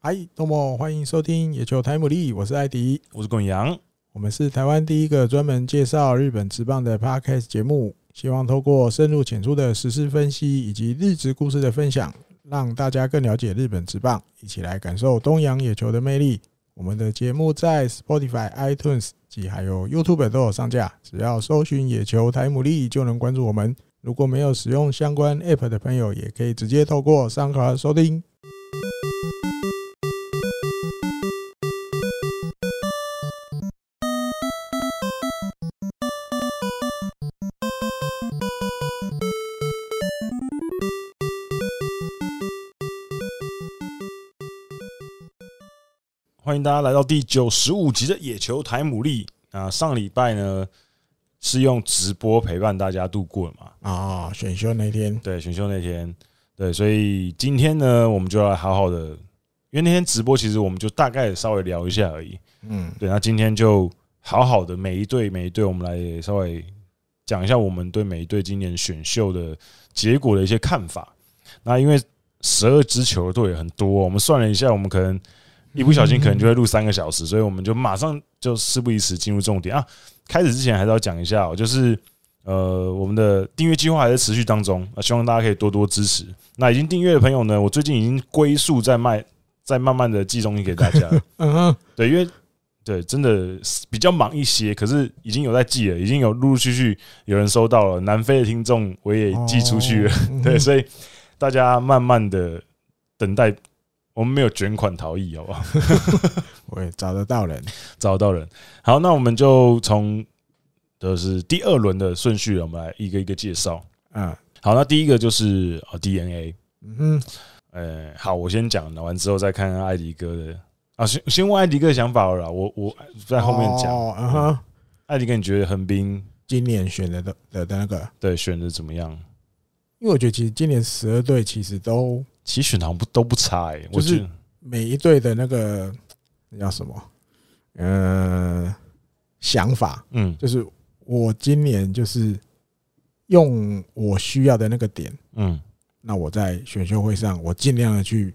嗨，多么欢迎收听《野球台姆利》，我是艾迪，我是滚阳，我们是台湾第一个专门介绍日本职棒的 Podcast 节目，希望透过深入浅出的时事分析以及日职故事的分享，让大家更了解日本职棒，一起来感受东洋野球的魅力。我们的节目在 Spotify、iTunes 及还有 YouTube 都有上架，只要搜寻“野球台姆利”就能关注我们。如果没有使用相关 App 的朋友，也可以直接透过上卡收听。欢迎大家来到第九十五集的野球台姆利啊。上礼拜呢是用直播陪伴大家度过了嘛？啊、选秀那天，对，选秀那天，对，所以今天呢，我们就要来好好的，因为那天直播其实我们就大概稍微聊一下而已。嗯，对，那今天就好好的每一队每一队，我们来稍微讲一下我们对每一队今年选秀的结果的一些看法。那因为十二支球队很多，我们算了一下，我们可能一不小心可能就会录三个小时，所以我们就马上就事不宜迟，进入重点啊。开始之前还是要讲一下、哦，就是呃，我们的订阅计划还在持续当中啊，希望大家可以多多支持。那已经订阅的朋友呢，我最近已经龟速在卖，在慢慢的寄东西给大家了。嗯哼，对，因为对真的是比较忙一些，可是已经有在寄了，已经有陆陆续续有人收到了。南非的听众我也寄出去 了，哦对，所以大家慢慢的等待，我们没有卷款逃逸，好不好？我也找得到人。找到人。好，那我们就从就是第二轮的顺序，我们来一个一个介绍。嗯好，那第一个就是呃 DNA，嗯哼，呃，好，我先讲完之后再看看艾迪哥的啊，先先问艾迪哥的想法好了啦，我我在后面讲。哦嗯哼，艾迪哥，你觉得横滨今年选的的的的那个，对选的怎么样？因为我觉得其实今年十二队其实都其实选的好像不都不差哎、我就是觉得每一队的那个那叫什么，呃，想法嗯就是我今年就是用我需要的那个点，嗯那我在选秀会上我尽量的去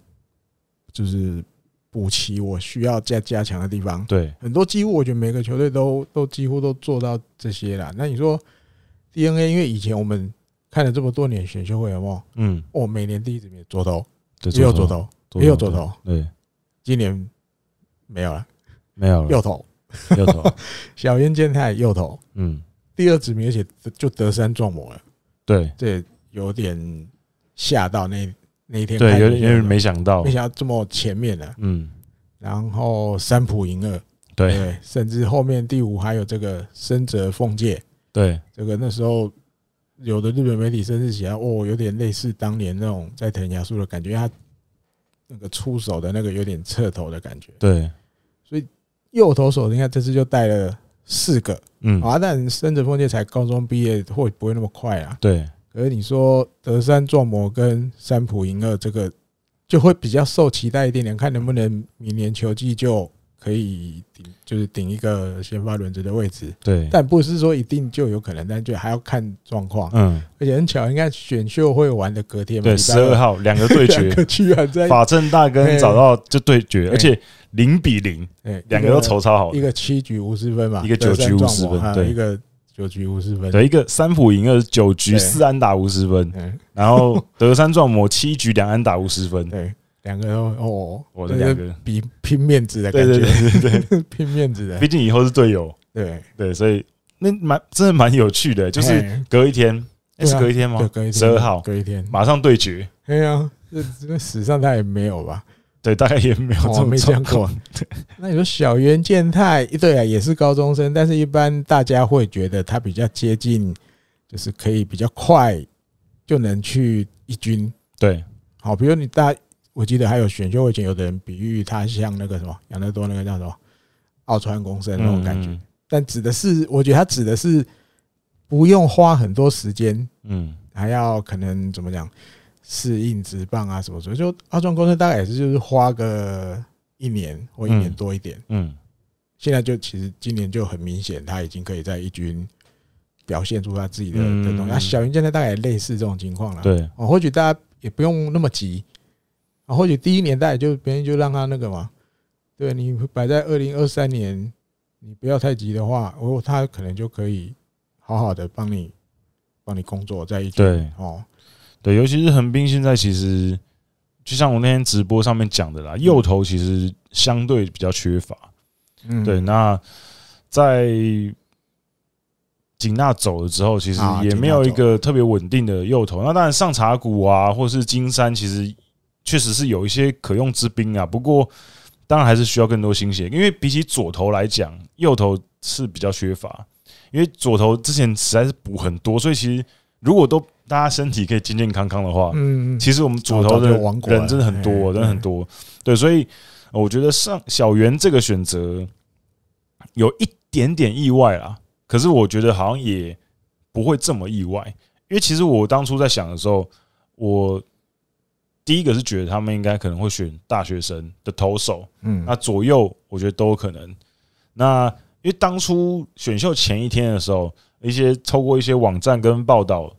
就是补齐我需要加加强的地方。对很多几乎我觉得每个球队都都几乎都做到这些啦。那你说 DNA，因为以前我们看了这么多年选秀会，有没有？嗯哦，每年第一直名左投，对也有左投，也有左投，对今年没有了，没有了右投，右投 小渊健太右投，嗯第二指名，而且就得三撞魔了，对这有点吓到那那一天对看有的点时有候点没想到没想到这么前面了。嗯然后三浦银二，对对，甚至后面第五还有这个深泽奉介，对这个那时候有的日本媒体甚至写到哦，有点类似当年那种在藤牙树的感觉，因为他那个出手的那个有点侧头的感觉。对右投手你看这次就带了四个嗯啊，但深泽丰介才高中毕业，会不会那么快啊？对可是你说德山壮模跟三浦银二这个就会比较受期待一点点，看能不能明年球季就可以顶，就是顶一个先发轮值的位置。对但不是说一定就有可能，但就还要看状况。嗯而且很巧，你看选秀会玩的隔天嘛，对礼拜十二号两个对两决，个居然在法政大跟对找到就对决，对而且零比零，哎两个都投超好一的。个七局五十分嘛，一个九局50分啊对一个九局五十分，对，一个三浦赢二九局对四安打五十分，嗯，然后德山壮模七局两安打五十分，对，两个都哦，我的两就是个，比拼面子的对感对觉，对对对，拼面子的 毕，竟以后是队友，对，对，所以那蛮真的蛮有趣的，就是哎隔一天，诶对啊是隔一天吗对，？隔一天12号隔一天，马上对决，哎呀，这这史上他也没有吧？对，大概也没有哦这么没这样过状况，那你说小圆健太，对啊，也是高中生，但是一般大家会觉得他比较接近，就是可以比较快就能去一军。 对好，比如你大，我记得还有选秀会前，有的人比喻他像那个什么养乐多那个叫什么奥川公生那种感嗯觉，，但指的是，我觉得他指的是不用花很多时间，嗯，还要可能怎么讲适应职棒啊什么什么，就奥川公生大概也是就是花个一年或一年嗯多一点。嗯现在就其实今年就很明显，他已经可以在一军表现出他自己的啊嗯的东西。那小云现在大概也类似这种情况了。嗯，，对哦，或许大家也不用那么急，啊，或许第一年代就别人就让他那个嘛，对你摆在二零二三年，你不要太急的话，哦，他可能就可以好好的帮你帮你工作在一起。对哦，对，尤其是横滨现在其实，就像我那天直播上面讲的啦，右投其实相对比较缺乏。嗯，对，那在景纳走了之后，其实啊也景纳没有一走个特别稳定的右投。那当然，上茶谷啊，或是金山，其实确实是有一些可用之兵啊。不过，当然还是需要更多新血，因为比起左投来讲，右投是比较缺乏。因为左投之前实在是补很多，所以其实如果都大家身体可以健健康康的话，嗯，嗯，其实我们主投的早就亡国了人真的很多，哎真的很多。对，所以呃我觉得上小圆这个选择有一点点意外啦，可是我觉得好像也不会这么意外，因为其实我当初在想的时候，我第一个是觉得他们应该可能会选大学生的投手，嗯，那左右我觉得都有可能。那因为当初选秀前一天的时候，一些透过一些网站跟报道，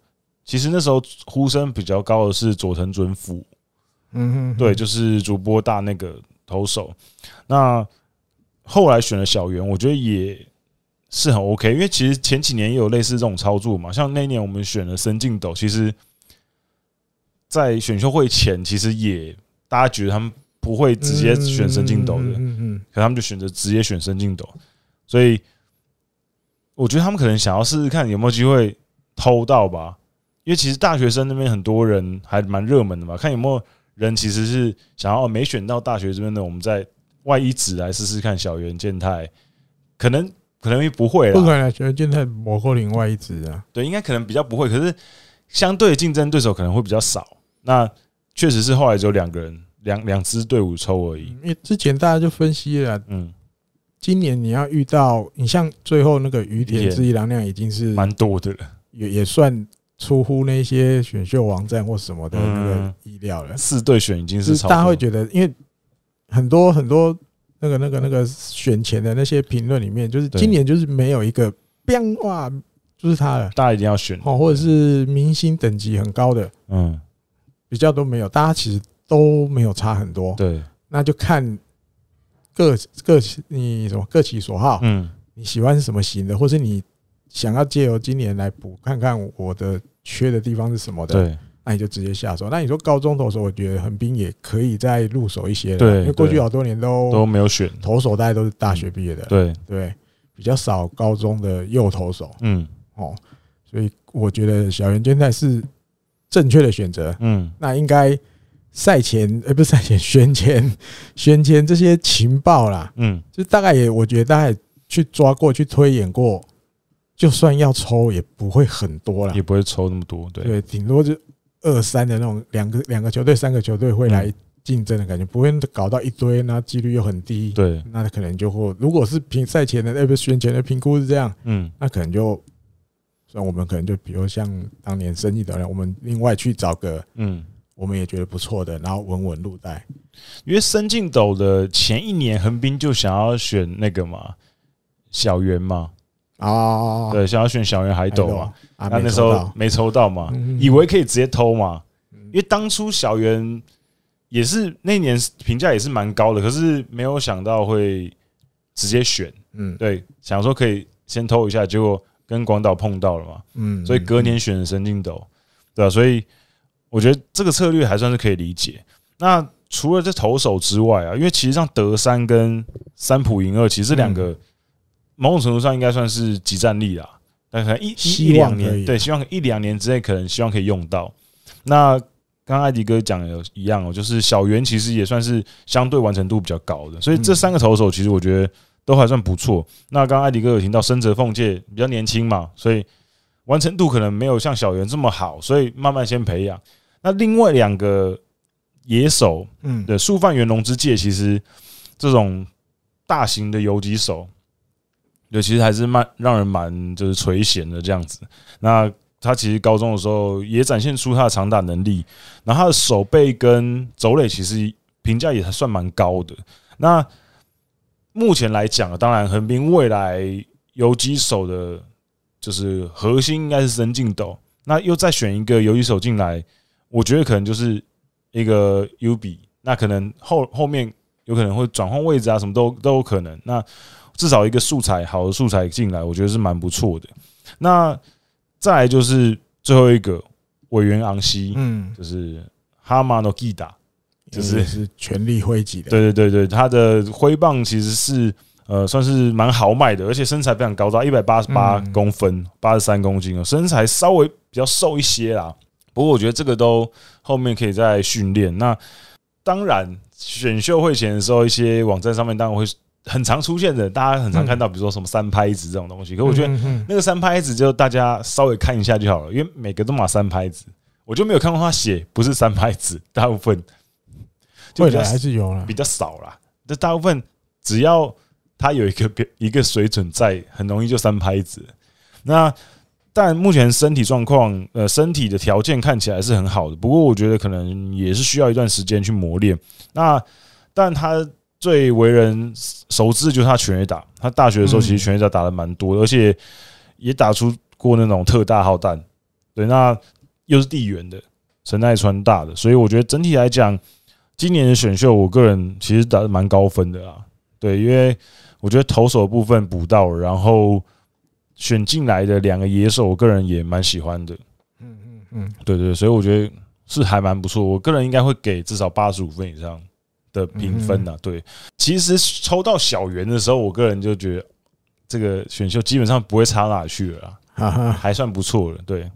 其实那时候呼声比较高的是佐藤准辅，嗯，嗯，对，就是主播大那个投手。那后来选了小圆，我觉得也是很 OK，因为其实前几年也有类似这种操作嘛，像那一年我们选了申进斗，其实，在选秀会前，其实也大家觉得他们不会直接选申进斗的，嗯嗯嗯，可他们就选择直接选深进斗，所以我觉得他们可能想要试试看有没有机会偷到吧，因为其实大学生那边很多人还蛮热门的嘛，看有没有人其实是想要哦没选到大学这边的，我们在外一指来试试看小圆健太，可能可能也不会不可啦，能，觉得现在摩扣另外一支啊，对，应该可能比较不会，可是相对竞争对手可能会比较少，那确实是后来只有两个人两两支队伍抽而已，因为之前大家就分析了啊，嗯，今年你要遇到，你像最后那个于于田田之一郎亮已经是蛮多的了，也也算出乎那些选秀网站或什么的那个嗯意料了，四对选已经就是是超大家过会觉得，因为很多很多那个那个那个选前的那些评论里面，就是对今年就是没有一个 biang 哇，就是他了大家一定要选。哦，或者是明星等级很高的嗯，比较都没有，大家其实都没有差很多，对，那就看各各你什么各其所好，嗯，你喜欢什么型的，或是你想要借由今年来补看看我的缺的地方是什么的，对，那你就直接下手。那你说高中投手，我觉得横滨也可以再入手一些了，对因为过去对好多年都都嗯没有选。投手大家都是大学毕业的，对，对，比较少高中的右投手嗯哦，所以我觉得小圆健太是正确的选择。嗯，那应该赛前， 呃，不是赛前，选前， 选前这些情报啦，嗯，就大概也，我觉得大概去抓过去推演过，就算要抽也不会很多啦也。不会抽那么多。对，对，顶多就二三的那种，两个两个球队、三个球队会来竞争的感觉，不会搞到一堆，那几率又很低。，对，那可能就会，如果是评赛前的，呃，不是选前的评估是这样，嗯，那可能就，像我们可能就比如像当年生意的人，我们另外去找个嗯，我们也觉得不错的，然后稳稳入袋。因为申进斗的前一年，横滨就想要选那个嘛，小圆嘛，啊，对，想要选小圆海还斗懂嘛，啊，那没那时抽候到没抽到嘛，嗯以为可以直接偷嘛，嗯因为当初小圆也是那年评价也是蛮高的，可是没有想到会直接选，嗯对，想说可以先偷一下，结果跟广岛碰到了嘛，嗯，所以隔年选神经斗，对吧、所以我觉得这个策略还算是可以理解。那除了这投手之外啊，因为其实像德山跟三浦银二，其实这两嗯个某种程度上应该算是集战力啦，但可能一一一希望两可以年，对，希望一两年之内可能希望可以用到。那刚刚艾迪哥讲的有一样哦，就是小圆其实也算是相对完成度比较高的，所以这嗯三个投手其实我觉得都还算不错。那刚刚艾迪哥有提到深泽奉介比较年轻嘛，所以完成度可能没有像小圆这么好，所以慢慢先培养。那另外两个野手嗯的树犯元龙之介，其实这种大型的游击手，对，其实还是蛮让人蛮就是垂涎的这样子。那他其实高中的时候也展现出他的长打能力，然后他的手背跟走垒其实评价也还算蛮高的。那目前来讲，啊当然横滨未来游击手的，就是核心应该是深进斗，那又再选一个游击手进来，我觉得可能就是一个 U B 那可能后后面有可能会转换位置啊，什么都都有可能。那至少一个素材好的素材进来，我觉得是蛮不错的。那再来就是最后一个委员昂西，嗯，就是哈马诺基达，就是也是全力挥击的，对对对对，他的挥棒其实是呃算是蛮豪迈的，而且身材非常高大，一百八十八嗯公分，八十三公斤哦，身材稍微比较瘦一些啦。不过我觉得这个都后面可以再训练。那当然，选秀会前的时候，一些网站上面当然会很常出现的，大家很常看到，比如说什么三拍子这种东西。可我觉得嗯，嗯嗯那个三拍子就大家稍微看一下就好了，因为每个都码三拍子，我就没有看过他写不是三拍子，大部分就未比较来还是有了比，较少啦。这大部分只要他有一个标一个水准在，很容易就三拍子。那但目前身体状况，呃，身体的条件看起来是很好的，不过我觉得可能也是需要一段时间去磨练。那但他最为人熟知的就是他全垒打，他大学的时候其实嗯全垒打打的蛮多的，而且也打出过那种特大号弹。对，那又是地缘的，神奈川大的，所以我觉得整体来讲，今年的选秀，我个人其实打的蛮高分的啦。对，因为我觉得投手的部分补到了，然后选进来的两个野手，我个人也蛮喜欢的。嗯嗯嗯，对对，所以我觉得是还蛮不错。我个人应该会给至少八十五分以上的评分呐、啊嗯对，其实抽到小圆的时候，我个人就觉得这个选秀基本上不会差哪去了啦。哈哈，还算不错了。对，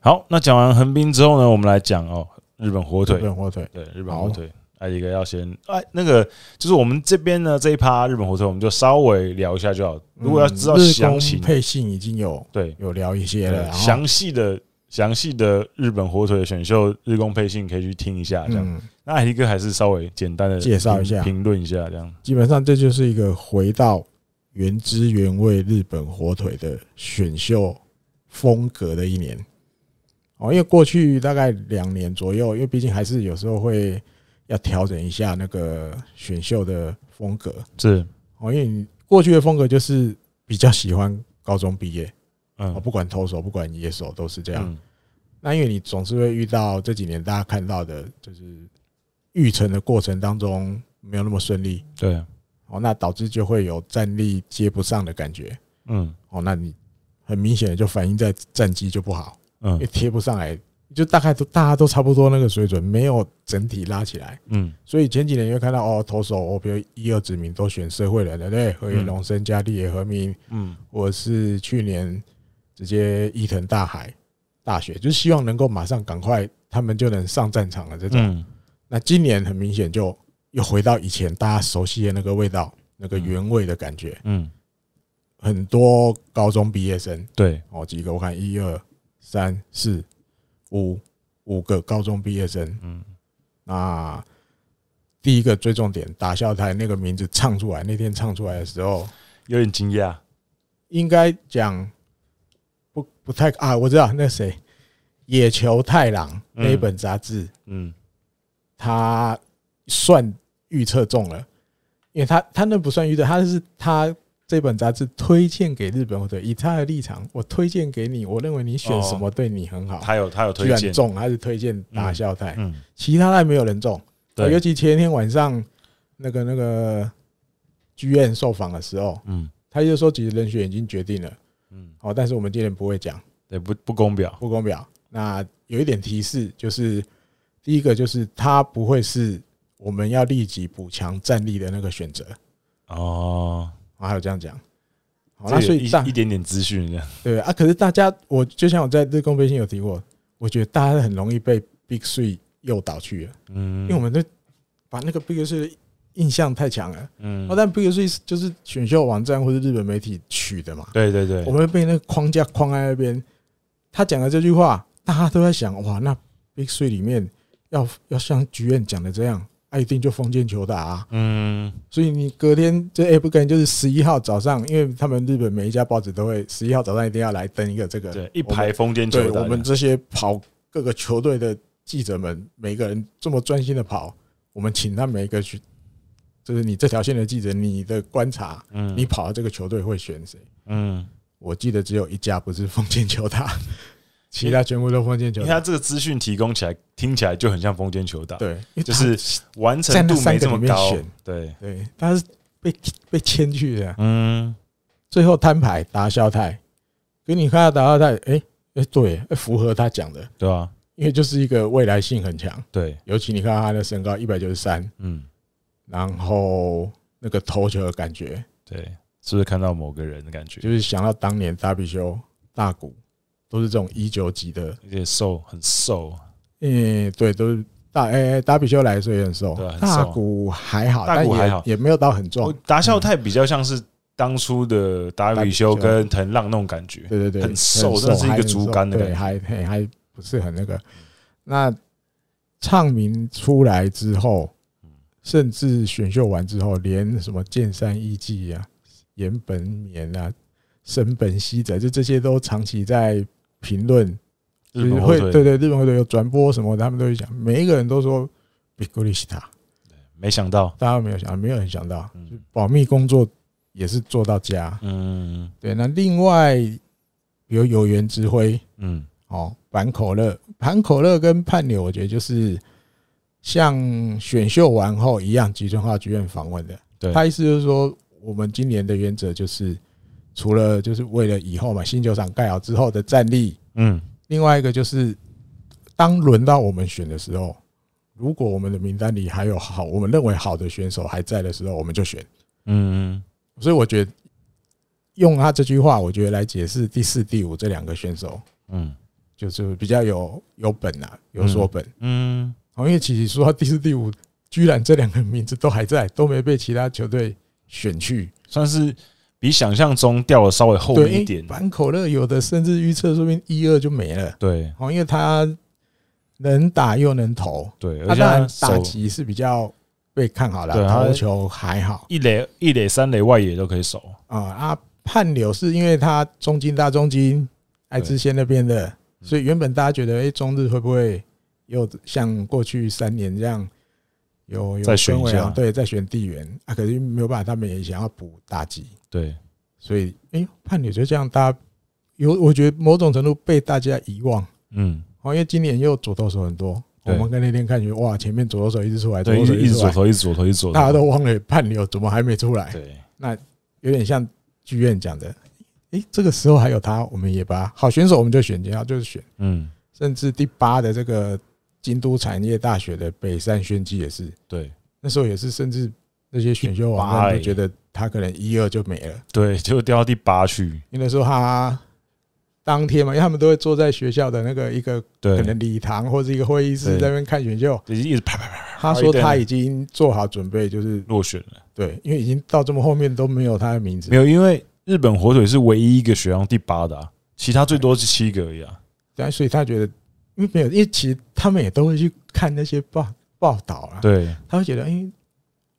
好，那讲完横滨之后呢，我们来讲哦，日本火日腿，本火腿，对，日本好火腿。艾迪哥要先哎，那个就是我们这边呢这一趴日本火腿，我们就稍微聊一下就好。如果要知道嗯日详工情，配信已经有对，有聊一些了，对然后详细的详细的日本火腿的选秀日工配信可以去听一下这样。嗯，那艾迪哥还是稍微简单的介绍一下评论一下这样。基本上这就是一个回到原汁原味日本火腿的选秀风格的一年哦，因为过去大概两年左右，因为毕竟还是有时候会要调整一下那个选秀的风格是，哦，因为你过去的风格就是比较喜欢高中毕业嗯哦，，不管投手不管野手都是这这样，那因为你总是会遇到这几年大家看到的，就是育成的过程当中没有那么顺利对，哦，那导致就会有战力接不上的感觉嗯哦，那你很明显的就反映在战绩就不好，因为嗯贴不上来，就大概都大家都差不多那个水准，没有整体拉起来。嗯，所以前几年你会看到哦，投手哦，比如一二指名都选社会人的，对不对，河野龙生、加地野和明，嗯我是去年直接伊藤大海大学，就是希望能够马上赶快他们就能上战场了这种。嗯那今年很明显就又回到以前大家熟悉的那个味道，那个原味的感觉。嗯，很多高中毕业生对，哦，几个我看一二三四五五个高中毕业生，嗯那第一个最重点打笑台那个名字唱出来，那天唱出来的时候，有点惊讶，应该讲不不太啊，我知道那谁野球太郎嗯那一本杂志，嗯他算预测中了，因为他他那不算预测，他是他这本杂志推荐给日本或者以他的立场，我推荐给你，我认为你选什么对你很好，他有他有居推然荐，中，他是推荐打笑太，嗯，其他赖没有人中，啊对，尤其前天晚上那个那个剧院受访的时候，嗯他就说其实人选已经决定了。嗯，哦，但是我们今天不会讲对，不不公表，不公表。那有一点提示，就是第一个就是它不会是我们要立即补强战力的那个选择哦，啊，还有这样讲。好，这哦那有所以大一一点点资讯这样，对啊，可是大家我就像我在日公微信有提过，我觉得大家很容易被 Big Three 诱导去了，嗯，因为我们都把那个 Big Three 的印象太强了。嗯哦，，但 Big Three 就是选秀网站或是日本媒体取的嘛，对对对我，们会被那个框架框在那边。他讲的这句话，大家都在想，哇，那 Big Three 里面要要像剧院讲的这样，啊、一定就封建球打、啊。嗯所以你隔天这 a p 跟就是十一号早上，因为他们日本每一家报纸都会十一号早上一定要来登一个这个，对，一排风我间们。对球打我的们这些跑各个球队的记者们，每个人这么专心的跑，我们请他每一个去，就是你这条线的记者，你的观察，嗯你跑到这个球队会选谁？嗯，我记得只有一家不是封建球打，其他全部都封建球因为队。它这个资讯提供起来，听起来就很像封建球打，对，因为就他是完成度没这么在那三高个里面选。对，对，他是被被牵去的啊、嗯，最后摊牌打消泰，给你看到打消泰，哎、哎、对，哎符合他讲的，对啊，因为就是一个未来性很强，对，尤其你看他的身高一百九十三，嗯，然后那个投球的感觉，对，是不是看到某个人的感觉？就是想到当年大比修、大谷都是这种一九级的，而且瘦，很瘦，嗯，对，都是大哎、哎大比修来的时候也很瘦，对啊很瘦大谷还好，大但谷还也好也没有到很壮我，哦达孝泰比较像是当初的达比修达比修跟藤浪那种感觉，对对对，很瘦很真的是一个还很竹瘦竿的对，还还还不是很那个。那唱名出来之后，甚至选秀完之后，连什么剑山一纪啊、岩本勉啊、神本希哲，就这些都长期在评论，就日是本会火腿对对日本会队有转播什么，他们都会讲，每一个人都说 b i g o l i s t a 没想到，大家没有想，没有人想到，嗯保密工作也是做到家。嗯对，那另外有有缘之辉，嗯，哦，板口乐、板口乐跟叛柳，我觉得就是像选秀完后一样，吉村化剧院访问的。对他意思就是说，我们今年的原则就是，除了就是为了以后嘛，新球场盖好之后的战力，嗯，另外一个就是，当轮到我们选的时候，如果我们的名单里还有好，我们认为好的选手还在的时候，我们就选。嗯，所以我觉得，用他这句话，我觉得来解释第四、第五这两个选手，嗯，就是比较有有本啊，有所本。嗯，哦，因为其实说到第四、第五，居然这两个名字都还在，都没被其他球队选去。算是比想象中掉的稍微后对，面一因为点，板口乐有的甚至预测说明一二就没了。对哦，因为他能打又能投，对，他而且当然他打手击是比较被看好对了，他投球还好一垒、一垒、三垒、外野都可以守，啊。啊，判柳是因为他中金大中金爱知县那边的，嗯所以原本大家觉得，哎、中日会不会又像过去三年这样有有再选一孙伟下啊对，再选地缘啊，可是没有办法，他们也想要补打击，对，所以哎、判女就这样，大家有我觉得某种程度被大家遗忘嗯，哦，因为今年又左投手很多，我对们跟那天看去哇，前面左投手一直出来，左对，投一手直一直出左来，投，一直左投，一直左投，大家都忘了判柳怎么还没出来，对，有点像剧院讲的，哎、这个时候还有他，我们也把好选手我们就选，然后就是选。嗯，甚至第八的这个京都产业大学的北山宣基也是，对那时候也是，甚至那些选秀第八网欸站都觉得他可能一二就没了，对，结果掉到第八去，因为那时候他当天嘛，因为他们都会坐在学校的那个一个对可，能礼堂或者一个会议室对在那边看选秀，就是一直啪啪啪他说他已经做好准备，就是落选了，对，因为已经到这么后面都没有他的名字没，有，因为日本火腿是唯一一个选上第八的啊，其他最多是七个而已啊，对啊，所以他觉得因为没有，因为其实他们也都会去看那些报报道啦，对，他会觉得，哎、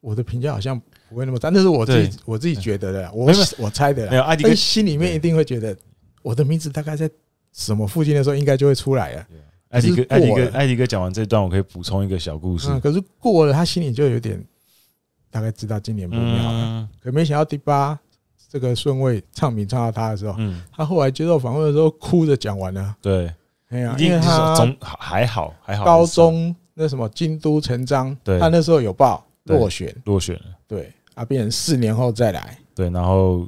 我的评价好像不会那么差，那是我自己我自己觉得的啦，我没有我猜的 啦。没有，艾迪但跟是心里面一定会觉得，我的名字大概在什么附近的时候，应该就会出来了。艾迪是哥，艾迪过哥了，艾迪哥讲完这段，我可以补充一个小故事。嗯，可是过了，他心里就有点大概知道今年不妙了。嗯可没想到第八这个顺位唱名唱到他的时候，嗯，他后来接受访问的时候哭着讲完了。对，哎一呀，因为定是他总还好还好，高中那什么京都成章，对他那时候有报对落选，落选了，对啊，变成四年后再来。对，然后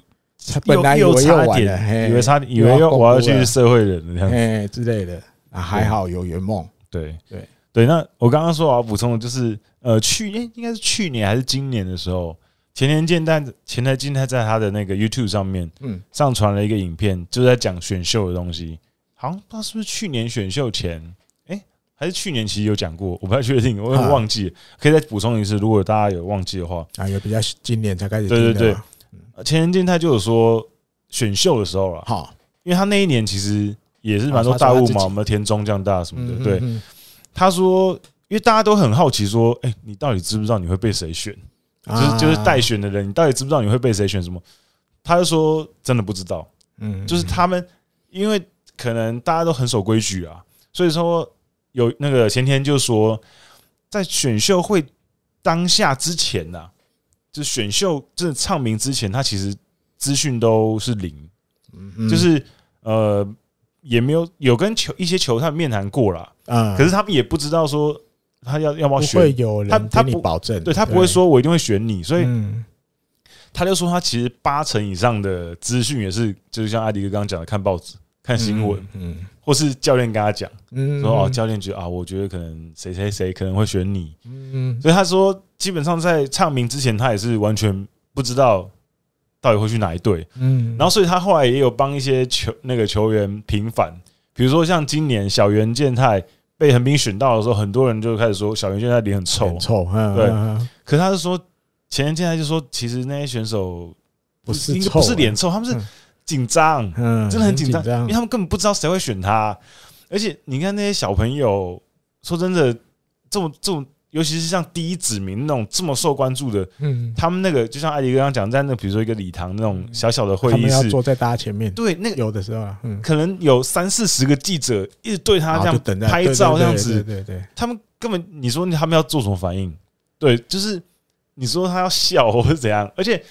他本来以又为差要完了，点，嘿以为差，以又为要要公布我要去了社会人了这样子。哎之类的啊，还好有圆梦，对对对，那我刚刚说我要补充的就是，呃，去年应该是去年还是今年的时候，前田健太前田健太在他的那个 YouTube 上面嗯，上传了一个影片，就在讲选秀的东西，好像不知道是不是去年选秀前，哎、还是去年其实有讲过，我不太确定，我有点忘记了，可以再补充一次，如果大家有忘记的话，啊，也比较今年才开始对听对的嘛，呃前田健太就有说选秀的时候啦，好，因为他那一年其实也是蛮多啊他大说他雾自己嘛，我们田中将大什么的，嗯对，，嗯他说，因为大家都很好奇说，哎、你到底知不知道你会被谁选？就嗯是就是啊待选的人，你到底知不知道你会被谁选？什么？他就说真的不知道，嗯就是他们因为可能大家都很守规矩啊，所以说有那个前天就说，在选秀会当下之前呐、就选秀真的唱名之前，他其实资讯都是零，嗯嗯就是呃也没有有跟球一些球探面谈过啦，啊，可是他们也不知道说他要要不要不选会，有他人他给你不保证，对他不会说我一定会选你，所以嗯他就说他其实八成以上的资讯也是，就是像艾迪哥刚刚讲的，看报纸、看新闻，，嗯或是教练跟他讲嗯说哦，教练觉得啊，我觉得可能谁谁谁可能会选你，嗯所以他说基本上在唱名之前，他也是完全不知道到底会去哪一队，嗯，然后所以他后来也有帮一些球那个球员平反，比如说像今年小袁健太被横滨选到的时候，很多人就开始说小袁健太脸很臭很，臭，嗯对，嗯嗯可是他是说前袁健太就说其实那些选手不是应该臭不是脸，臭，他们是嗯紧张，嗯，真的很紧紧张，因为他们根本不知道谁会选他，而且你看那些小朋友，说真的，这种这种。尤其是像第一指名那种这么受关注的，嗯，他们那个就像艾迪刚刚讲，在那比如说一个礼堂那种小小的会他议们要室，坐在大家前面，对，那个有的时候啊，嗯，可能有三四十个记者一直对他然这后样啊就等待拍对对照对这样子，对对对，他们根本你说他们要做什么反应？对，就是你说他要笑或是怎样，而且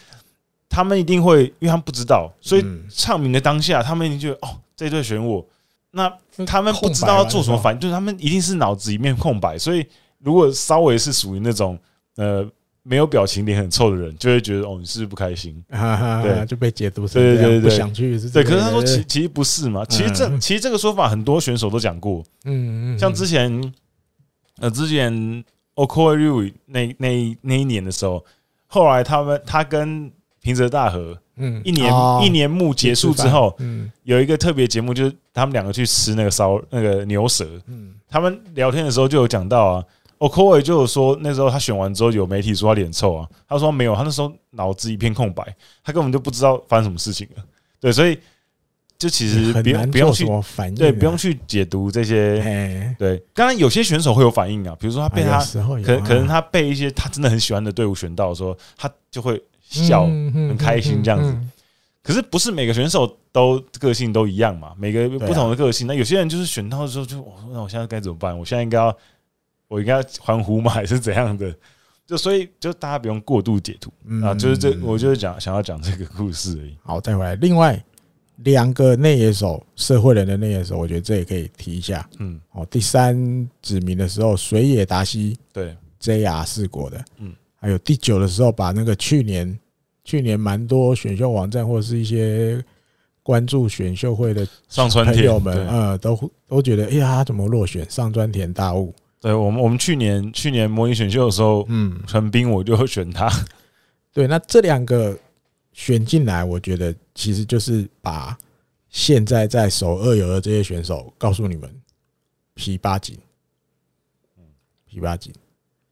他们一定会，因为他们不知道，所以嗯唱名的当下，他们一定觉得哦，这一队选我，那他们不知道要做什么反应，就是他们一定是脑子一片空白，所以如果稍微是属于那种呃没有表情、脸很臭的人，就会觉得哦，你是不是不开心？啊哈哈，对哈就被解读成对这对样对对不想去是对，这可个是他说其对其实不是嘛，其实这嗯其实这个说法很多选手都讲过，嗯嗯，像之前，呃，之前 o k o r u 那那一那一年的时候，后来他们他跟平泽大和嗯一年、哦一年幕结束之后，嗯有一个特别节目，就是他们两个去吃那个烧那个牛舌。嗯他们聊天的时候就有讲到啊 o k o r 就有说那时候他选完之后，有媒体说他脸臭啊，他说没有，他那时候脑子一片空白，他根本就不知道发生什么事情了。对，所以就其实很不用难不用做去什么反应啊，对不用去解读这些哎，对，当然有些选手会有反应啊，比如说他被啊他有，时候有可能啊可能他被一些他真的很喜欢的队伍选到的时候，他就会笑。嗯嗯很开心这样子嗯嗯可是不是每个选手都个性都一样嘛，每个对啊不同的个性。那有些人就是选到的时候就，我说哦那我现在该怎么办？我现在应该要我应该要欢呼吗？还是怎样的？就所以就大家不用过度解读嗯啊，就是这嗯我就是讲想要讲这个故事而已。好，再回来。另外两个内野手，社会人的内野手，我觉得这也可以提一下嗯，哦。第三指名的时候，水野达希对， JR 四国的，嗯，还有第九的时候，把那个去年去年蛮多选秀网站或者是一些关注选秀会的上川朋田友们，对呃，都都觉得，哎呀，他怎么落选？上专田大悟，对我们我们去年去年模拟选秀的时候，嗯，陈斌我就选他，对，那这两个选进来，我觉得其实就是把现在在首二游的这些选手告诉你们，皮八紧，嗯皮八紧，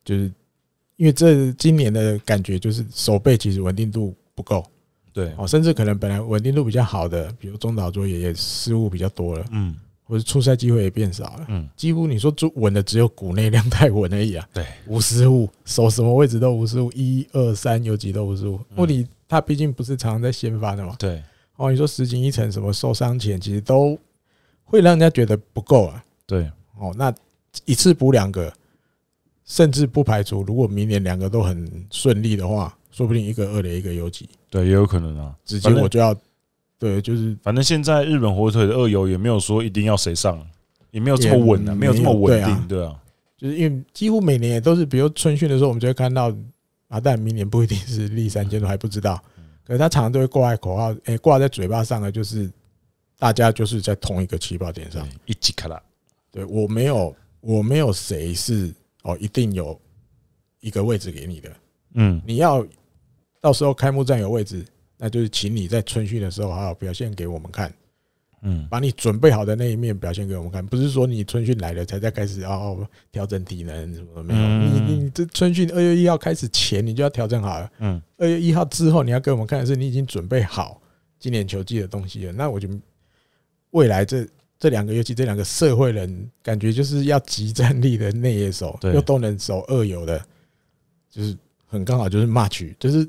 就是因为这今年的感觉就是手背其实稳定度不够对，哦，甚至可能本来稳定度比较好的，比如中岛卓也也失误比较多了，嗯或者出赛机会也变少了。嗯。几乎你说最稳的只有谷内量太稳而已啊。对，无失误，守什么位置都无失误，一二三有几都无失误。嗯莫里他毕竟不是常常在先发的嘛。对，哦，你说石井一成什么受伤前，其实都会让人家觉得不够啊。对，哦，那一次补两个，甚至不排除如果明年两个都很顺利的话，说不定一个二垒一个游击，对，也有可能啊。直接反正我就要对，就是反正现在日本火腿的二游也没有说一定要谁上，也没有这么稳啊，也没有这么稳没定，有对啊，就是因为几乎每年也都是，比如春训的时候，我们就会看到啊，但明年不一定是立三千都还不知道，可是他常常都会挂在口号，诶，挂在嘴巴上的就是大家就是在同一个起跑点上。对一起卡拉，对我没有，我没有谁是哦，一定有一个位置给你的，嗯，你要到时候开幕战有位置，那就是请你在春训的时候好好表现给我们看。嗯，把你准备好的那一面表现给我们看，不是说你春训来了才在开始哦调整体能什么的没有，嗯你你这春训二月一号开始前你就要调整好了，嗯，二月一号之后你要给我们看的是你已经准备好今年球季的东西了，那我觉得未来这这两个尤其这两个社会人，感觉就是要集战力的内野手，对又都能守二游的，就是很刚好就是 match，就是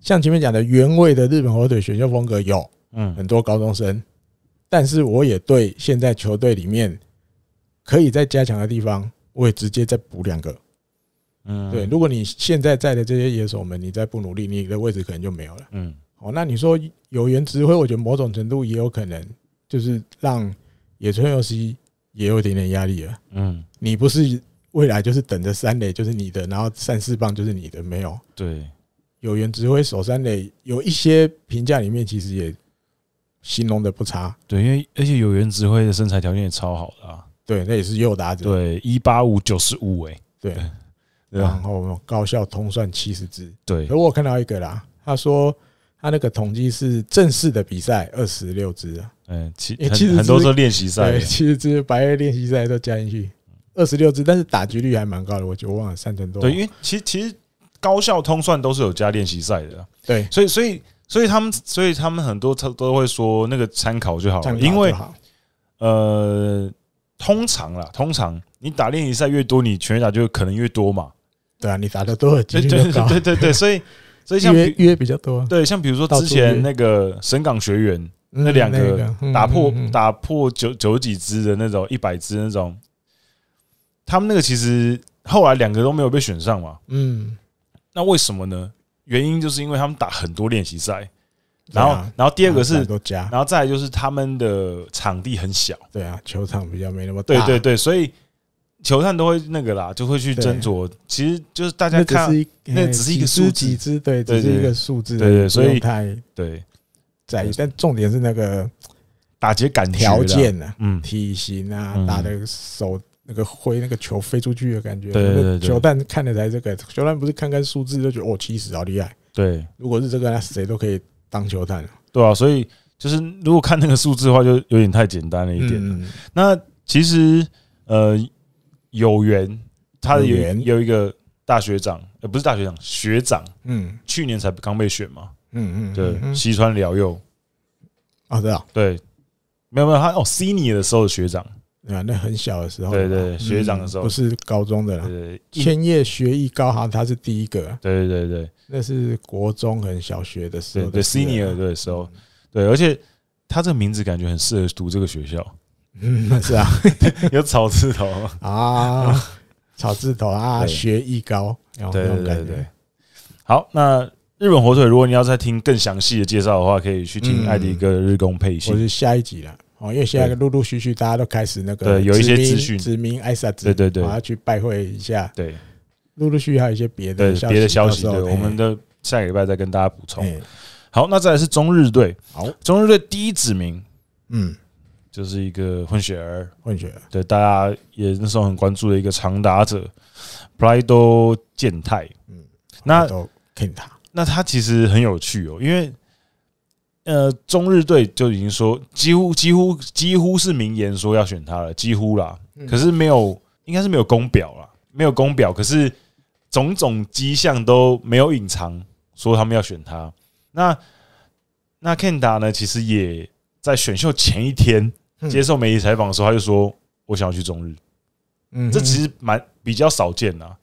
像前面讲的原味的日本火腿选秀风格有。嗯，很多高中生，但是我也对现在球队里面可以再加强的地方，我也直接再补两个。嗯，对，如果你现在在的这些野手们，你再不努力，你的位置可能就没有了。嗯，哦，那你说有缘指挥，我觉得某种程度也有可能，就是让野村佑希也有一点点压力了。嗯，你不是未来就是等着三垒就是你的，然后三四棒就是你的，没有对，有原指挥守三垒，有一些评价里面其实也形容的不差。对，因为而且有原指挥的身材条件也超好的啊，对，那也是右打者。对，一八五九十五，哎，对，对啊然吧？后高校通算七十支。对可，我有看到一个啦，他说他那个统计是正式的比赛二十六支啊，嗯，其欸其实很很多是都练习赛欸对，的，七十支白夜练习赛都加进去，二十六支，但是打击率还蛮高的，我就忘了三成多。对，因为其实其实高校通算都是有加练习赛的啊，对，所以所以所以他们所以他们很多都都会说那个参考就好这样了，打因为就好呃，通常啦，通常你打练习赛越多，你全垒打就可能越多嘛，对啊，你打的多了，对几率对就高，对对对，所以所以像约比约比较多。对像比如说到之处前约那个神港学员。嗯那两个嗯打破嗯嗯打破九九几只的那种，一百只那种，他们那个其实后来两个都没有被选上嘛。嗯，那为什么呢？原因就是因为他们打很多练习赛，对然啊后然后第二个然后是，都加，然后再来就是他们的场地很小，对啊，球场比较没那么大，对对，对，所以球探都会那个啦，就会去对斟酌。其实就是大家那只看，是一那只是一个数字几支，对，只对是一对个数字而已，对对所以不用太对在意，但重点是那个打劫感觉啦条，件呢。嗯，体型啊，嗯打的手那个挥那个球飞出去的感觉。对对对那个对球蛋看的才这个，球蛋不是看看数字就觉得哦七十好厉害。对如果是这个，那谁都可以当球探了对啊，所以就是如果看那个数字的话，就有点太简单了一点。嗯嗯那其实呃，有缘他的有有缘有一个大学长，呃，不是大学长，学长，嗯去年才刚被选嘛，嗯嗯，对，嗯嗯西川辽佑，哦对啊，对，没有没有，他哦，senior 的时候的学长，对啊，那很小的时候，对对嗯学长的时候不是高中的对啦。对对一千叶学艺高行他是第一个，对对对那是国中很小学的时候对的对事了啊，senior 的时候，对，而且他这个名字感觉很适合读这个 学校，嗯是啊有草字头，啊，草字头啊，对学艺高，然后对那对种对感对觉对。好，那日本火腿，如果你要再听更详细的介绍的话，可以去听嗯艾迪哥的日工配或信。是下一集了。哦，因为现在陆陆续续大家都开始那个对有一殖些民资讯殖民艾萨对对对我要去拜会一下。对，陆陆续续还有一些别对的消息，别的消息，到时对，候哎我们的下个礼拜再跟大家补嘿充。嘿好，那再来是中日队，好，中日队第一指名嗯，就是一个混血儿，混血儿，对大家也那时候很关注的一个长打者 p r i d o 健太。嗯，那都 Ken 他，那他其实很有趣哦，因为呃，中日队就已经说几乎几乎几乎是明言说要选他了，几乎啦，嗯可是没有，应该是没有公表啦，没有公表，可是种种迹象都没有隐藏，说他们要选他。那那 Kenda 呢，其实也在选秀前一天嗯接受媒体采访的时候，他就说：“我想要去中日。”嗯，这其实蛮比较少见啦，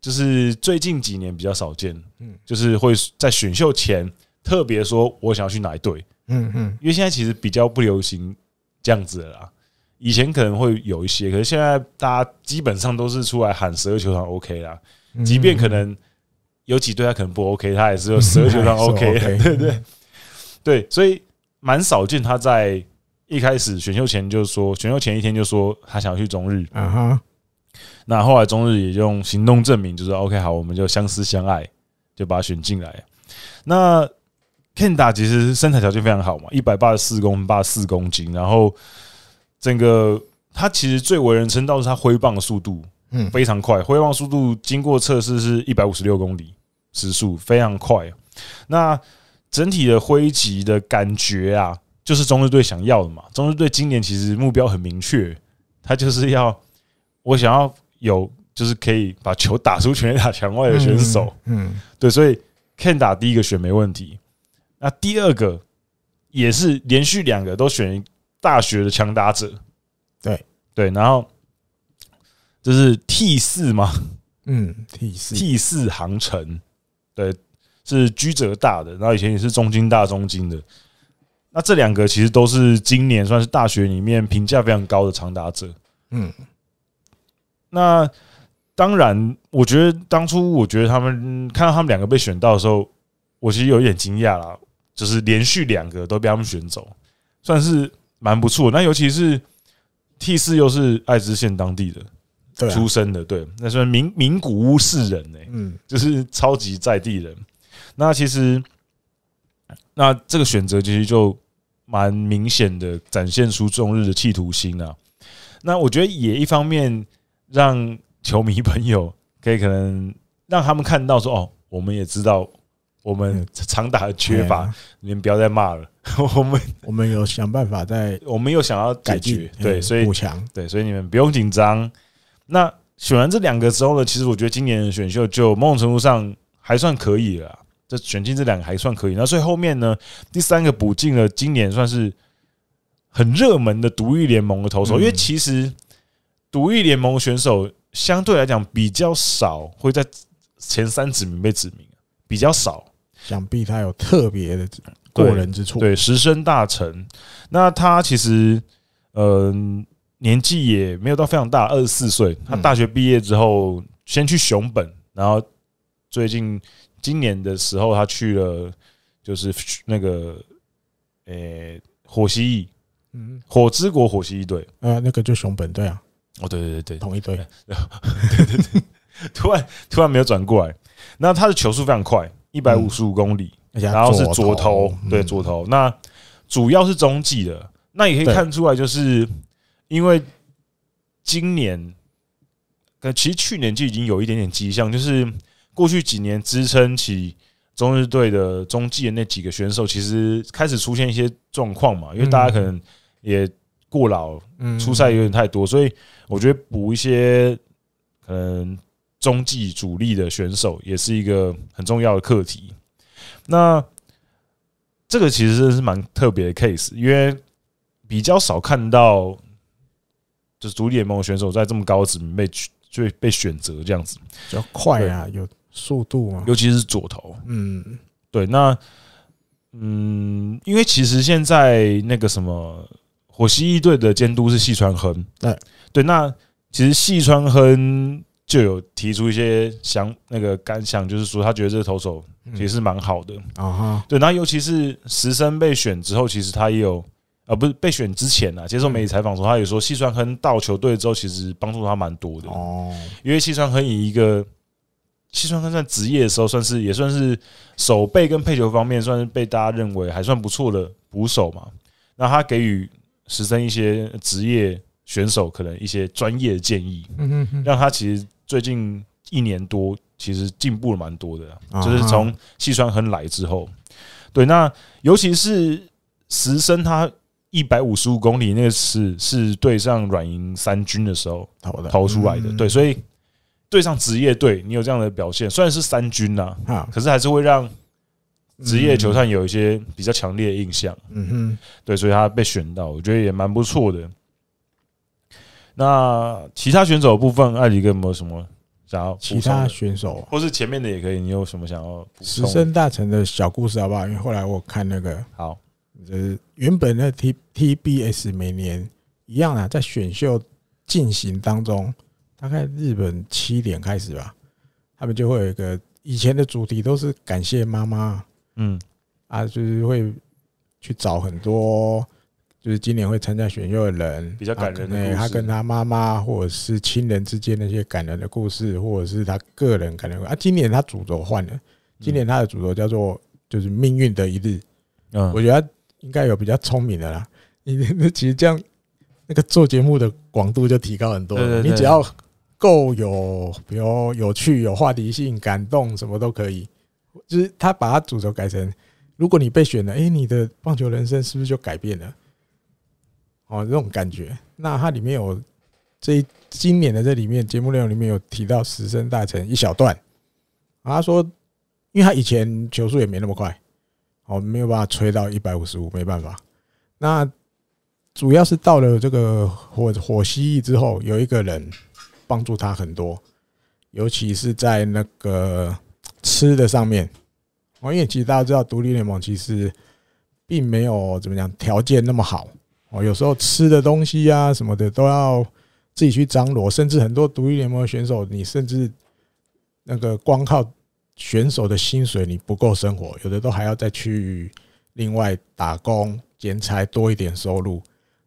就是最近几年比较少见，嗯就是会在选秀前特别说我想要去哪一队，嗯嗯因为现在其实比较不流行这样子了啦。以前可能会有一些，可是现在大家基本上都是出来喊十二球团 OK 啦，嗯，即便可能有几队他可能不 OK，他也是有十二球团 还 OK，是 OK 对对对，所以蛮少见他在一开始选秀前就说，选秀前一天就说他想要去中日，啊哈，那后来中日也用行动证明，就是 OK，好，我们就相思相爱，就把他选进来。那 Kenda 其实身材条件非常好嘛，一百八十四公八四公斤，然后整个他其实最为人称道是他挥棒的速度嗯，非常快，挥棒速度经过测试是一百五十六公里时速，非常快。那整体的挥击的感觉啊，就是中日队想要的嘛。中日队今年其实目标很明确，他就是要我想要有就是可以把球打出全垒打墙外的选手，嗯，嗯，对，所以 Ken 打第一个选没问题。那第二个也是连续两个都选大学的强打者，对对，然后就是 T 四嘛嗯嗯，体系， ，T 四航程，对，是居泽大的，然后以前也是中京大中京的。那这两个其实都是今年算是大学里面评价非常高的长打者，嗯那当然，我觉得当初我觉得他们看到他们两个被选到的时候，我其实有一点惊讶啦，就是连续两个都被他们选走，算是蛮不错。那尤其是 T 四又是爱知县当地的、对啊出生的，对，那算名名古屋市人欸呢、嗯，就是超级在地人。那其实，那这个选择其实就蛮明显的展现出中日的企图心啊。那我觉得也一方面让球迷朋友可以可能让他们看到说，哦，我们也知道我们嗯长打的缺哎乏，呀，你们不要再骂了， 我们我们有想办法在我们又想要改解进决，，对，嗯所以补强，对，所以你们不用紧张。那选完这两个之后呢，其实我觉得今年的选秀就某种程度上还算可以了啦，这选进这两个还算可以。那所以后面呢，第三个补进了今年算是很热门的独立联盟的投手，嗯因为其实独立联盟选手相对来讲比较少会在前三指名被指名，比较少。想必他有特别的过对人之处。对，石生大成，那他其实嗯、年纪也没有到非常大，二十四岁。他嗯大学毕业之后，先去熊本，然后最近今年的时候，他去了就是去那个呃、火蜥蜴嗯，火之国火蜥蜴队。呃，那个就熊本队啊，哦，对对对对，同一队， 突然突然没有转过来。那他的球速非常快，一百五十五公里，而且他然后是左左投，对嗯左投。那主要是中继的，那也可以对看出来，就是因为今年，呃，其实去年就已经有一点点迹象，就是过去几年支撑起中日队的中继的那几个选手，其实开始出现一些状况嘛，因为大家可能也过劳，嗯出赛有点太多，所以我觉得补一些可能中继主力的选手也是一个很重要的课题。那这个其实真的是蛮特别的 case，因为比较少看到就是独立联盟的选手在这么高的指名被取就被选择这样子，比较快啊，有速度嘛，尤其是左投。嗯，对，那嗯，因为其实现在那个什么火蜥蜴队的监督是细川亨，对对，那其实细川亨就有提出一些想那个感想，就是说他觉得这个投手嗯其实是蛮好的，啊哈，对，那尤其是石森被选之后，其实他也有。啊，不是被选之前啊，接受嗯媒体采访的时候，他也说细川亨到球队之后，其实帮助他蛮多的。哦，因为西川亨以一个西川亨在职业的时候，算是也算是守备跟配球方面，算是被大家认为还算不错的捕手嘛。那他给予石森一些职业选手可能一些专业的建议，嗯嗯让他其实最近一年多其实进步了蛮多的啊啊，就是从细川亨来之后，对，那尤其是石森他一百五十五公里那个是是对上软银三军的时候，投的嗯投出来的。对，以所以对上职业队，你有这样的表现，虽然是三军呐、啊，可是还是会让职业球探有一些比较强烈的印象。嗯哼，对，所以他被选到，我觉得也蛮不错的。那其他选手的部分，艾迪哥有没有什么想要其补充他的？选手啊或是前面的也可以，你有什么想要补石充？森大成的小故事好不好？因为后来我看那个好，就是原本那 T TBS 每年一样啊，在选秀进行当中，大概日本七点开始吧，他们就会有一个以前的主题都是感谢妈妈嗯啊，就是会去找很多就是今年会参加选秀的人，比较感人的故啊可能事他跟他妈妈或者是亲人之间那些感人的故事，或者是他个人感人的故事啊。今年他主轴换嗯了，今年他的主轴叫做就是命运的一日。嗯我觉得他应该有比较聪明的啦。 你那其实这样，那个做节目的广度就提高很多对了。对对你只要够有，比如有趣、有话题性、感动，什么都可以。就是他把他主轴改成，如果你被选了，诶，你的棒球人生是不是就改变了？哦，这种感觉。那它里面有这一今年的这里面节目内容里面有提到石生大成一小段，啊他说，因为他以前球速也没那么快，哦，没有办法吹到一百五十五，没办法。那主要是到了这个火火蜥蜴之后，有一个人帮助他很多，尤其是在那个吃的上面。哦，因为其实大家知道，独立联盟其实并没有怎么讲条件那么好哦，有时候吃的东西啊什么的都要自己去张罗，甚至很多独立联盟的选手，你甚至那个光靠选手的薪水你不够生活，有的都还要再去另外打工兼差多一点收入。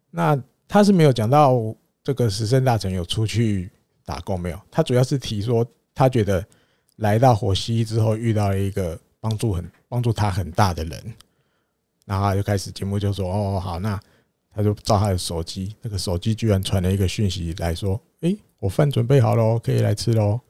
那他是没有讲到这个石森大臣有出去打工没有，他主要是提说他觉得来到火西之后遇到了一个帮助很帮助他很大的人，然后他就开始节目就说哦好，那他就照他的手机，那个手机居然传了一个讯息来说，诶，我饭准备好喽，可以来吃喽。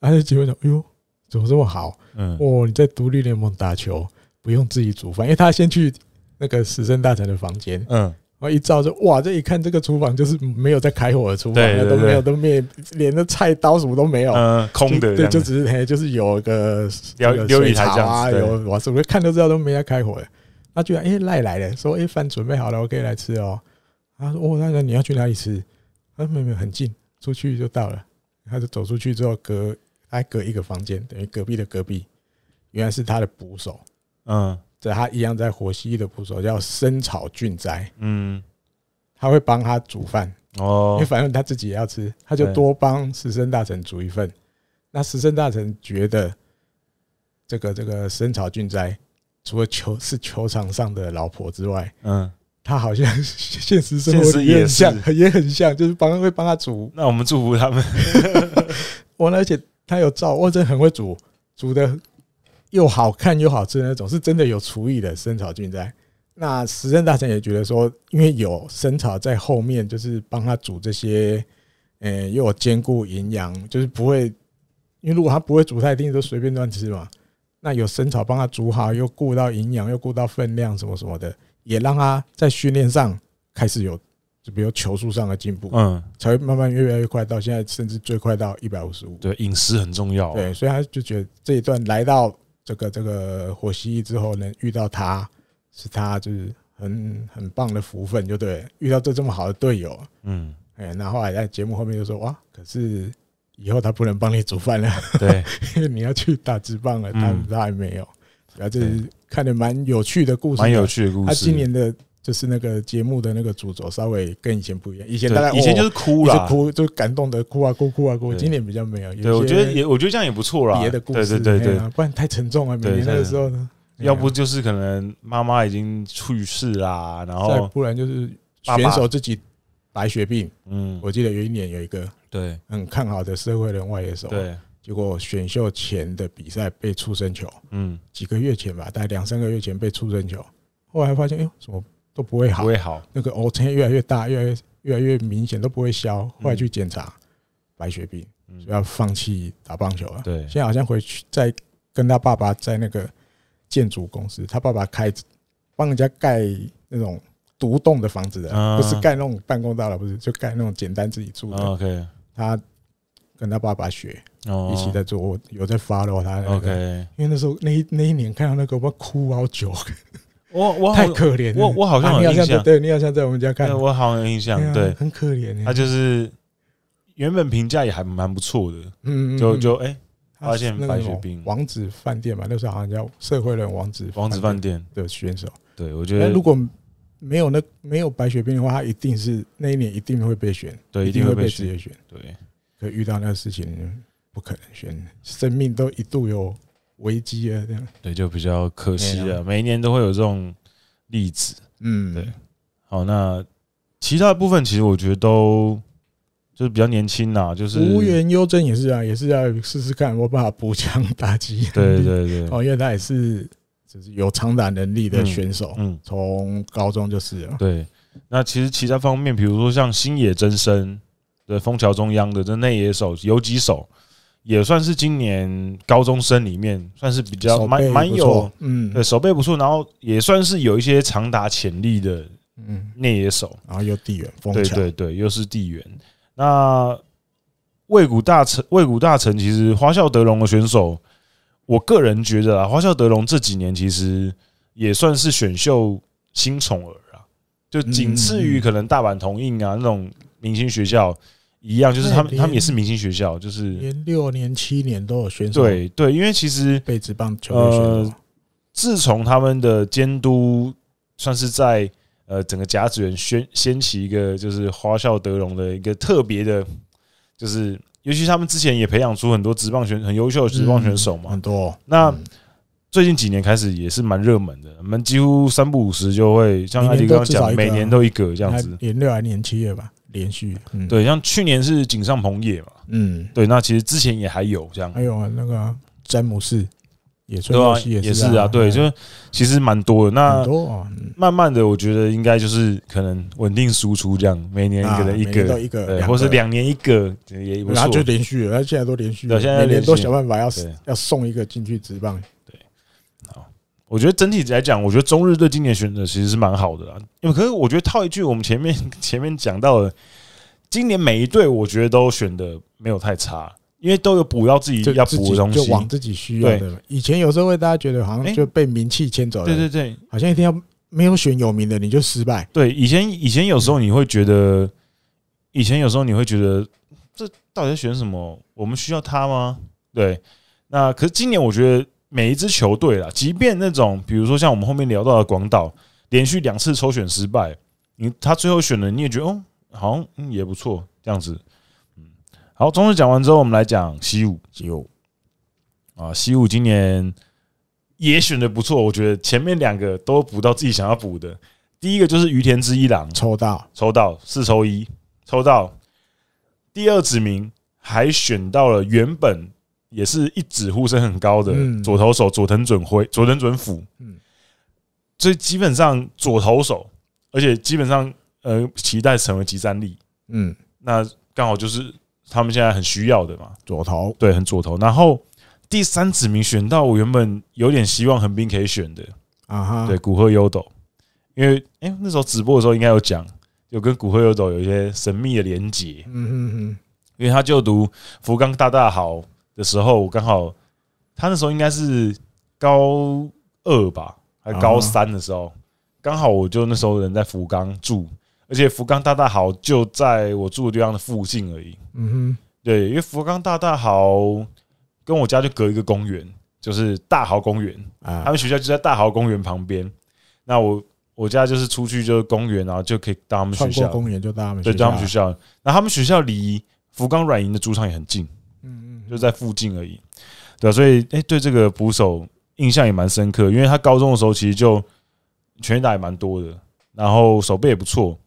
他就结婚说，哎呦，怎么这么好？嗯，哦，你在独立联盟打球不用自己煮饭，因为他先去那个石森大臣的房间，嗯，我一照就哇，这一看这个厨房就是没有在开火的厨房，对对那都没有，对都没有连那菜刀什么都没有，呃，空的这对，样就子，只是嘿，就是有一个料那个料理水台槽这样啊，子对有哇，什么看都知道都没在开火的，他居然哎赖来了，说哎饭准备好了，我可以来吃哦。他说哦，那那你要去哪里吃？他说没有没有，很近，出去就到了。他就走出去之后隔还隔一个房间，等于隔壁的隔壁，原来是他的捕手，嗯这他一样在火蜥蜴的捕手叫深草俊哉，嗯，他会帮他煮饭。因哦为，反正他自己也要吃，他就对多帮石森大臣煮一份。那石森大臣觉得这个这个深草俊哉，除了球是球场上的老婆之外，嗯，他好像现实生现活实里也也很像，是也很像，就是帮会帮他煮。那我们祝福他们，我而且他有照，我真的很会煮，煮的又好看又好吃的那种，是真的有厨艺的深草俊哉。那时政大臣也觉得说，因为有生草在后面，就是帮他煮这些，呃，又有兼顾营养，就是不会，因为如果他不会煮菜，一定都随便乱吃嘛。那有生草帮他煮好，又顾到营养，又顾到分量什么什么的，也让他在训练上开始有，就比如球速上的进步，嗯，才会慢慢越来越快，到现在甚至最快到一百五十五。对，饮食很重要，啊对，所以他就觉得这一段来到这个这个火蜥蜴之后，能遇到他是他就是很很棒的福分，就对了，遇到这这么好的队友，嗯，哎，那后来在节目后面就说哇，可是以后他不能帮你煮饭了， 对，因为你要去打职棒了，他嗯他还没有，然后这是看的蛮有趣的故事的，蛮有趣的故他事。今年的就是那个节目的那个主轴稍微跟以前不一样，以前对大概哦以前就是是哭一啦直，哭，就感动的哭啊哭哭啊哭，对今年比较没有，有对，一我觉得些也我觉得这样也不错啦，别的故事，对对对哎对，呀不然太沉重了。每对年那真个的时候呢，哎呀要不就是可能妈妈已经去世啦，然再后不然就是哦爸爸选手自己白血病。嗯，我记得有一年有一个对很看好的社会人外野手，对，结果选秀前的比赛被出生球，嗯，几个月前吧，大概两三个月前被出生球，后来发现哎呦怎么都不会不好，会好，那个呕天越来越大，越来越越来越明显，都不会消。后来去检查，白血病，嗯所以要放弃打棒球了。对现在好像回去在跟他爸爸在那个建筑公司，他爸爸开帮人家盖那种独栋的房子的，啊哦不是盖那种办公大楼，不是就盖那种简单自己住的。 ，OK，他跟他爸爸学，哦，一起在做，我有在 follow 他的那个。 OK，因为那时候那一那一年看到那个，我哭好久，我我好太可怜了。我我好像啊你有好印像在象，对你好像在我们家看对，我好像有印象，对对啊，，很可怜欸。他就是原本评价也还蛮不错的，嗯，嗯就嗯就哎，他发现那个白什血么病王子饭店嘛，那时候好像叫社会人王子王子饭店，的选手。对我觉那得如果没有那没有白血病的话，他一定是那一年一定会被选，对一一定会会被直选，接选。对，可遇到那个事情，不可能选，生命都一度有危机啊，这样。对，就比较可惜对了。每一年都会有这种例子。嗯，对好，那其他的部分其实我觉得都就是比较年轻啦，就是无缘优征也是啊，也是要试试看，我办法补强打击。对对对，哦，因为他也是就是有长打能力的嗯选手，嗯，从高中就是啊了。对。那其实其他方面，比如说像星野真生的枫桥中央的这内野手有几手，也算是今年高中生里面算是比较手蛮背蛮不有错，嗯对手背不错，然后也算是有一些长打潜力的嗯，内野手。然后又地缘风对强，对对，又是地缘。那魏谷大臣，魏谷大臣其实花孝德龙的选手，我个人觉得啊，花孝德龙这几年其实也算是选秀新宠儿啊，就仅次嗯于可能大阪同印啊那种明星学校一样，就是他们对他们也是明星学校，就是连六年、七年都有选手对呃对，因为其实被职棒球队选手，自从他们的监督算是在呃整个甲子园掀掀起一个就是花孝德荣的一个特别的，就是尤其他们之前也培养出很多职棒选很优秀的职棒选手嘛。嗯很多。那嗯最近几年开始也是蛮热门的，我们几乎三不五时就会像每艾迪年都刚刚至少讲，一个啊每年都一个这样还子。连六还连七了吧，连续。嗯，，对，像去年是井上鹏也嘛，嗯，对，那其实之前也还有这样，还有那个詹姆斯，野村对吧佑？希也是是啊，对，就是其实蛮多很的。那多哦，嗯慢慢的，我觉得应该就是可能稳定输出这样，每年啊可能一每年都个，一个，对，两或是个，两年一个也不然后就错。连续了，他现在都连续了，对现在每年连续都想办法要对要送一个进去直棒。我觉得整体来讲，我觉得中日对今年选择其实是蛮好的啦。因为可是我觉得套一句我们前面 前面讲到的，今年每一队我觉得都选的没有太差，因为都有补到自己就要自己补的东就西。往自己需要的。以前有时候会大家觉得好像哎就被名气牵走了，对对对好像一定要没有选有名的你就失败。对，以前以前有时候你会觉得，以前有时候你会觉得，这到底在选什么？我们需要他吗？对，那可是今年我觉得每一支球队啦，即便那种比如说像我们后面聊到的广岛，连续两次抽选失败，你他最后选的你也觉得哦，好像、嗯、也不错这样子。嗯，好，中日讲完之后，我们来讲西武就啊，西武今年也选的不错，我觉得前面两个都补到自己想要补的。第一个就是于田之一郎，抽到抽到四抽一，抽到第二指名，还选到了原本也是一指呼声很高的嗯左投手佐藤准辉、佐藤准辅。嗯嗯，所以基本上左投手，而且基本上呃期待成为集战力，嗯那刚好就是他们现在很需要的嘛。左投对，很左投。然后第三指名选到我原本有点希望横滨可以选的，啊哈，对，古贺优斗，因为哎、诶那时候直播的时候应该有讲，有跟古贺优斗有一些神秘的连结，嗯嗯因为他就读福冈大大好的时候，我刚好他那时候应该是高二吧，还高三的时候，刚好我就那时候人在福冈住，而且福冈大大好就在我住的地方的附近而已，嗯嗯对，因为福冈大大好跟我家就隔一个公园，就是大豪公园。哼啊他们学校就在大豪公园旁边。那我我家就是出去就是公园，然后就可以到他们学穿过校，公园就到他们对，校，到他们学校。然后他们学校离福冈软银的主场也很近，嗯嗯就在附近而已，对、啊、所以哎、诶对这个捕手印象也蛮深刻，因为他高中的时候其实就全垒打也蛮多的，然后手背也不错。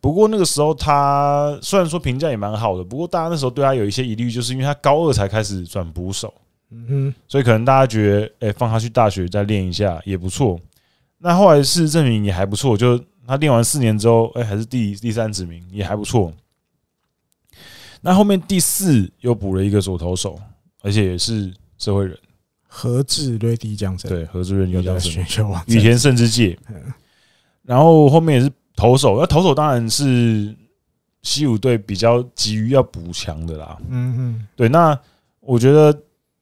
不过那个时候他虽然说评价也蛮好的，不过大家那时候对他有一些疑虑，就是因为他高二才开始转捕手。嗯嗯所以可能大家觉得，哎、放他去大学再练一下也不错。那后来事实证明也还不错，就他练完四年之后，哎、还是第第三指名，也还不错。那后面第四又补了一个左投手，而且也是社会人，何志瑞迪降生，对，何志润又又叫在什选么？秀网羽田胜之介，然后后面也是投手，那投手当然是西武队比较急于要补强的啦。嗯嗯对，那我觉得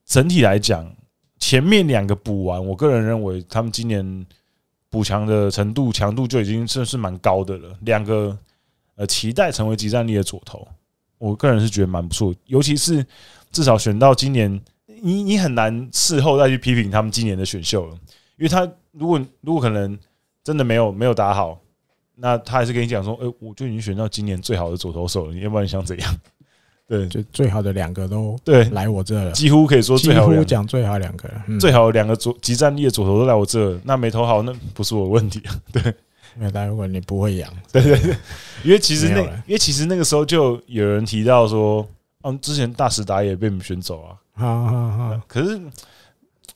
整体来讲，前面两个补完，我个人认为他们今年补强的程度强度就已经算是蛮高的了。两个呃，期待成为集战力的左投，我个人是觉得蛮不错，尤其是至少选到今年，你你很难事后再去批评他们今年的选秀了，因为他如果如果可能真的没有没有打好。那他还是跟你讲说，哎、我就已经选到今年最好的左投手了，你要不然你想怎样？ 对就最好的两个都对，来我这了， 几乎可以说几最好乎两个讲最好两个了，嗯最好两个左集战力的左投都来我这，那没投好那不是我的问题， 没有，但如果你不会养，因为其实那没有了因为其实那个时候就有人提到说，嗯、之前大石达也被我们选走啊，好好好，可是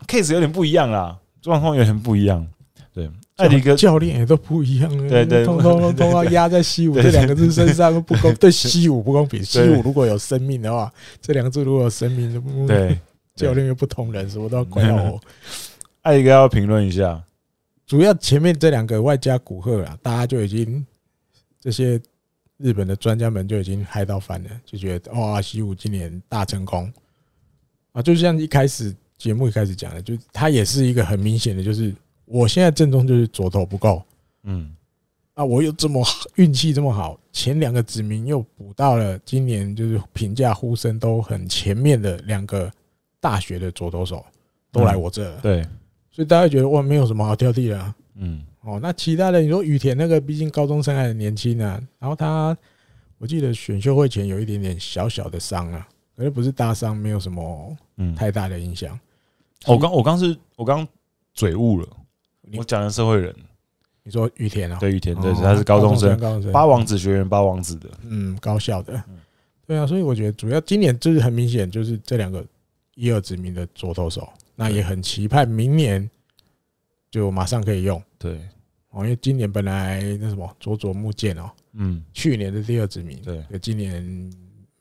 case 有点不一样啦，状况有点不一样，对，艾迪哥教练也都不一样了，啊对对通通通通要压在西武对这对两个字身上，不 公对西武不公平。西对武如果有生命的话，这两个字如果有生命，嗯，对教练又不同人，什么都要怪到我。艾迪哥要评论一下，主要前面这两个外加古贺啊，大家就已经这些日本的专家们就已经嗨到翻了，就觉得哇，西武今年大成功啊！就像一开始节目一开始讲的，就是他也是一个很明显的，就是我现在正中就是左投不够。嗯，啊，我又这么好运气这么好，前两个指名又补到了今年就是评价呼声都很前面的两个大学的左投手都来我这了，对，所以大家觉得哇，没有什么好挑剔的、啊。嗯，哦，那其他的你说羽田那个，毕竟高中生还很年轻啊，然后他我记得选秀会前有一点点小小的伤啊，可是不是大伤，没有什么嗯，哦太大的影响。我刚我刚是我刚嘴误了，你我讲的社会人，你说雨田啊、对雨田，哦对，他是高中生，高中生，八王子学员，八王子的，嗯，高校的嗯，对啊，所以我觉得主要今年就是很明显，就是这两个一二殖民的左投手，那也很期盼明年就马上可以用对，哦，因为今年本来那什么佐佐木健哦，嗯，去年的第二殖民，对，对，今年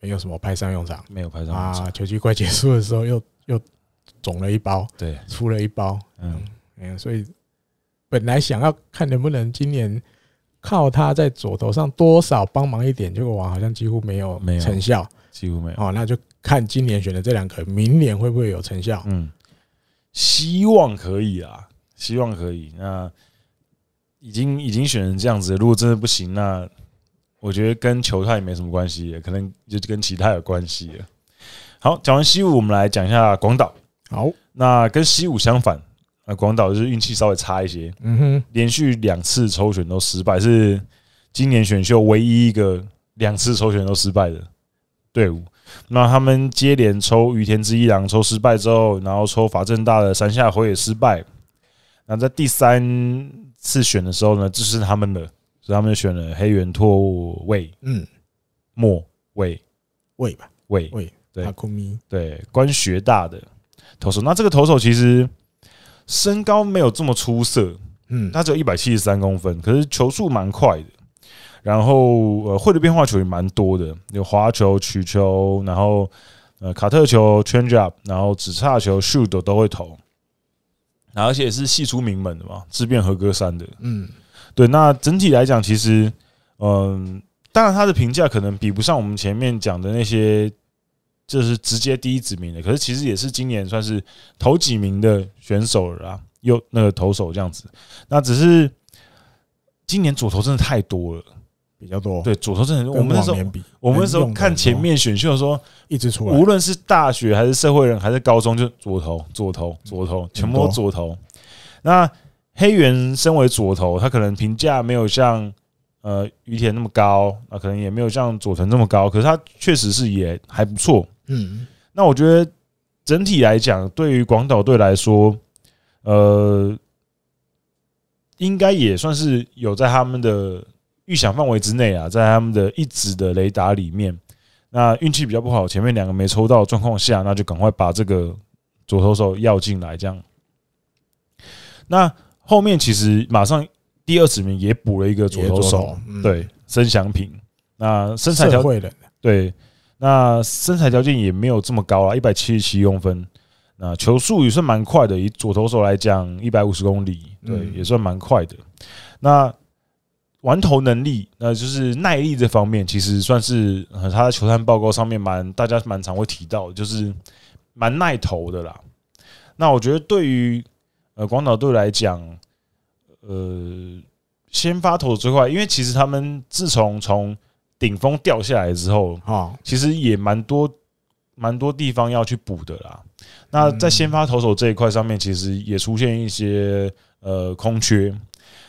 没有什么派上用场没有拍上名字，啊，球季快结束的时候又又肿了一包，对，出了一包，嗯，嗯，所以本来想要看能不能今年靠他在左头上多少帮忙一点，结果我好像几乎没有没有成效。几乎没有，哦，那就看今年选的这两个，明年会不会有成效？嗯，希望可以啊，希望可以。那已经已经选成这样子，如果真的不行，那我觉得跟球探也没什么关系，可能就跟其他有关系了。好，讲完西武，我们来讲一下广岛。好，那跟西武相反，那广岛就是运气稍微差一些，嗯哼，连续两次抽选都失败，是今年选秀唯一一个两次抽选都失败的队伍。那他们接连抽于田之一郎抽失败之后，然后抽法政大的山下辉也失败。那在第三次选的时候呢，这是他们的，所以他们就选了黑原拓卫、嗯，末卫、喂吧，卫喂，对阿库咪，对，关学大的投手。那这个投手其实身高没有这么出色，嗯，他只有一百七十三公分，可是球速蛮快的，然后呃会的变化球也蛮多的，有滑球、曲球，然后呃卡特球、change up，然后直叉球、shoot 都都会投，然后而且是系出名门的嘛，自变合格三的。嗯，对，那整体来讲，其实嗯、当然他的评价可能比不上我们前面讲的那些。就是直接第一指名的，可是其实也是今年算是头几名的选手了啦，又那个投手这样子。那只是今年左投真的太多了，比较多。，对左投真的，我们那时候比，我们那时能候用的看前面选秀的时候，一直出来无，论是大学还是社会人还是高中，就左投左嗯投左投，全部都左投。那黑原身为左投，他可能评价没有像呃于田那么高，那可能也没有像佐藤这么高，可是他确实是也还不错。嗯，那我觉得整体来讲，对于广岛队来说，呃，应该也算是有在他们的预想范围之内啊，在他们的一直的雷达里面。那运气比较不好，前面两个没抽到的状况下，那就赶快把这个左投手要进来，这样。那后面其实马上第二十名也补了一个左也投手投，，嗯，对，申祥平。那身材条社会人，对，那身材条件也没有这么高啊，一百七十七公分。那球速也算蛮快的，以左投手来讲，一百五十公里，对，嗯也算蛮快的。那玩投能力，那就是耐力这方面，其实算是呃他在球探报告上面蛮大家蛮常会提到的，就是蛮耐投的啦。那我觉得对于呃广岛队来讲，呃，先发投手最快，因为其实他们自从从顶峰掉下来之后，哦，其实也蛮多蛮多地方要去补的啦。那在先发投手这一块上面，其实也出现一些呃空缺。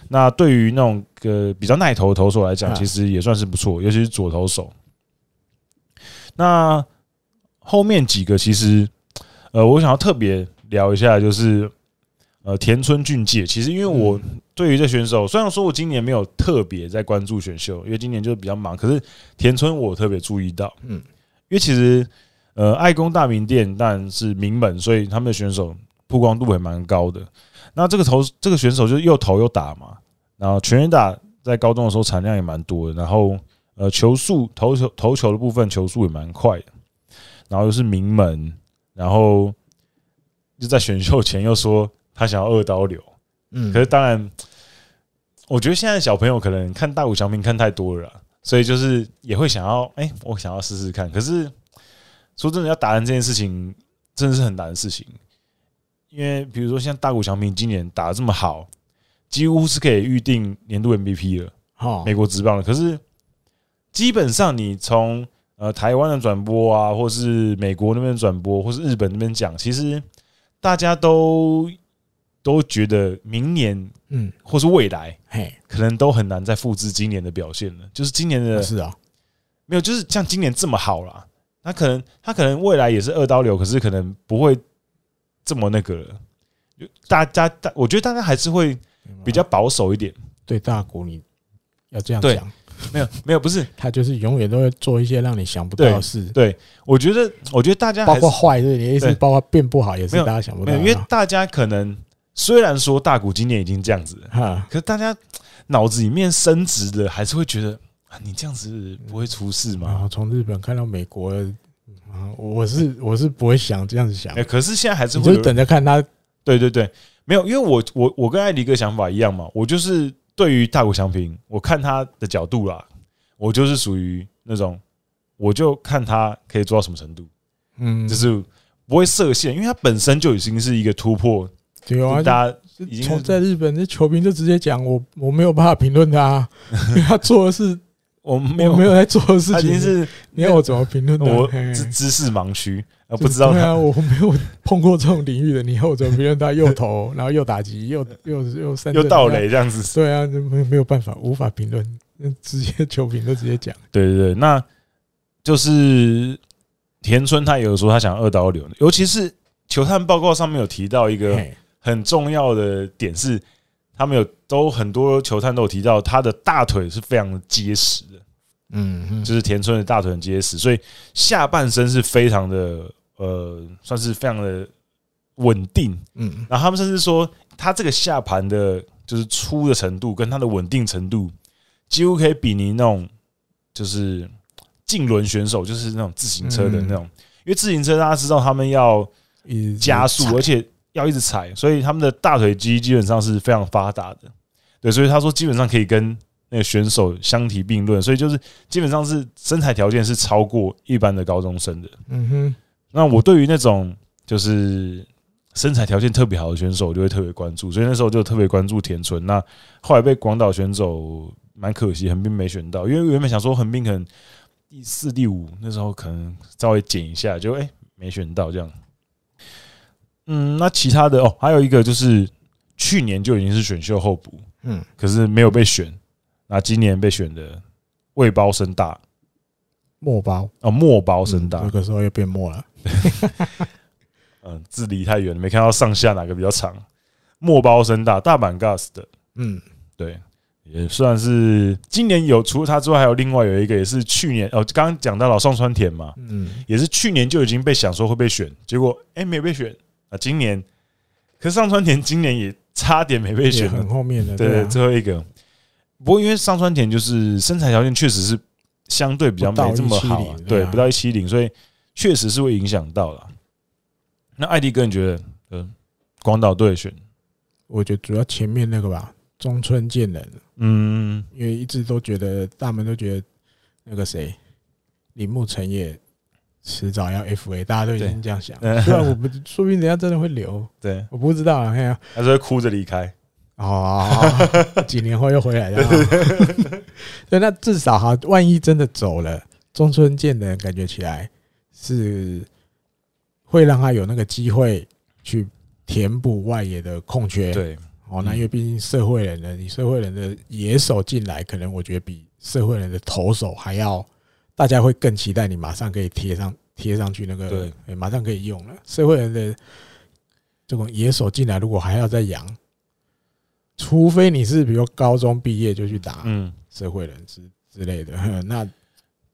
那对于那种呃比较耐投的投手来讲，啊其实也算是不错，尤其是左投手。那后面几个其实，呃，我想要特别聊一下，就是呃田村俊介。其实因为我对于这选手，虽然说我今年没有特别在关注选秀，因为今年就比较忙，可是田村我有特别注意到，嗯嗯，因为其实呃爱工大名店当然是名门，所以他们的选手曝光度也蛮高的。那这个投这个选手就是又投又打嘛，然后全垒打在高中的时候产量也蛮多的，然后呃球速投球投球的部分球速也蛮快的，然后又是名门，然后就在选秀前又说他想要二刀流，嗯，可是当然，我觉得现在小朋友可能看大谷翔平看太多了啦，所以就是也会想要，哎、我想要试试看。可是说真的，要打人这件事情真的是很难的事情，因为比如说像大谷翔平今年打得这么好，几乎是可以预定年度 MVP 了。哦，美国职棒了。可是基本上你从呃台湾的转播啊，或是美国那边转播，或是日本那边讲，其实大家都都觉得明年嗯，或是未来嘿，可能都很难再复制今年的表现了。就是今年的是啊，没有，就是像今年这么好啦，那可能他可能未来也是二刀流，可是可能不会这么那个了，就大家大，我觉得大家还是会比较保守一点。对大股你要这样对讲，没有没有，不是，他就是永远都会做一些让你想不到对的事，对我觉得我觉得大家还包是括坏，对你的意思对，包括变不好也是没有大家想不没到的有，啊，因为大家可能虽然说大股今年已经这样子了，哈，可是大家脑子里面升值的还是会觉得啊，你这样子不会出事然吗？后从日本看到美国，啊，我是我是不会想这样子想哎、，可是现在还嗯是你会就有等着看他对对对，没有，因为我我我跟艾迪哥想法一样嘛，我就是对于大谷翔平，我看他的角度啦，我就是属于那种，我就看他可以做到什么程度，嗯，就是不会设限，因为他本身就已经是一个突破，对啊，大家就已经从在日本，这球评就直接讲我，我没有办法评论他 啊，因为他做的事，我们没我有没有在做的事他已情，经是你要我怎么评论他？我嘿知知识盲区，呃，不知道对啊，他我没有碰过这种领域的，你要我怎么评论他？又 投，然后又打击，又又又三又振倒，雷这样子。对啊，没没有办法，无法评论，那直接球评都直接讲，对对对，那就是田村他也有说他想二刀流，尤其是球探报告上面有提到一个。嘿很重要的点是，他们有都很多球探都有提到，他的大腿是非常的结实的，嗯嗯，就是田村的大腿很结实，所以下半身是非常的呃，算是非常的稳定。嗯然后他们甚至说，他这个下盘的就是粗的程度跟他的稳定程度，几乎可以比拟那种就是竞轮选手，就是那种自行车的那种。因为自行车大家知道，他们要一直加 速，而且要一直踩，所以他们的大腿肌基本上是非常发达的。对，所以他说基本上可以跟那个选手相提并论，所以就是基本上是身材条件是超过一般的高中生的。嗯哼，那我对于那种就是身材条件特别好的选手，我就会特别关注，所以那时候就特别关注田村。那后来被广岛选走，蛮可惜，横滨没选到，因为原本想说横滨可能第四、第五，那时候可能稍微减一下，就哎、没选到这样。嗯，那其他的哦，还有一个就是去年就已经是选秀候补，嗯，可是没有被选。那今年被选的魏包生大末包，哦，末包生大嗯，这个时候又变末了，嗯，字离太远了，没看到上下哪个比较长。末包生大，大阪 Gas 的，嗯，对，也算是今年有除了他之外，还有另外有一个也是去年哦，刚刚讲到了上川田嘛，嗯，也是去年就已经被想说会被选，结果哎、没有被选啊，今年，可是上川田今年也差点没被也选很后面的，对对啊，最后一个。不过因为上川田就是身材条件确实是相对比较没这么好啊不到170，对，对啊不到一七零，所以确实是会影响到了。那艾迪哥，你觉得，嗯，广岛队选，我觉得主要前面那个吧，中村健人，嗯，因为一直都觉得大门都觉得那个谁，铃木成也迟早要 FA，大家都已经这样想对。虽然我不，说不定人家真的会留，对，我不知道啊。哎呀，他是会哭着离开，哦，几年后又回来了啊。对，那至少哈，万一真的走了，中村健的人感觉起来是会让他有那个机会去填补外野的空缺。对，哦，嗯那因为毕竟社会人呢，你社会人的野手进来，可能我觉得比社会人的投手还要，大家会更期待你马上可以贴上贴上去那个，对诶马上可以用了。社会人的这种野手进来，如果还要再养，除非你是比如高中毕业就去打嗯，社会人之之类的， 呵那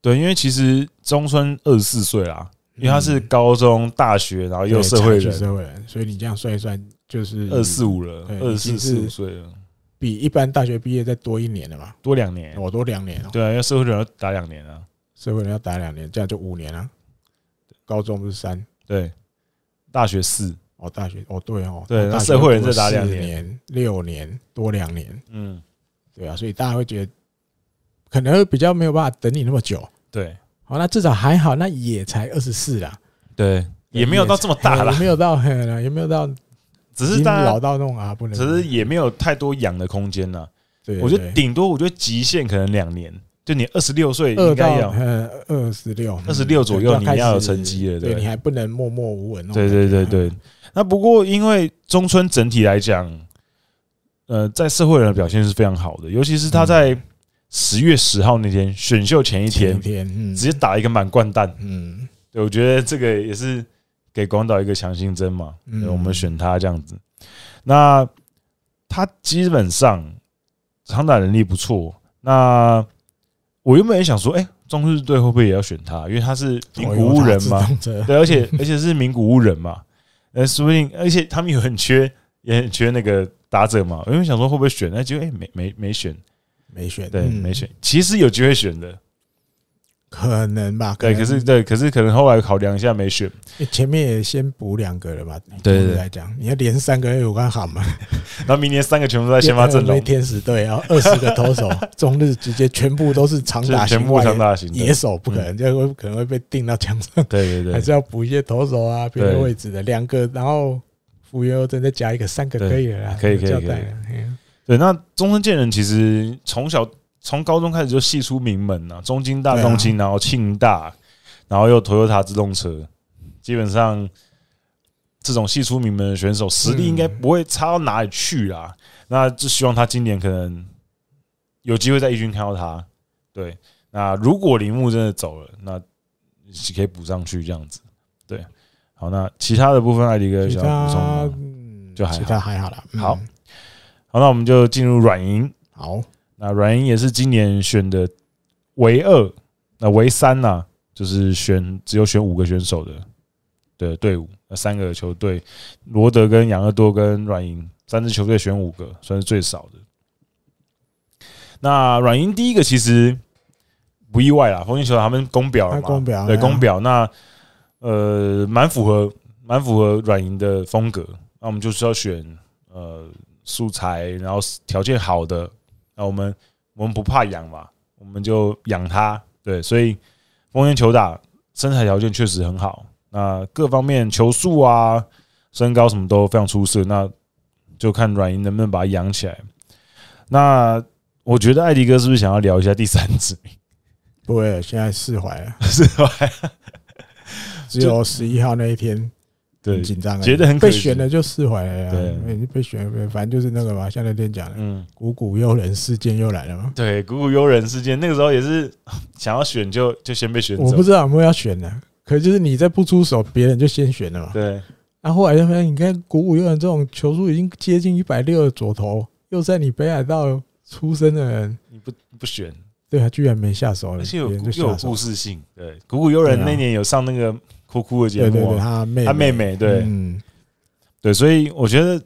对，因为其实中村二十四岁啦，因为他是高中、大学，然后又嗯对社才会去人，社会人，所以你这样算一算，就是二四五了，对二已四经四是五岁了，比一般大学毕业再多一年了嘛，多两年，我多两年哦。对啊，因为社会人要打两年啊，社会人要打两年，这样就五年啊。高中不是三对，大学四，哦，大学哦对哦，对大那学社会人再打多两四年年、六年多两年，嗯，对啊，所以大家会觉得可能会比较没有办法等你那么久。对好，那至少还好，那也才二十四啦，对，也没有到这么大嘿啦也，没 有到很了，也没有到 只已是经大老家到那种啊，不能。只是也没有太多养的空间啦。对，我觉得对顶多，我觉得极限可能两年，就你二十六岁二到应该要，呃二十六、嗯26左右对你开始要有成绩了对对你还不能默默无闻哦。对对对对。那不过因为中村整体来讲，呃，在社会人的表现是非常好的，尤其是嗯他在十月十号那天选秀前一哦前天一，天嗯直接打一个满贯蛋，嗯，对我觉得这个也是给广岛一个强心针嘛，嗯对我们选他这样子。那他基本上长打能力不错。那我原本也想说，哎、中日队会不会也要选他？因为他是名古屋人嘛，自动车对，而且而且是名古屋人嘛，呃，说不定，而且他们也很缺，也很缺那个打者嘛。我原本想说会不会选，那结果哎、没没没选，没选，对，嗯没选。其实有机会选的，可能吧，对，能可是对，可是可能后来考量一下没选，前面也先补两个了吧？对对总体来讲，你要连三个哎月，我刚好嘛，然后明年三个全部都在先发阵容，天使队啊，二十个投 手，中日直接全部都是长就打型全部外长打型的，嗯野手，不可能，就会可能会被定到墙上，对对还是对，要补一些投手啊，别的对位置的两个，然后福原优真再加一个，三个对可以了啦，可以可以交可以代了。嗯对。那中山健人其实从小从高中开始就系出名门啊，中京大对啊东京，然后庆大，然后又 Toyota 自动车，基本上这种系出名门的选手实力应嗯该不会差到哪里去啦。那就希望他今年可能有机会在一军看到他。对，那如果铃木真的走了，那可以补上去这样子。对，好，那其他的部分，艾迪哥其想要补充他吗？嗯就还好其他还好啦。嗯好好，那我们就进入软银。好，那阮莹也是今年选的唯二，那唯三呐、就是选只有选五个选手的的队伍，那三个球队，罗德跟养乐多跟阮莹三支球队选五个，算是最少的。那阮莹第一个其实不意外啦，风云球场他们公表了他嘛，公表对了公表，那呃蛮符合蛮符合软银的风格，那我们就是要选呃素材，然后条件好的，那我们我们不怕养嘛，我们就养它。对，所以风烟球打身材条件确实很好，那各方面球速啊、身高什么都非常出色，那就看软银能不能把它养起来。那我觉得艾迪哥是不是想要聊一下第三 支？不会了，现在释怀了，是吧？只 有十一号那一天对很，紧张而已，觉得很可被惜选了就释怀了呀，哎对被被选了，反正就是那个嘛，像那天讲的，嗯，古古悠人事件又来了嘛。对，鼓鼓悠人事件那个时候也是 想要选就就先被选走，我不知道有没有要选呢、可就是你再不出手，别人就先选了嘛。对然后后来就发现，你看古武悠人这种球速已经接近一百六的左投，又在你北海道出生的人，你不不选，对他居然没下手了，而且哦别有人故就又有下手。故事性。对，鼓鼓悠人对啊那年有上那个哭哭的节对对目对，啊，他妹他妹妹对嗯，对，所以我觉得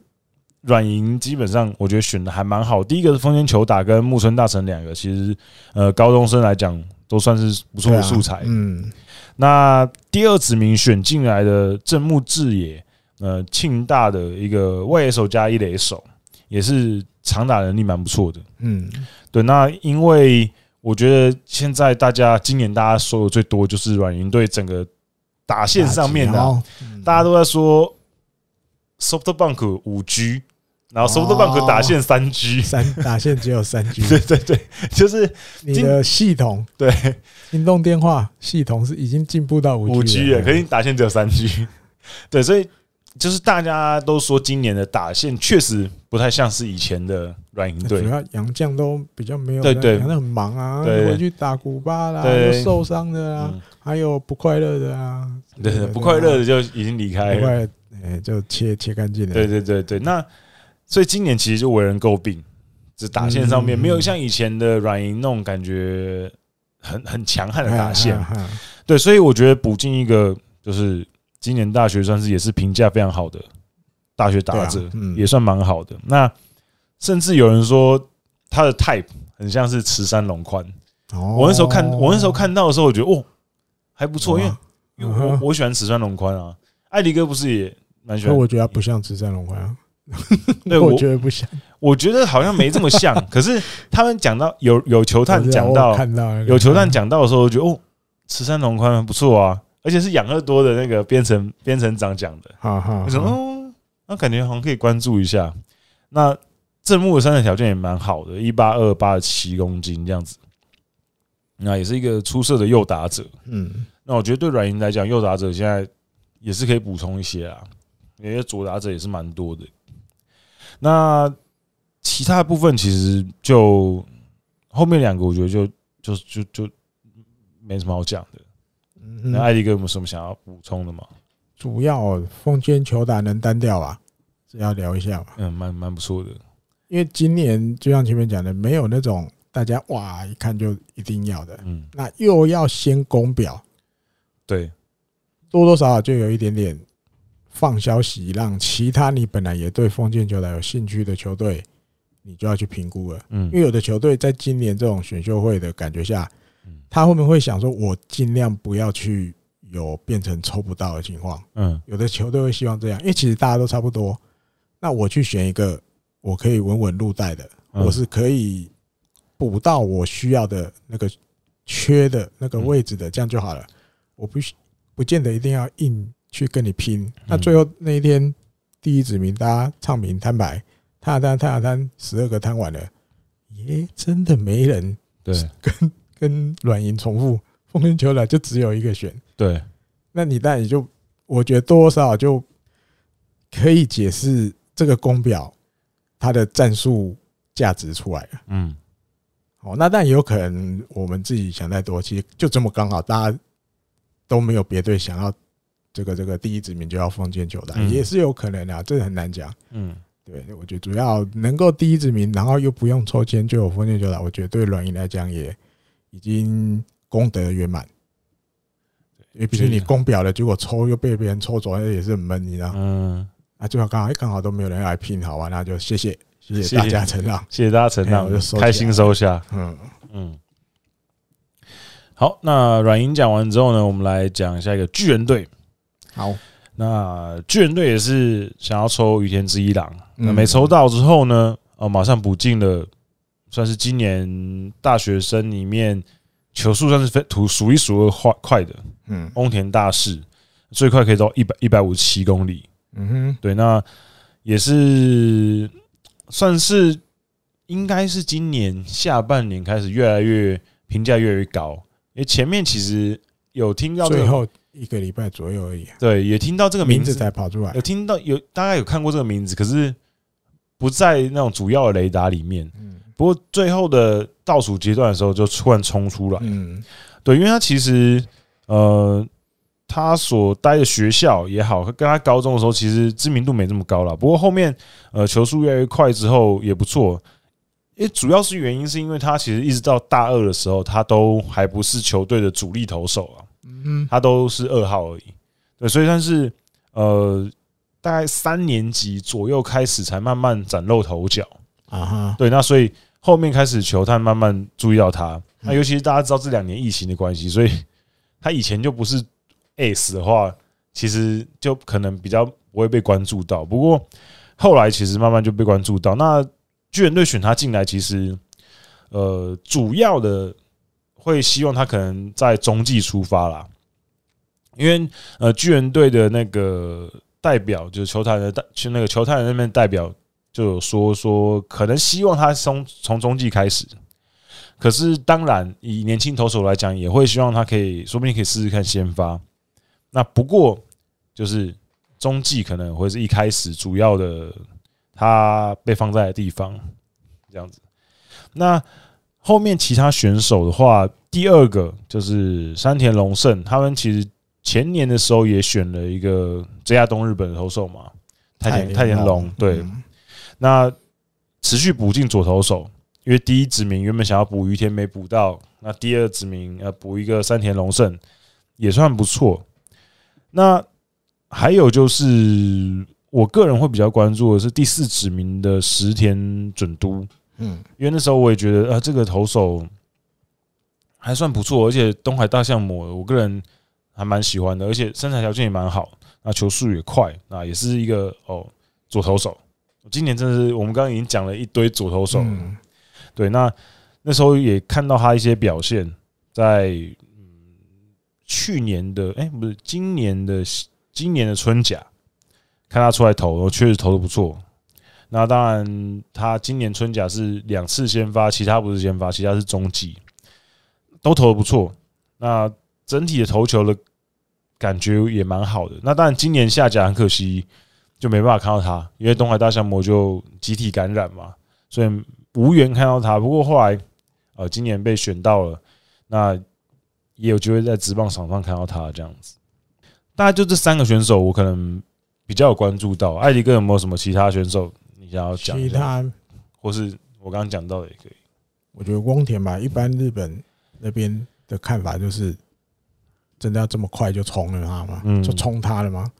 软银基本上我觉得选的还蛮好。第一个是风间球打跟木村大成两个，其实呃高中生来讲都算是不错对的啊素材。嗯，那第二指名选进来的正木智也，呃，庆大的一个外野手加一垒手，也是长打能力蛮不错的。嗯，对，那因为我觉得现在大家今年大家说的最多就是软银队整个打线上面的啊、大家都都在说 SoftBank 五 G，然后哦 SoftBank 打线三 G，、 三打线只有三 G，对对对，就是你的系统对行动电话系统是已经进步到五五 G 啊了，可以是你打线只有三 G，对，所以就是大家都说今年的打线确实不太像是以前的软银队主，要杨将都比较没有，对对洋将很忙啊，对对回去打古巴啦，对又受伤的啦，嗯，还有不快乐的啊，对啊对，不快乐的就已经离不开了快，乐，哎，就切切干净了。对对对对，那所以今年其实就为人诟病，只打线上面嗯没有像以前的软银那种感觉很很强悍的哎，打线啊哎，哎对，所以我觉得补进一个就是今年大学算是也是评价非常好的大学打者对啊，嗯也算蛮好的。那甚至有人说他的 type 很像是池山龙宽。哦我那时候看，我那时候看到的时候，我觉得哦还不错，因为哇因为我嗯哼我喜欢池山龙宽啊，艾迪哥不是也蛮喜可欢？我觉得他不像直山龙环啊，对 我我觉得不像。我觉得好像没这么 像，可是他们讲到有有球我探知道讲我到看到那个有球探，讲到的时候，我觉得哦池山龙宽不错啊，而且是养乐多的那个编程编程长讲的。哈哈我，说哦，那感觉好像可以关注一下。那正木的三的条件也蛮好的，一八二八七公斤这样子，那也是一个出色的右打者。嗯，那我觉得对软银来讲，右打者现在也是可以补充一些啊，因为左打者也是蛮多的。那其他的部分其实就后面两个，我觉得就就就就没什么好讲的。嗯那哼嗯艾迪哥有没有什么想要补充的吗？主要哦，奉劝球打能单调啊，是要聊一下吧。嗯，蛮蛮不错的。因为今年就像前面讲的，没有那种大家哇一看就一定要的，嗯，那又要先公表，对，多多少少就有一点点放消息，让其他你本来也对封建球打有兴趣的球队，你就要去评估了。嗯因为有的球队在今年这种选秀会的感觉下嗯，他会不会想说，我尽量不要去有变成抽不到的情况？嗯有的球队会希望这样，因为其实大家都差不多。那我去选一个我可以稳稳入袋的，嗯我是可以补到我需要的那个缺的那个位置的，这样就好了。我不需不见得一定要硬去跟你拼。那最后那一天第一指名，大家唱名摊牌，踏啊摊踏啊摊，十二个摊完了，耶，真的没人对跟软银重复，风云球来就只有一个选。对，那你当然也就，我觉得多多少少就可以解释这个公表它的战术价值出来了。嗯哦，那但也有可能我们自己想太多，其实就这么刚好，大家都没有别队想要这个这个第一指名就要封建球的，嗯也是有可能的、啊，这很难讲。嗯对，我觉得主要能够第一指名，然后又不用抽签就有封建球打，我觉得对软银来讲也已经功德圆满。因为毕竟你公表了，结果抽又被别人抽走，那也是很闷，你知道？啊嗯，啊，最好刚好哎刚好都没有人要来拼，好吧，那就谢谢谢谢谢大家承让。谢谢大家承哎让我就收，起来开心收下。 嗯，嗯，好，那软银讲完之后呢，我们来讲下一个巨人队。好，那巨人队也是想要抽于田之一郎，那嗯没抽到之后呢，哦，马上补进了，算是今年大学生里面球速算是非图数一数二快快的嗯翁田大士，最快可以到一百一百五十七公里。嗯哼，对，那也是算是应该是今年下半年开始越来越评价越来越高，因为前面其实有听到这最个，后一个礼拜左右而已，对，也听到这个名名字字，才跑出来有。听到有大家有看过这个名字，可是不在那种主要的雷达里面。嗯不过最后的倒数阶段的时候，就突然冲出来，嗯对，因为他其实呃，他所待的学校也好，跟他高中的时候其实知名度没这么高了。不过后面呃球速越来越快之后也不错，也主要是原因是因为他其实一直到大二的时候，他都还不是球队的主力投手啊，嗯他都是二号而已。对，所以算是呃大概三年级左右开始才慢慢崭露头角。啊哈，对，那所以后面开始球探慢慢注意到他。那尤其是大家知道这两年疫情的关系，所以他以前就不是 ace 的话，其实就可能比较不会被关注到。不过后来其实慢慢就被关注到。那巨人队选他进来，其实呃主要的会希望他可能在中继出发啦，因为呃巨人队的那个代表就是球探的代，去那个球探的那边代表就有说说，可能希望他从从中继开始。可是当然，以年轻投手来讲，也会希望他可以，说不定可以试试看先发。那不过就是中继可能会是一开始主要的他被放在的地方，这样子。那后面其他选手的话，第二个就是山田龙胜，他们其实前年的时候也选了一个 JR 东日本的投手嘛，太田太田龙，对，嗯那持续补进左投手，因为第一指名原本想要补于田没补到，那第二指名呃补一个山田龙胜也算不错。那还有就是我个人会比较关注的是第四指名的石田准都，嗯因为那时候我也觉得啊、呃这个投手还算不错，而且东海大象魔我个人还蛮喜欢的，而且身材条件也蛮好，那球速也快，那也是一个哦左投手。今年真的是我们刚刚已经讲了一堆左投手，嗯对，那那时候也看到他一些表现，在嗯去年的哎、不是今年的今年的春假，看他出来投，我确实投的不错。那当然，他今年春假是两次先发，其他不是先发，其他是中继，都投的不错。那整体的投球的感觉也蛮好的。那当然，今年下甲很可惜，就没办法看到他，因为东海大象魔就集体感染嘛，所以无缘看到他。不过后来，呃，今年被选到了，那也有机会在职棒场上看到他这样子。大概就这三个选手，我可能比较有关注到。艾迪哥有没有什么其他选手你想要讲一其下？他或是我刚刚讲到的也可以。我觉得翁田吧，一般日本那边的看法就是，真的要这么快就冲了他吗？嗯就冲他了吗？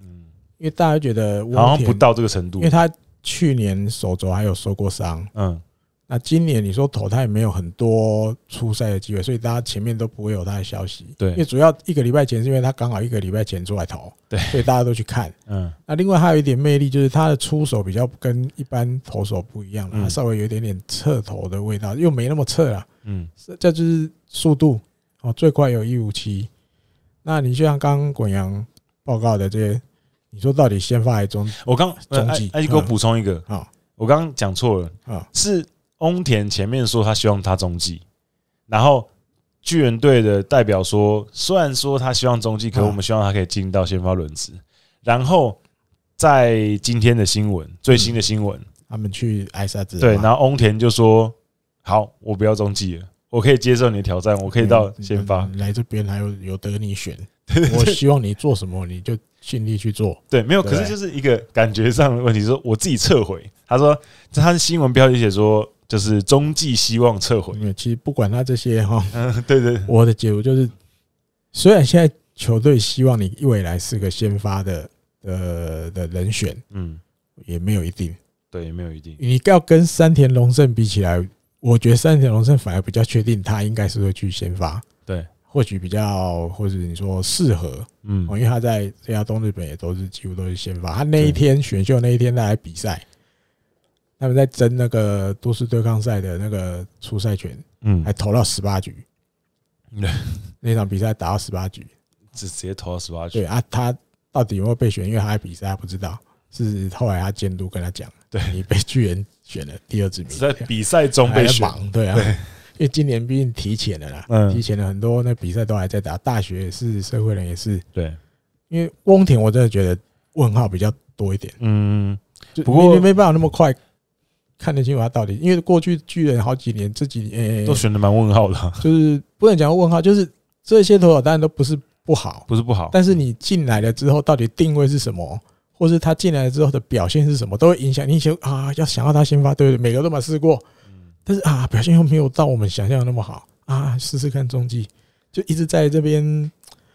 嗯，因为大家觉得好翁像田不，到这个程度因为。他去年手肘还有受过伤，嗯那今年你说投他也没有很多出赛的机会，所以大家前面都不会有他的消息。对因为主要一个礼拜前是因为他刚好一个礼拜前出来投，对所以大家都去看。嗯那另外还有一点魅力就是他的出手比较跟一般投手不一样了，嗯他稍微有一点点侧投的味道，又没那么侧啊了。嗯是这就是速度哦，最快有一五七。那你就像刚刚滚阳报告的这些，你说到底先发还是中我刚呃中艾继艾迪哥补充一个，啊我刚刚讲错了，啊？是翁田前面说他希望他中继，然后巨人队的代表说，虽然说他希望中继，可嗯我们希望他可以进到先发轮值。然后在今天的新闻，最新的新闻，他们去挨杀啊子对，然后翁田就说：“好，我不要中继了，我可以接受你的挑战，我可以到嗯先发。来这边还有有得你选，我希望你做什么你就尽力去做。”对，没有，对可是就是一个感觉上的问题，说我自己撤回。他说，这他的新闻标题写说，就是中继希望撤回。 因为其实不管他这些哈，嗯，对对，我的解读就是，虽然现在球队希望你未来是个先发的呃的人选，嗯，也没有一定。对，没有一定。你要跟山田龙胜比起来，我觉得山田龙胜反而比较确定他应该是会去先发，对，或许比较或者你说适合嗯哦，因为他在这家东日本也都是几乎都是先发。他那一天选秀那一天他来比赛，他们在争那个都市对抗赛的那个出赛权，嗯还，投到十八局对，那场比赛打到十八局，直直接投到十八对局。啊，他到底有没有被选？因为他在比赛，他不知道。是后来他监督跟他讲，对你被巨人选了第二支名，是在比赛中被还在选，忙，对啊，因为今年毕竟提前了啦，嗯提前了很多，那比赛都还在打，大学也是，社会人也是。对，因为翁田，我真的觉得问号比较多一点，嗯，就不过你你没办法那么快看得清楚他到底，因为过去巨人好几年，这几年、都呃、选的蛮问号的啊，就是不能讲问号，就是这些投手当然都不是不好，不是不好，但是你进来了之后，到底定位是什么？或是他进来了之后的表现是什么，都会影响你想啊，要想要他先发，对不对？每个都没试过，嗯但是啊，表现又没有到我们想象的那么好啊，试试看中继，就一直在这边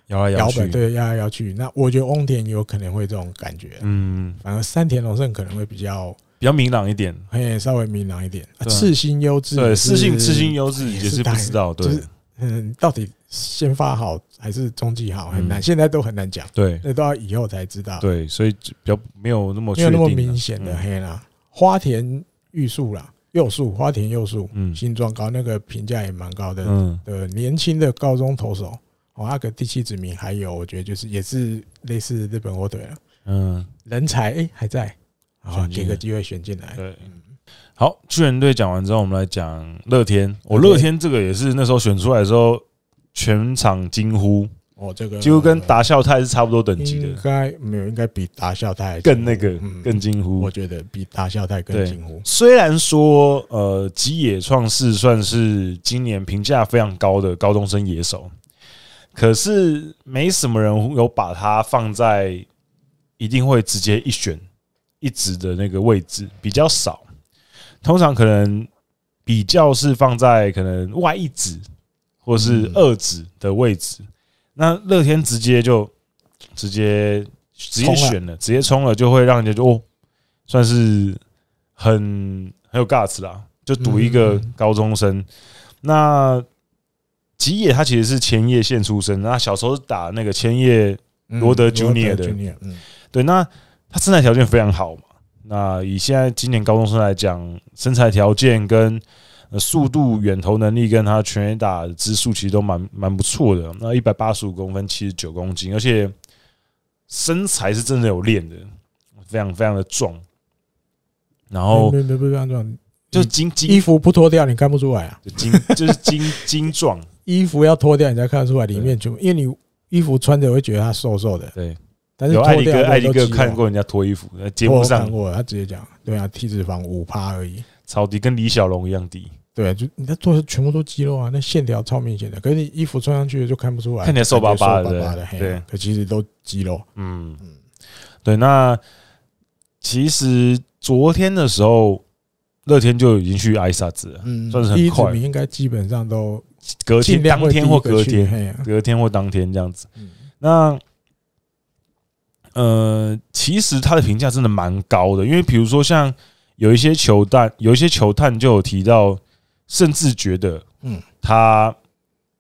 摇来摇摇摆，去，对，摇来摇去。那我觉得翁田有可能会这种感觉，嗯，反而山田龙胜可能会比较比较明朗一点。嘿稍微明朗一点，啊对啊赤心优质，对，四性四性优势也也是是不大知道，就对是嗯，到底先发好还是中继好，很难，嗯现在都很难讲，对那都要以后才知道，对，所以就比较没有那么没确有定那啊，么明显的嗯黑啦。花田玉树啦，右树花田右树，嗯新庄高那个评价也蛮高的，嗯呃年轻的高中投手，哦，阿个第七指名还有，我觉得就是也是类似日本火腿了，嗯，人才哎、诶还在，好、选进给来个机会选进来，对嗯。好，巨人队讲完之后，我们来讲乐天。我乐天乐天这个也是那时候选出来的时候，全场惊呼，哦，这个几乎跟达孝泰是差不多等级应的，该没有，应该比达孝泰还更那个嗯更惊呼。我觉得比达孝泰更对近乎，虽然说，呃，吉野创世算是今年评价非常高的高中生野手，可是没什么人有把他放在一定会直接一选一指的那个位置，比较少。通常可能比较是放在可能外一指或是嗯二指的位置。那乐天直接就直接直接冲了选了，直接冲了，就会让人家就哦，算是很很有 guts 啦，就赌一个嗯高中生。那吉野他其实是千叶县出生，那小时候是打那个千叶，嗯罗德 Junior 的 Junior，嗯，对，那他身材条件非常好嘛。那以现在今年高中生来讲，身材条件跟呃速度、远投能力跟他全垒打的支数其实都蛮蛮不错的。哦那一百八十五公分，七十九公斤，而且身材是真的有练的，非常非常的壮。然后没没没不要这样，就精衣精服不脱掉你看不出来啊，就精就是精精壮，衣服要脱掉你才看得出来里对面就，因为你衣服穿着会觉得他瘦瘦的，对，但是有脱艾迪掉哥，的艾迪都哥肌肉看过人家脱衣服，呃在节我目有看上过，他直接讲，对啊，体脂肪五趴而已，超低，跟李小龙一样低。对，啊就你那做的全部都肌肉啊，那线条超明显的，可是你衣服穿上去就看不出来，看起来瘦巴巴的感觉瘦巴巴的，嘿对可其实都肌肉。嗯，对。那其实昨天的时候，乐天就已经去挨萨子了，嗯，算第是很一指快名应该基本上都隔尽天、量当会天第一或个隔去天、嘿啊隔天或当天这样子。嗯那呃，其实他的评价真的蛮高的，因为比如说像有一些球探，有一些球探就有提到，甚至觉得，嗯嗯，他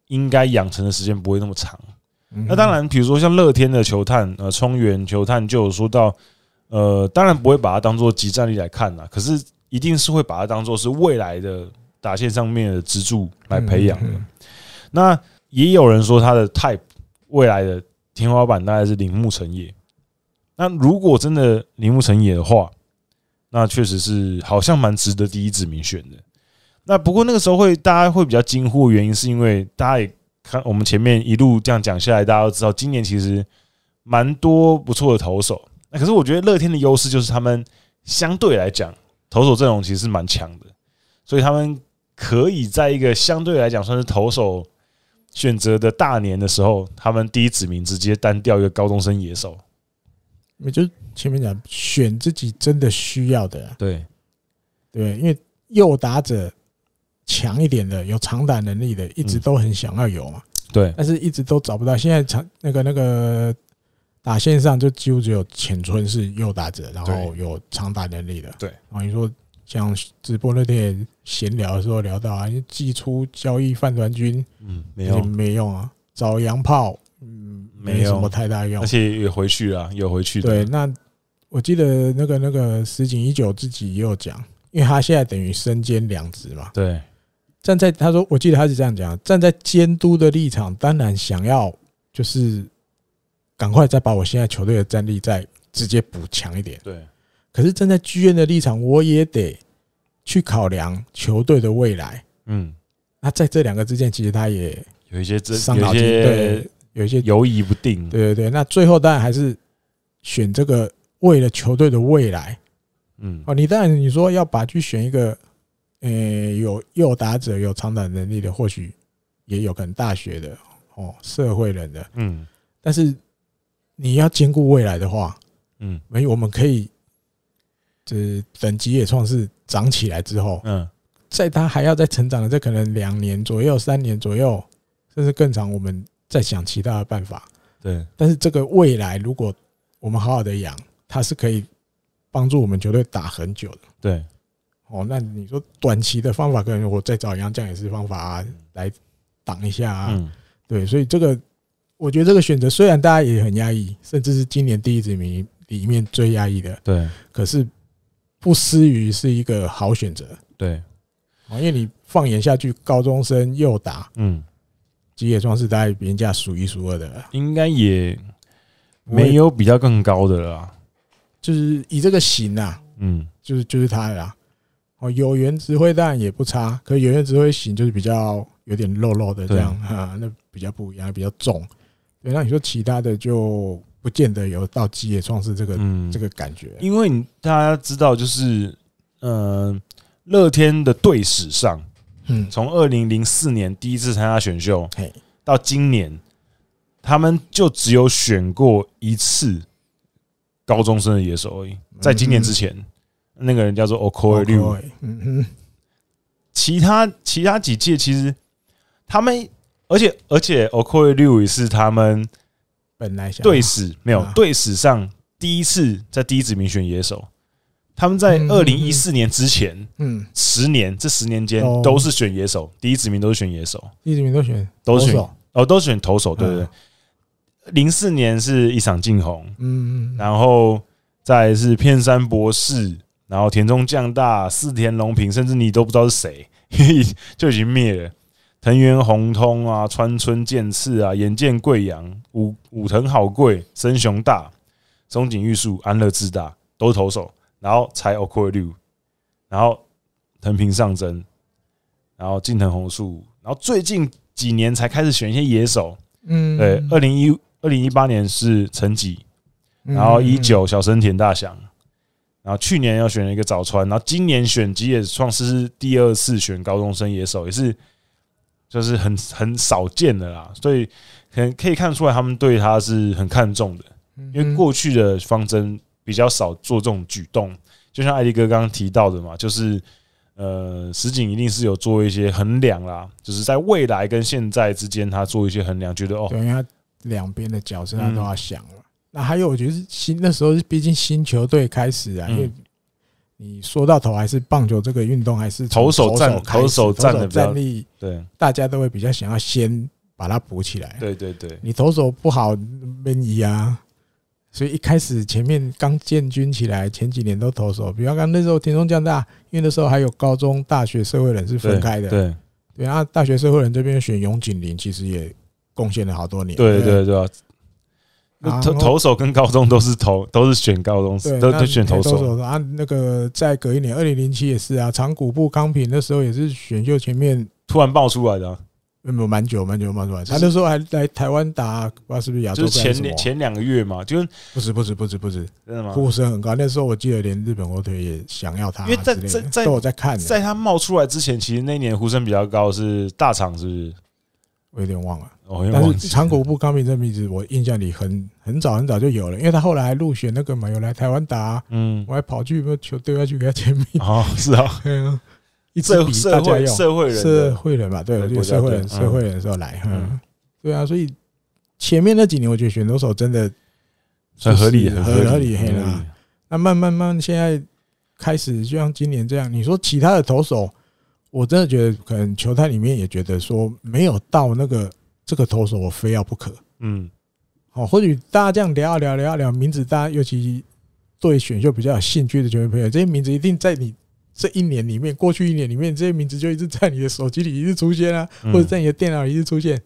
应该养成的时间不会那么长。嗯那当然，比如说像乐天的球探，呃，冲原球探就有说到，呃，当然不会把它当做集战力来看啦，可是一定是会把它当做是未来的打线上面的支柱来培养的。嗯嗯那也有人说他的 type 未来的天花板大概是铃木成也。那如果真的铃木成也的话，那确实是好像蛮值得第一指名选的。那不过那个时候会大家会比较惊呼，原因是因为大家也看我们前面一路这样讲下来，大家都知道今年其实蛮多不错的投手。那可是我觉得乐天的优势就是他们相对来讲投手阵容其实是蛮强的，所以他们可以在一个相对来讲算是投手选择的大年的时候，他们第一指名直接单调一个高中生野手。也就是前面讲选自己真的需要的啊、对，对，因为右打者强一点的、有长打能力的，一直嗯都很想要有嘛，对，但是一直都找不到。现在长那个那个打线上就几乎只有浅村是右打者，然后对有长打能力的。对然后你说像直播那天也闲聊的时候聊到啊，你寄出交易饭团军嗯，没也有，没用啊，找洋炮嗯没没有什么太大用而，且也回去了，有回去的。对，那我记得那个那个石井一九自己也有讲，因为他现在等于身兼两职嘛。对站在他说，我记得他是这样讲，站在监督的立场，当然想要就是赶快再把我现在球队的战力再直接补强一点。对可是站在剧院的立场，我也得去考量球队的未来。嗯，那在这两个之间，其实他也有一些真伤有脑一筋，些对，有一些犹疑不定。对对对。那最后当然还是选这个为了球队的未来，嗯，哦，你当然你说要把去选一个，呃，有右打者、有长打能力的，或许也有可能大学的哦，社会人的，嗯但是你要兼顾未来的话，嗯没有我们可以，这等级也算是长起来之后，嗯，在他还要再成长的这可能两年左右、三年左右，甚至更长，我们再想其他的办法。对但是这个未来如果我们好好的养，它是可以帮助我们球队打很久的。对哦，那你说短期的方法，可能我再找杨绛也是方法、啊、来挡一下啊。嗯对，所以这个我觉得这个选择虽然大家也很压抑，甚至是今年第一指名里面最压抑的，对可是不失于是一个好选择对，哦，因为你放眼下去，高中生右打嗯，吉野庄是大概别人家数一数二的了，应该也没有比较更高的了啦。就是以这个型啊，嗯就是就是他啦。哦，有缘值挥弹也不差，可有缘值挥型就是比较有点肉肉的这样啊，那比较不一样，比较重。对，那你说其他的就不见得有到基野创世这个、嗯这，个感觉。因为你大家知道，就是嗯，乐天的队史上，嗯，从二零零四年第一次参加选秀嘿，到今年，他们就只有选过一次高中生的野手而已。嗯在今年之前，那个人叫做 Okoi 六，六，嗯哼，其他其他几届其实他们，而且而且 Okoi 六也是他们本来想队史没有啊队史上第一次在第一指名选野手。他们在嗯二零一四年之前嗯，十年，这十年间哦都是选野手，第一指名都是选野手，第一指名都选都投是选手，哦，都是选投手，对不对嗯？零四年是一场进红，嗯嗯，然后再来是片山博士，然后田中将大、四田龙平，甚至你都不知道是谁， 因为就已经灭了。藤原宏通啊，川村健次啊，岩见贵阳、武武藤好贵、森雄大、松井玉树、安乐智大都是投手，然后才 o k o r 然后藤平上真，然后近藤宏树，然后最近几年才开始选一些野手。嗯，对，二零一二零一八年是陈吉，嗯然后一，九小森田大响，然后去年要选一个早川，然后今年选吉野创是第二次选高中生野手，也是就是很很少见的啦，所以可能可以看出来他们对他是很看重的，因因为过去的方针比较少做这种举动，就像艾迪哥刚刚提到的嘛，就是呃，石井一定是有做一些衡量啦，就是在未来跟现在之间，他做一些衡量，觉得哦，对，因为他两边的角色他都要想了。那还有，我觉得是新那时候，毕竟新球队开始啊，嗯因为你说到头还是棒球这个运动，还是从投手战开始投投手手战的比较战力，对大家都会比较想要先把它补起来。对对对，你投手不好，没移啊。所以一开始前面刚建军起来，前几年都投手，比方刚那时候田中将大，因为那时候还有高中、大学社会人是分开的，对对啊，大学社会人这边选永井林，其实也贡献了好多年，对不对对啊！那然投后投手跟高中都是投都是选高中对，，都那都选投手，手啊。那个再隔一年，二零零七也是啊，长谷部康平那时候也是选秀前面，突然爆出来的啊，没有蛮久蛮久蛮久，蛮久是他那时候还来台湾打，不知道是啊不是亚洲就杯是还是前什么年，前啊两个月嘛，就是不是不是不是不是，真的吗？呼声很高。那时候我记得连日本火腿也想要他之因类为在的，在在都有在看的，在他冒出来之前，其实那年呼声比较高是大厂，是不是？我有点忘了。哦，因为忘但记是长谷部康平这名字，我印象里很很早很早就有了，因为他后来还入选那个嘛，有来台湾打，啊嗯，我还跑去球队要去给他签名，哦，是啊，对啊 一直社比社大家会用。社会人社的，会人吧，对，对我觉国得家社会人，队社会人的时候来，嗯，对啊，所以前面那几年，我觉得选投手真的很合理，就嗯是很很合理，理，很嘿合啦理。。那慢慢慢，现在开始就像今年这样，你说其他的投手，我真的觉得可能球探里面也觉得说没有到那个这个投手我非要不可。嗯，哦，或许大家这样聊啊聊啊聊啊聊，名字大家尤其对选秀比较有兴趣的球迷朋友，这些名字一定在你这一年里面，过去一年里面，这些名字就一直在你的手机里一直出现啊，嗯或者在你的电脑里一直出现。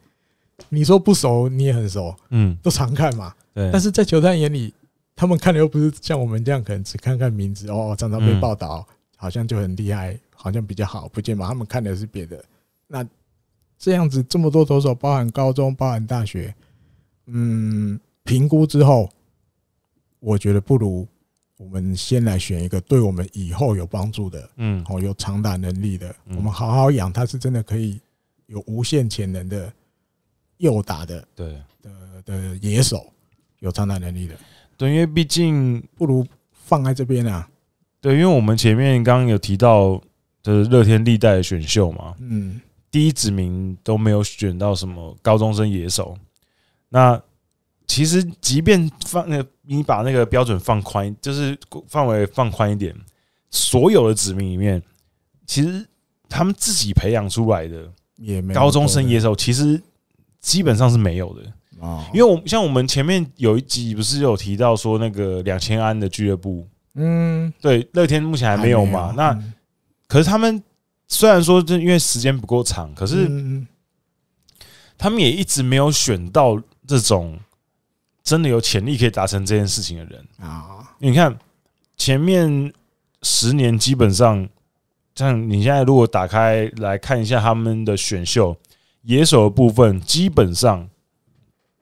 你说不熟，你也很熟，嗯，都常看嘛。对，但是在球探眼里，他们看的又不是像我们这样，可能只看看名字哦，常常被嗯报道，好像就很厉害，好像比较好，不见嘛。他们看的是别的。那这样子，这么多投手，包含高中，包含大学，嗯，评估之后，我觉得不如我们先来选一个对我们以后有帮助的，嗯哦，有长打能力的，嗯我们好好养，他是真的可以有无限潜能的右打的对的的野手，有长打能力的，对，因为毕竟不如放在这边啊。对，因为我们前面刚刚有提到，就是乐天历代的选秀嘛，嗯，第一指名都没有选到什么高中生野手。那其实即便放那个你把那个标准放宽，就是范围放宽一点，所有的指名里面，其实他们自己培养出来的也没有高中生多的野手，其实基本上是没有的。哦，因为我们像我们前面有一集不是有提到说那个两千安的俱乐部，嗯对乐天目前还没有嘛？那嗯可是他们虽然说这因为时间不够长，可是嗯他们也一直没有选到这种真的有潜力可以达成这件事情的人。啊，你看前面十年基本上，像你现在如果打开来看一下他们的选秀野手的部分，基本上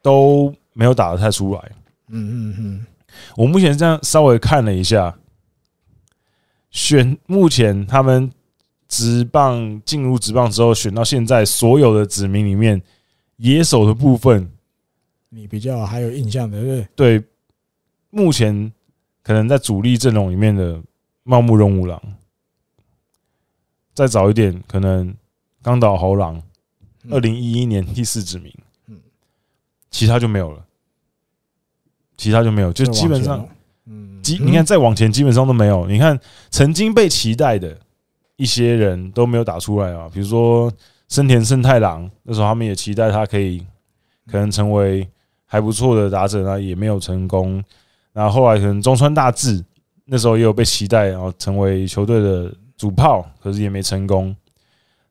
都没有打得太出来。嗯嗯嗯，我目前这样稍微看了一下，选目前他们职棒进入职棒之后选到现在所有的指名里面，野手的部分你比较还有印象的是对目前可能在主力阵容里面的茂木荣五郎，再早一点可能冈岛豪郎，嗯二零一一年第四指名嗯，其他就没有了，其他就没有，就基本上。，嗯，基你看再往前基本上都没有。你看曾经被期待的一些人都没有打出来啊，比如说森田胜太郎，那时候他们也期待他可以可能成为还不错的打者啊，也没有成功。然后后来可能中川大志那时候也有被期待，然后成为球队的主炮，可是也没成功。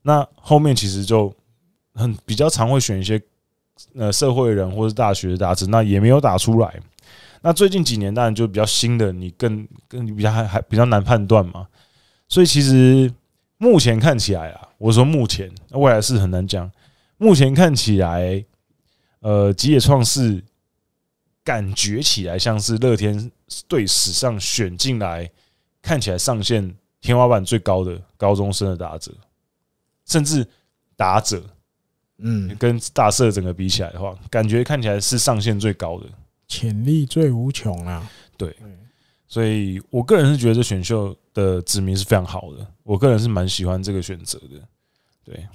那后面其实就很比较常会选一些呃社会人或是大学的打者，那也没有打出来。那最近几年当然就比较新的，你更更你比较还还比较难判断嘛。所以其实目前看起来啊，我说目前，那未来是很难讲。目前看起来，呃，吉野创世感觉起来像是乐天队史上选进来看起来上限天花板最高的高中生的打者，甚至打者嗯，跟大社整个比起来的话，感觉看起来是上限最高的。潜力最无穷啊。对，所以我个人是觉得这选秀的指名是非常好的，我个人是蛮喜欢这个选择的。对，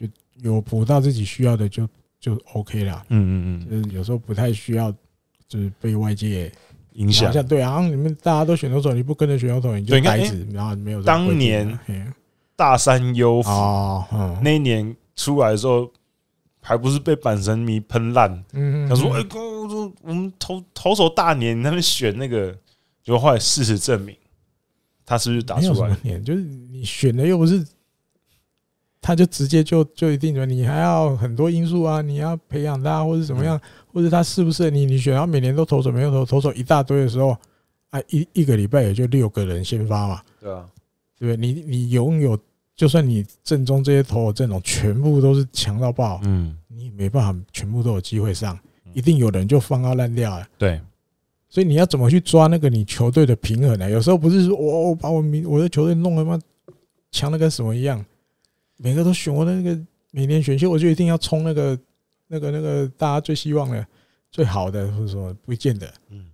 有补到自己需要的就就 OK 啦。嗯嗯嗯，就是有时候不太需要，就是被外界影好响。像对啊，你们大家都选投手，你不跟着选投手，你就对你看哎呆子，然后没有当规定年啊嘿大三优辅哦，嗯那一年出来的时候，还不是被阪神迷喷烂，嗯，他说：“哎、嗯哥，我说我们投投手大年，你那边选那个，结果后来事实证明，他是不是打没有出什来么？年，就是你选的又不是，他就直接就就一定准，你还要很多因素啊，你要培养他或者怎么嗯样，或者他适不适合你，你选，然后每年都投手没有投投手一大堆的时候，啊，一一个礼拜也就六个人先发嘛，对啊，对不对？你你拥有，就算你正中这些投手阵容全部都是强到爆，嗯，你也没办法全部都有机会上嗯，一定有人就放到烂掉了。对，所以你要怎么去抓那个你球队的平衡呢？啊有时候不是说哦我我把我名我的球队弄得妈强的跟什么一样，每个都选我的那个每年选秀，我就一定要冲那个那个那个大家最希望的、最好的或者什么，不见得嗯，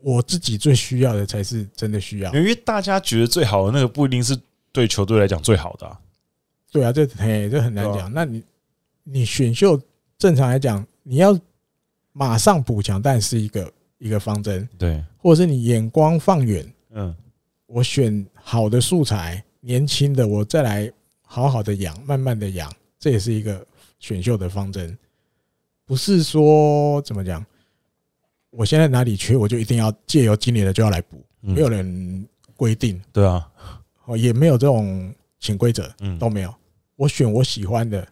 我自己最需要的才是真的需要。因为大家觉得最好的那个不一定是对球队来讲最好的、啊，对啊，这嘿这很难对讲。那你你选秀正常来讲，你要马上补强，但是一个一个方针，对，或者是你眼光放远，嗯，我选好的素材，年轻的我再来好好的养，慢慢的养，这也是一个选秀的方针，不是说怎么讲，我现在哪里缺，我就一定要借由今年的就要来补，嗯没有人规定对啊，哦，也没有这种潜规则嗯都没有，我选我喜欢的，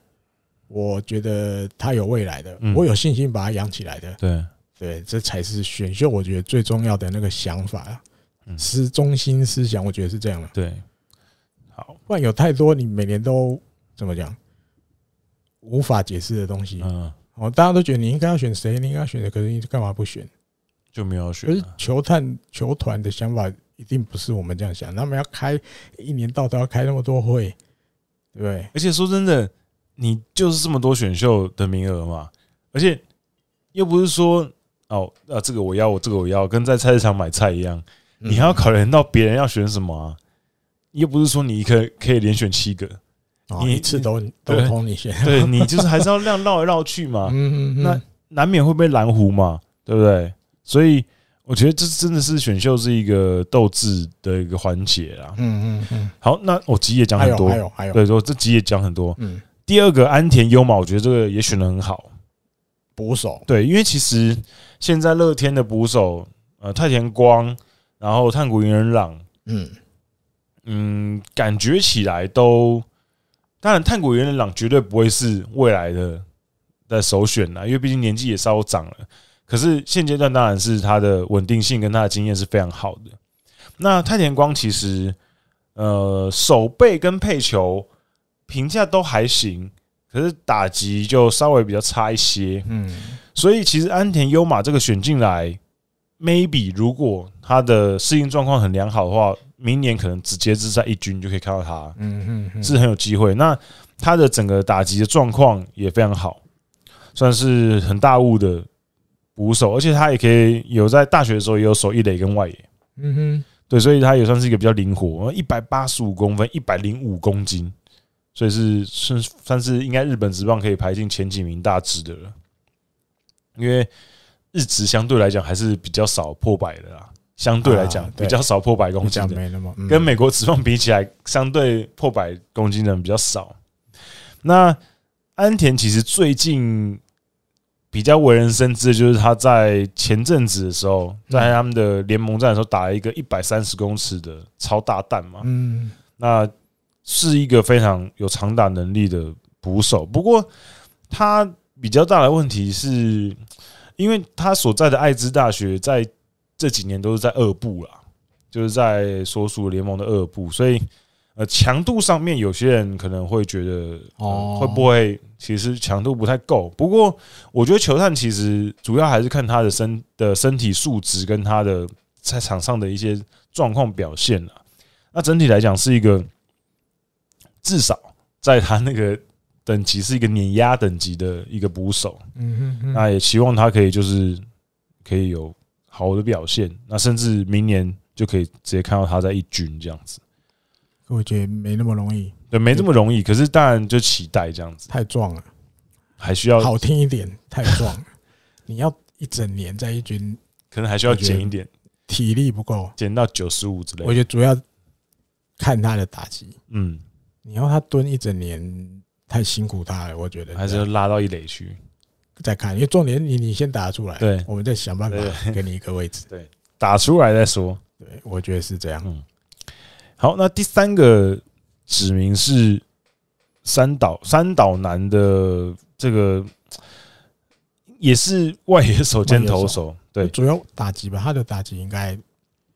我觉得他有未来的嗯，我有信心把它养起来的，对，对，这才是选秀我觉得最重要的那个想法啊嗯，是中心思想，我觉得是这样的。对，好，不然有太多你每年都怎么讲无法解释的东西。嗯，哦，大家都觉得你应该要选谁，你应该要选谁，可是你干嘛不选？就没有可选是了，球探球团的想法一定不是我们这样想，他们要开一年到头要开那么多会，对不对？而且说真的，你就是这么多选秀的名额嘛，而且又不是说哦，啊，这个我要，我这个我要，跟在菜市场买菜一样，你还要嗯考量到别人要选什么啊，又不是说你一个可以连选七个，哦你一次都都对通你选， 对你就是还是要让绕来绕去嘛，嗯，嗯嗯那 难免会被拦糊嘛，对不对？所以我觉得这真的是选秀是一个斗志的一个环节啦。嗯嗯嗯，好，那我集也讲还很有多还，有还有，对，说这集也讲很多。嗯，第二个安田优马，我觉得这个也选的很好，捕手，对，因为其实现在乐天的捕手，呃，太田光，然后炭谷银人朗，嗯，嗯，感觉起来都，当然，探谷元人朗绝对不会是未来的的首选啦，因为毕竟年纪也稍微长了。可是现阶段当然是他的稳定性跟他的经验是非常好的。那太田光其实，呃，手背跟配球评价都还行，可是打击就稍微比较差一些。嗯，所以其实安田优马这个选进来，maybe 如果他的适应状况很良好的话，明年可能直接是在一军就可以看到他，嗯嗯嗯，是很有机会。那他的整个打击的状况也非常好，算是很大物的捕手，而且他也可以有在大学的时候也有守一垒跟外野，嗯哼，对，所以他也算是一个比较灵活，一百八十五公分，一百零五公斤，所以是是算是应该日本职棒可以排进前几名大职的了，因为日职相对来讲还是比较少破百的啦，相对来讲啊比对较少破百公比斤较的，没那么，嗯跟美国职棒比起来，相对破百公斤的人比较少。那安田其实最近比较为人深知，的就是他在前阵子的时候，嗯在他们的联盟战的时候打了一个一百三十公尺的超大弹嘛，嗯。那是一个非常有长打能力的捕手。不过他比较大的问题是，因为他所在的爱知大学在这几年都是在二部啦，就是在所属联盟的二部，所以呃强度上面有些人可能会觉得、呃哦会不会其实强度不太够。不过我觉得球探其实主要还是看他的身的身体素质跟他的在场上的一些状况表现啦。那整体来讲是一个，至少在他那个等级是一个碾压等级的一个捕手。嗯哼哼，那也期望他可以就是可以有好的表现，那甚至明年就可以直接看到他在一军这样子。我觉得没那么容易，对，没这么容易，可是当然就期待这样子，太壮了，还需要好听一点，太壮 了。你要一整年在一军，可能还需要减一点，体力不够，减到九十五之类我的。觉得主要看他的打击。嗯，你要他蹲一整年，太辛苦他了。我觉得还是要拉到一垒去。再看，因为重点你你先打出来，对我们再想办法对给你一个位置。打出来再说。对，我觉得是这样。好，那第三个指名是三岛三岛男的这个，也是外野手兼投手，对主要打击吧，他的打击应该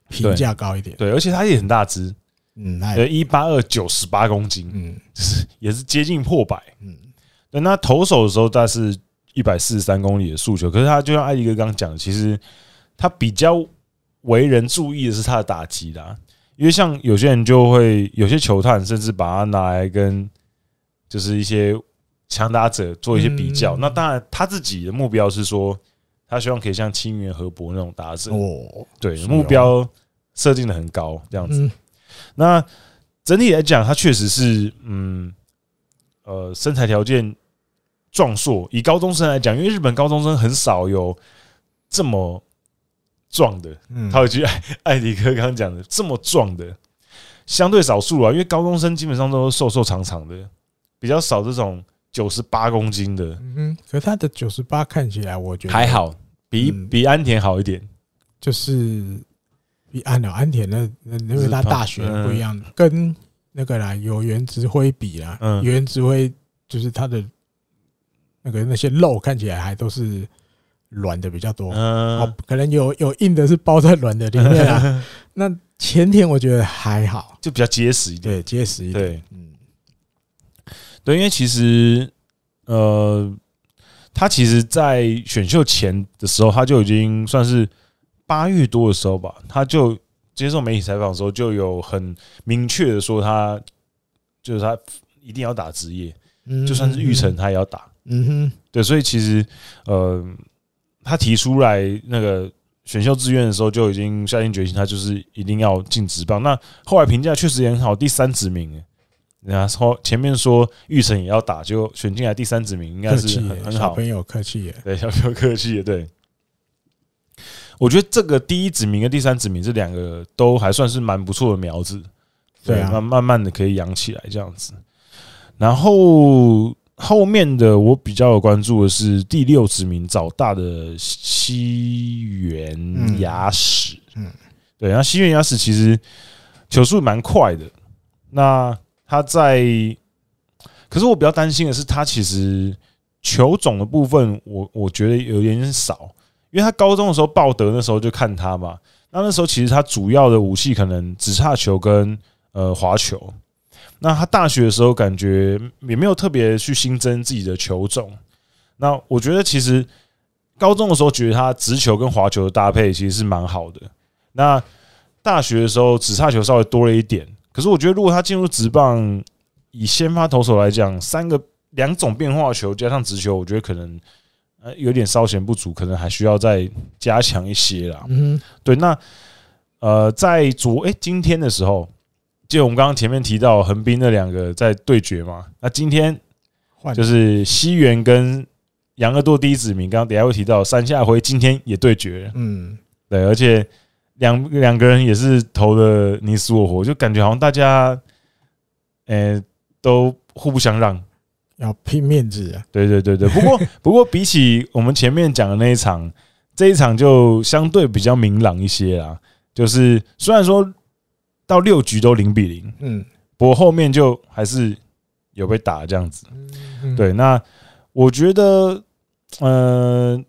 评价高一点。对，而且他也很大只，嗯，那呃，也一八二九十八公斤，嗯也是接近破百。嗯，对，那投手的时候大概是一百四十三公里的速球，可是他就像艾迪哥刚刚讲的，其实他比较为人注意的是他的打击啦，因为像有些人就会有些球探甚至把它拿来跟就是一些强打者做一些比较。嗯那当然他自己的目标是说，他希望可以像清源河伯那种打者，哦，对是哦目标设定的很高这样子。嗯那整体来讲，他确实是嗯，呃，身材条件壮硕。以高中生来讲，因为日本高中生很少有这么壮的，嗯，还有就艾哎艾迪哥刚刚讲的这么壮的，相对少数啊。因为高中生基本上都是瘦瘦长长的，比较少这种九十八公斤的，嗯哼，可是他的九十八看起来，我觉得还，好，比嗯比安田好一点。就是比安了安田那那因为他大学不一样，跟那个啦有原直辉比啦，嗯有原直辉就是他的那个那些肉看起来还都是软的比较多，哦嗯，，可能有有硬的是包在软的里面 啊。那前田我觉得还好，就比较结实一点。对，结实一点。对嗯，对，因为其实呃，他其实，在选秀前的时候，他就已经算是八月多的时候吧，他就接受媒体采访的时候，就有很明确的说他，就是他一定要打职业，嗯就算是玉成，，他也要打。嗯哼，对，所以其实呃，他提出来那个选秀志愿的时候，就已经下定决心，他就是一定要进职棒。那后来评价确实也很好，第三指名。欸然后前面说玉成也要打，就选进来第三指名，应该客是气很耶，很小好。朋友客气耶。对，小朋友客气了。对，我觉得这个第一指名跟第三指名这两个都还算是蛮不错的苗子，对啊慢慢慢的可以养起来这样子。然后后面的我比较有关注的是第六指名早大的西原雅史，嗯嗯嗯，对，然后西原雅史其实球速蛮快的，那他在，可是我比较担心的是他其实球种的部分我，我觉得有点少，因为他高中的时候鲍德那时候就看他嘛，那那时候其实他主要的武器可能直叉球跟呃滑球。那他大学的时候感觉也没有特别去新增自己的球种。那我觉得其实高中的时候觉得他直球跟滑球的搭配其实是蛮好的。那大学的时候直叉球稍微多了一点，可是我觉得如果他进入直棒，以先发投手来讲，三个两种变化球加上直球，我觉得可能呃有点稍显不足，可能还需要再加强一些啦。嗯哼，对，那呃，在昨诶今天的时候，就我们刚刚前面提到横滨那两个在对决嘛，那今天换就是西元跟杨二多第一指名，刚刚等一下会提到山下辉今天也对决了，嗯，对，而且两两个人也是投的你死我活，就感觉好像大家呃都互不相让。要拼面子啊。对对对对，不过不过比起我们前面讲的那一场，这一场就相对比较明朗一些啦。就是虽然说到六局都零比零，嗯，不过后面就还是有被打这样子。嗯，对，那我觉得，呃，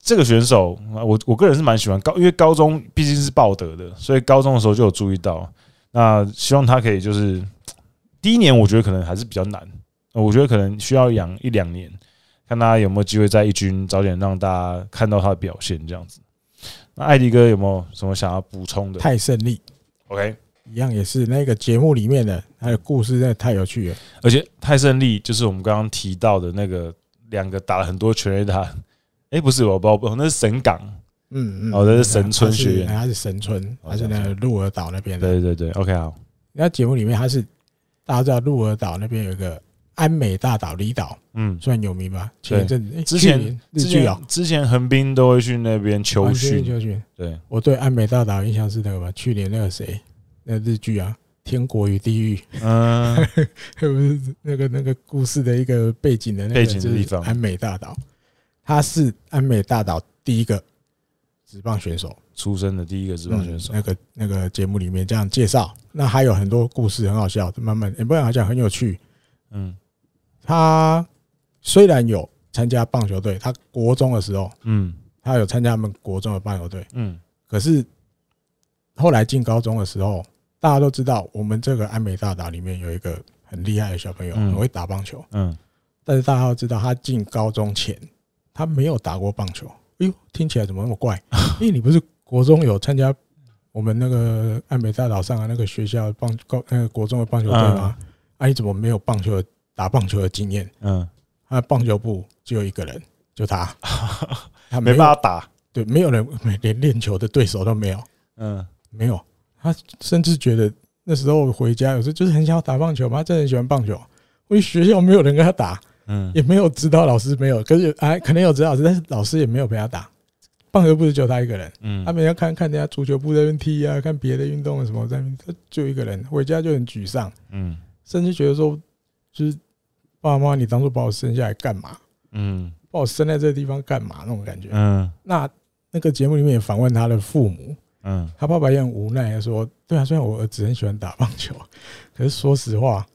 这个选手，啊我我个人是蛮喜欢高，因为高中毕竟是报德的，所以高中的时候就有注意到。那希望他可以就是第一年，我觉得可能还是比较难，呃我觉得可能需要养一两年，看他有没有机会在一军早点让大家看到他的表现这样子。那艾迪哥有没有什么想要补充的太胜利。 ？OK，一样也是那个节目里面的，他的故事真的太有趣了。而且泰胜利就是我们刚刚提到的那个两个打了很多全垒打， 哎，不是我不不，那是神港，嗯嗯，哦这是神村学院他是神村，哦他是那个鹿儿岛那边的。对对对，OK 好，那节目里面他是大家知道鹿儿岛那边有一个安美大岛离岛，嗯，算有名吧？前一阵子诶之前去年日之剧哦前，之前横滨都会去那边求啊去年训，秋训。对，我对安美大岛印象是那个吧？去年那个谁，那个日剧啊，《天国与地狱》嗯， 不是 那个那个故事的一个背景的那个背景的就是地方安美大岛，他是安美大岛第一个职棒选手，出生的第一个职棒选手嗯，那个那个节目里面这样介绍，那还有很多故事很好笑，慢慢也不很好笑，很有趣。嗯他虽然有参加棒球队，他国中的时候嗯他有参加他们国中的棒球队，嗯，可是后来进高中的时候，大家都知道我们这个安美大岛里面有一个很厉害的小朋友，嗯很会打棒球。嗯，但是大家要知道，他进高中前他没有打过棒球。哎呦，听起来怎么那么怪？因为你不是国中有参加我们那个爱美大岛上的那个学校棒高那个国中的棒球队吗？啊，你怎么没有棒球的打棒球的经验？嗯，啊，棒球部只有一个人，就 他，他没有办法打，对，没有人连练球的对手都没有，嗯没有。他甚至觉得那时候回家有时候就是很想要打棒球嘛，他真的很喜欢棒球。因为学校没有人跟他打，嗯也没有指导老师没有，可是有哎，可能有指导老师，但是老师也没有陪他打。棒球部就只有他一个人，嗯他，每天看看人家足球部在那边踢啊，看别的运动什么在那边，他就一个人，回家就很沮丧，嗯甚至觉得说，就是爸妈，你当初把我生下来干嘛？嗯把我生在这个地方干嘛？那种感觉。嗯那那个节目里面也访问他的父母，嗯他爸爸也很无奈，他说：“对啊，虽然我儿子很喜欢打棒球， 可是说实话，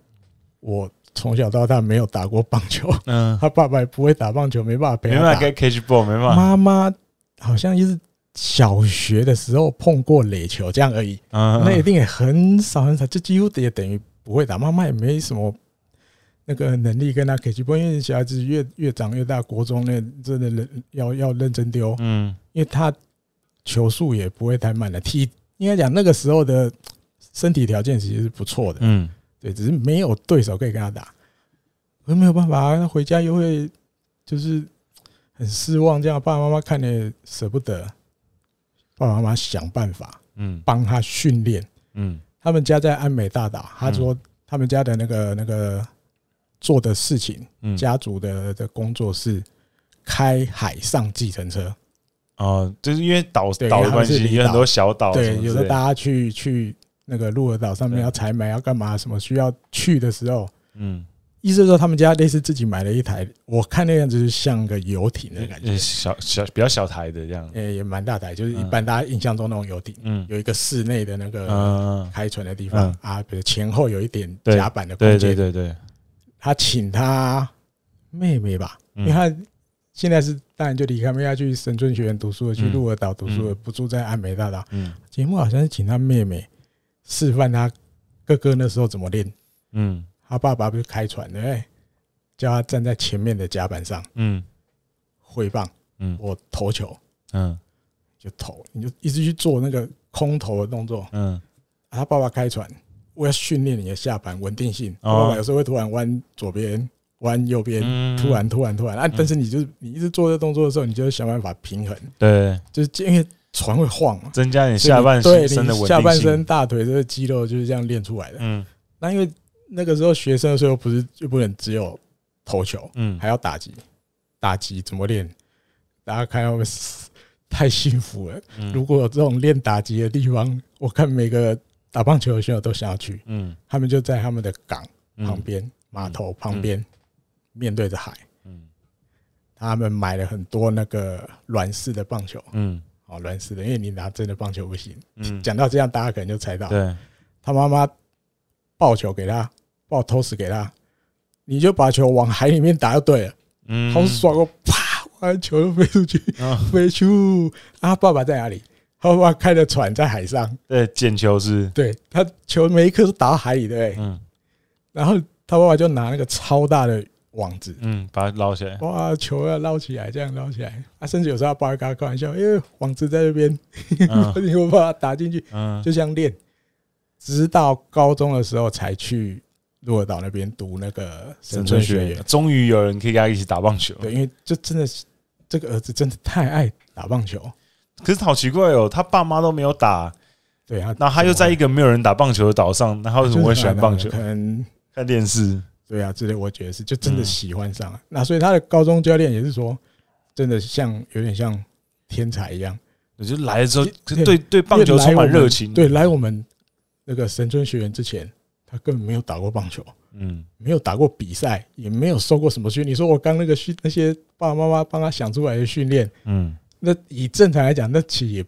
我从小到大没有打过棒球。” 嗯，他爸爸也不会打棒球，没办法陪没他办法打。跟 catch ball，没办法，妈妈好像就是小学的时候碰过垒球这样而已，嗯，那一定也很少很少，就几乎也等于不会打。妈妈也没什么那个能力跟他可以去碰，因为小孩子越越长越大，国中那真的认要要认真丢，嗯因为他球速也不会太慢的，踢应该讲那个时候的身体条件其实是不错的。嗯对，只是没有对手可以跟他打，我没有办法、啊，那回家又会就是很失望，这样爸爸妈妈看了也舍不得，爸爸妈妈想办法嗯帮他训练。嗯他们家在安美大岛，他说他们家的那个那个做的事情，嗯，家族的的工作是开海上计程车，哦，就是因为岛对岛因为的他关们是系，离有很岛多小岛什么之类对，的，有时候大家去去那个鹿儿岛上面对要采买要干嘛什么需要去的时候，嗯，意思是说他们家类似自己买了一台，我看那样子就像个游艇的感觉，小小比较小台的这样，呃，也蛮大台，就是一般大家印象中那种游艇，嗯有一个室内的那个嗯，开船的地方嗯啊，比如前后有一点对甲板的对空间。对对对，他请他妹妹吧，因嗯为他现在是当然就离开，没要去深圳学院读书了，去嗯鹿儿岛读书了，嗯不住在安美大岛。嗯节目好像是请他妹妹示范他哥哥那时候怎么练，嗯他爸爸不是开船的，哎叫他站在前面的甲板上嗯挥棒。嗯我投球嗯就投，你就一直去做那个空投的动作。嗯啊他爸爸开船，我要训练你的下盘稳定性。他哦爸爸有时候会突然弯左边，弯右边，嗯，突然突然突然啊！但是你就是你一直做这动作的时候，你就要想办法平衡，对，就是因为船会晃嘛。增加你下半所以你身对的稳你下定半身性，大腿这个肌肉就是这样练出来的。嗯那因为那个时候学生的时候又不是又不能只有投球，嗯还要打击，打击怎么练？大家看到会死 太幸福了。如嗯果有这种练打击的地方，我看每个打棒球的选手都想要去，嗯他们就在他们的港旁嗯边、码头旁边，面对着海，嗯他们买了很多那个软式的棒球，嗯哦，软式的，因为你拿真的棒球不行。嗯，讲到这样，大家可能就猜到，对，他妈妈抱球给他，抱投死给他，你就把球往海里面打就对了，嗯，好，爽哦！啪，完球都飞出去，嗯，飞出啊！爸爸在哪里？他爸爸开的船在海上，对，毽球是，对他球每一颗都打到海里，对不对？嗯然后他爸爸就拿那个超大的网子，嗯，把它捞起来，哇，球要捞起来，这样捞起来。啊，甚至有时候他爸会跟他开 玩笑，因为网子在那边，嗯你会把它打进去，嗯就像练。直到高中的时候才去鹿儿岛那边读那个神神村村学学员院。终于有人可以跟他一起打棒球了。对，因为这真的是这个儿子真的太爱打棒球，可是好奇怪哦，他爸妈都没有打，对啊，那他又在一个没有人打棒球的岛上，那他为怎什么么会会喜欢棒球啊可？能看电视，对啊之类，我觉得是就真的喜欢上了。那所以他的高中教练也是说，真的像有点像天才一样，我就来了之后，可对对对棒球因为来充满我们热情。对，来我们那个神村学员之前，他根本没有打过棒球。嗯，没有打过比赛，也没有受过什么训练。你说我刚那个训那些爸爸妈妈帮他想出来的训练，嗯，那以正常来讲，那其实也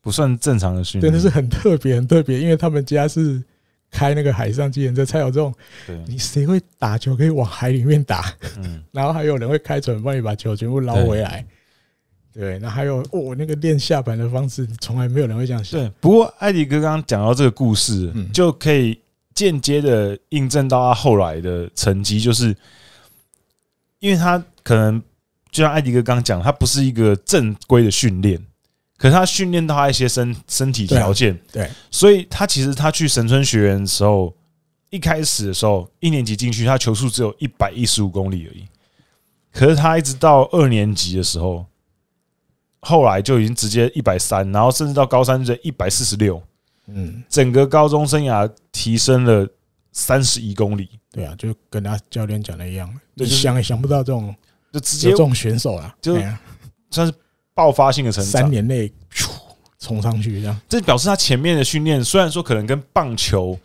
不算正常的训真练，的是很特别，很特别，因为他们家是开那个海上机人车，才有这种对，你谁会打球可以往海里面打，嗯，然后还有人会开船帮你把球全部捞回来。对，那还有哦，那个练下盘的方式，从来没有人会这样想。对。不过艾迪哥刚刚讲到这个故事，嗯就可以间接的印证到他后来的成绩，就是因为他可能就像艾迪哥刚刚讲，他不是一个正规的训练，可是他训练到他一些身身体条件，对，所以他其实他去神村学院的时候，一开始的时候一年级进去，他球速只有一百一十五公里而已。可是他一直到二年级的时候，后来就已经直接一百三，然后甚至到高三就一百四十六，嗯，整个高中生涯提升了三十一公里，对啊，就跟他教练讲的一样，你对就是想也想不到这种就直有接这种选手啦，就哎呀算是爆发性的成三长。年内咻冲上去这样。这表示他前面的训练虽然说可能跟棒球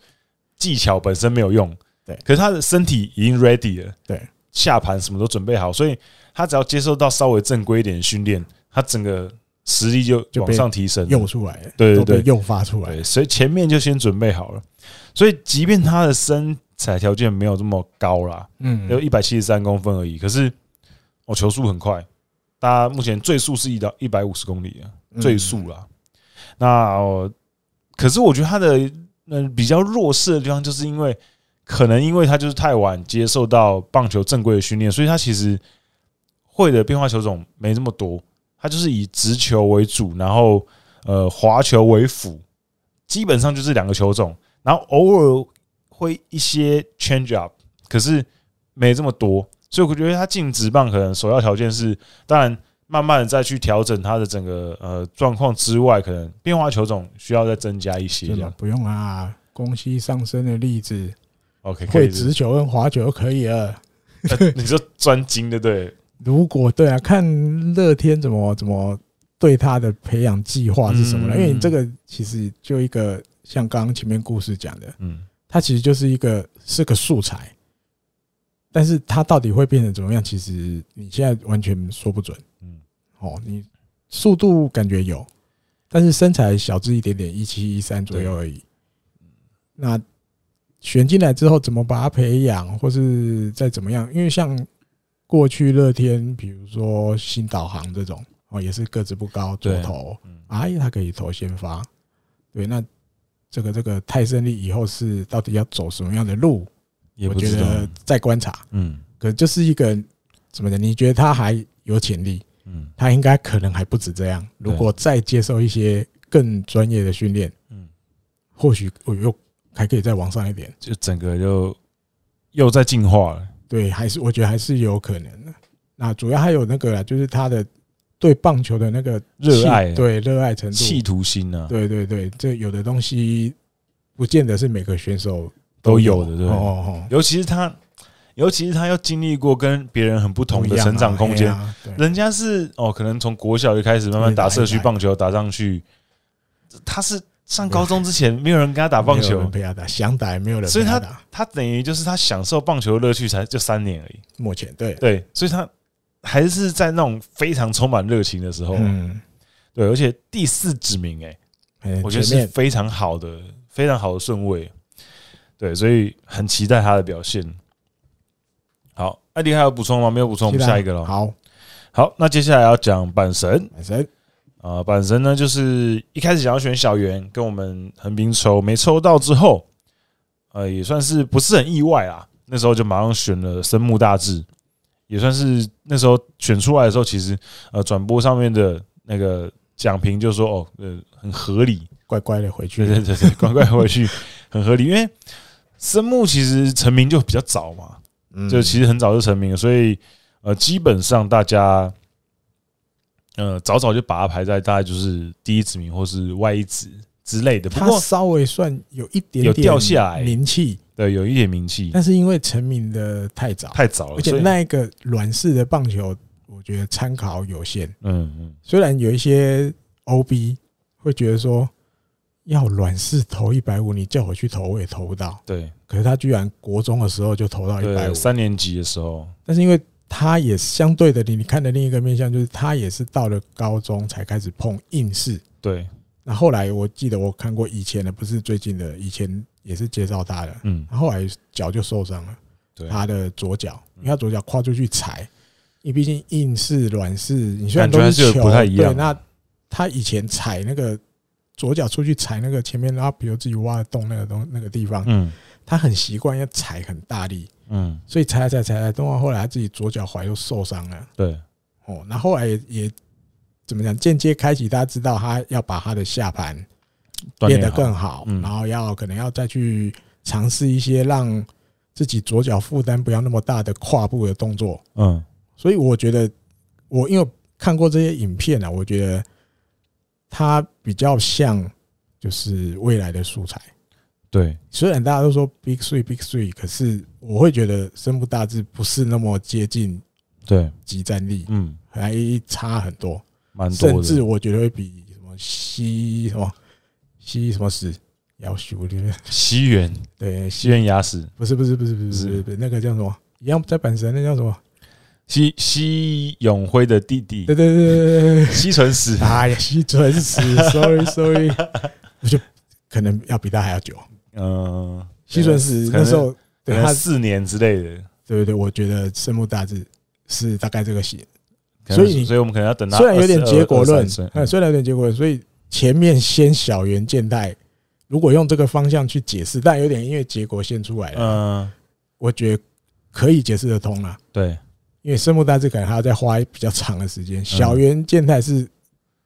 技巧本身没有用，对可是他的身体已经 ready 了，对，下盘什么都准备好，所以他只要接受到稍微正规一点的训练，他整个实力就就往被上提升。诱出来了，对对都被对诱发出来了对，，所以前面就先准备好了。所以即便他的身材条件没有这么高啦，嗯有一百七十三公分而已，可是我球速很快，大家目前最速是一到一百五十公里啊。嗯最速啦。那、呃可是我觉得他的嗯、呃比较弱势的地方，就是因为可能因为他就是太晚接受到棒球正规的训练，所以他其实会的变化球种没那么多，他就是以直球为主，然后呃滑球为辅，基本上就是两个球种，然后偶尔会一些 change up，可是没这么多。所以我觉得他进职棒可能首要条件是，当然慢慢的再去调整他的整个呃状况之外，可能变化球种需要再增加一些这嗯真的样。不用啊，攻息上升的例子， OK，可哦会以是直球跟滑球就可以了。呃你说专精的对，如果对啊，看乐天怎么怎么对他的培养计划是什么了，嗯因为你这个其实就一个像刚刚前面故事讲的，嗯，它其实就是一个是个素材，但是它到底会变成怎么样，其实你现在完全说不准。嗯嗯，哦，你速度感觉有，但是身材小只一点点，一七一三左右而已。那选进来之后，怎么把它培养，或是再怎么样？因为像过去乐天，比如说新导航这种，哦，也是个子不高，左对投，嗯啊，他可以投先发。对，那这个这个泰胜利以后是到底要走什么样的路？也我不觉知道，得再观察。嗯可就是一个怎么讲？你觉得他还有潜力？嗯他应该可能还不止这样。如果再接受一些更专业的训练，嗯，或许我又还可以再往上一点。就整个就又在进化了。对，还是我觉得还是有可能的。那主要还有那个啦，就是他的对棒球的那个热气爱啊对热爱程度，企图心呢、啊，对对对，这有的东西不见得是每个选手都有的对哦哦哦，尤其是他，尤其是他又经历过跟别人很不同不的一样啊成长空嘿间。啊对人家是哦，可能从国小就开始慢慢对打打社一区打棒球，打上去。他是上高中之前，没有人跟他打棒没有球人，陪他打，想打也没有人所陪以他打。他等于就是他享受棒球的乐趣才就三年而已。目前对，对，所以他还是在那种非常充满热情的时候。嗯，对，而且第四指名、欸，哎我觉前得是面非常好的，非常好的顺位。对，所以很期待他的表现。好，艾迪还有补充吗？没有补充，我们其他下一个了。好，好，那接下来要讲阪神男神啊、呃阪神呢就是一开始想要选小圆，跟我们横滨抽，没抽到之后，呃，也算是不是很意外啦。那时候就马上选了森木大志，也算是那时候选出来的时候，其实呃转播上面的那个讲评就说哦，呃，很合理，乖乖的回去对。对对对，乖乖回去很合理，因为森木其实成名就比较早嘛，嗯就其实很早就成名了，所以呃，基本上大家呃早早就把它排在大概就是第一子名或是外一子之类的。不他过稍微算有一点有点掉下来名气，对，有一点名气但是因为成名的太早，太早而了，且所以那一个软式的棒球，我觉得参考有限。嗯嗯，虽然有一些 OB 会觉得说要软式投一百五，你叫我去投我也投不到，对可是他居然国中的时候就投到一百对，五，三年级的时候，但是因为他也相对的，你你看的另一个面向就是他也是到了高中才开始碰硬式。对，那后来我记得我看过以前的，不是最近的，以前也是介绍他的，嗯，他后来脚就受伤了，对，他的左脚，嗯因为他左脚跨出去踩，因为毕竟硬式、软式，你虽然都感觉还是有是球，不太一样对，那他以前踩那个左脚出去踩那个前面，然后比如自己挖的洞那个东那个地方，嗯他很习惯要踩很大力，嗯，所以踩啊来踩踩踩，等到后来他自己左脚踝又受伤了，对，哦，那后来也也怎么讲，间接开启大家知道他要把他的下盘锻练炼得好更好，嗯然后要可能要再去尝试一些让自己左脚负担不要那么大的跨步的动作。嗯所以我觉得，我因为看过这些影片啊，我觉得它比较像就是未来的素材。对，虽然大家都说 Big Three Big Three，可是我会觉得生不大志不是那么接近对，集战力，嗯，还差很多，蛮甚多至的。我觉得会比什么西什么西什么史要修，我觉得西园，对西园雅史，不是不是不是不是不是不是那个叫什么？一样在阪神那叫什么？西西永辉的弟弟对对对对对对西城史对，，哎呀，西准时，sorry sorry，我就可能要比他还要久。嗯，西准时可能那时候对可他能，四年之类的。对对对，我觉得圣木大志是大概这个型，可能所以所以我们可能要等他虽然有点22结果论23岁，嗯，虽然有点结果论，所以前面先小圆健太，如果用这个方向去解释，但有点因为结果先出来了，嗯，我觉得可以解释得通了。对，因为生木大志可能还要再花比较长的时嗯间。小圆健太是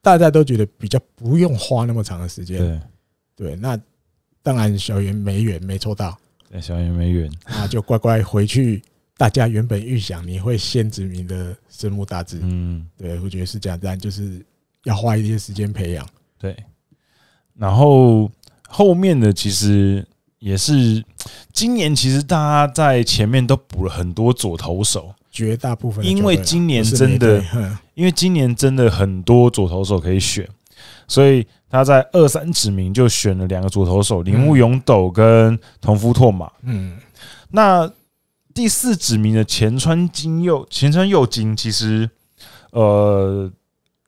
大家都觉得比较不用花那么长的时间。对，对，那当然小圆没缘没抽到，对小圆没缘，那就乖乖回去。大家原本预想你会先殖民的生木大志，嗯，对，我觉得是这样，但就是要花一些时间培养。对。然后后面的其实也是，今年其实大家在前面都补了很多左投手，绝大部分的因球队为啊今年不是真每嗯的队哼因为今年真的很多左投手可以选，所以他在二三指名就选了两个左投手，铃木勇斗跟同夫拓马。嗯，那第四指名的前川金佑，前川佑金其实呃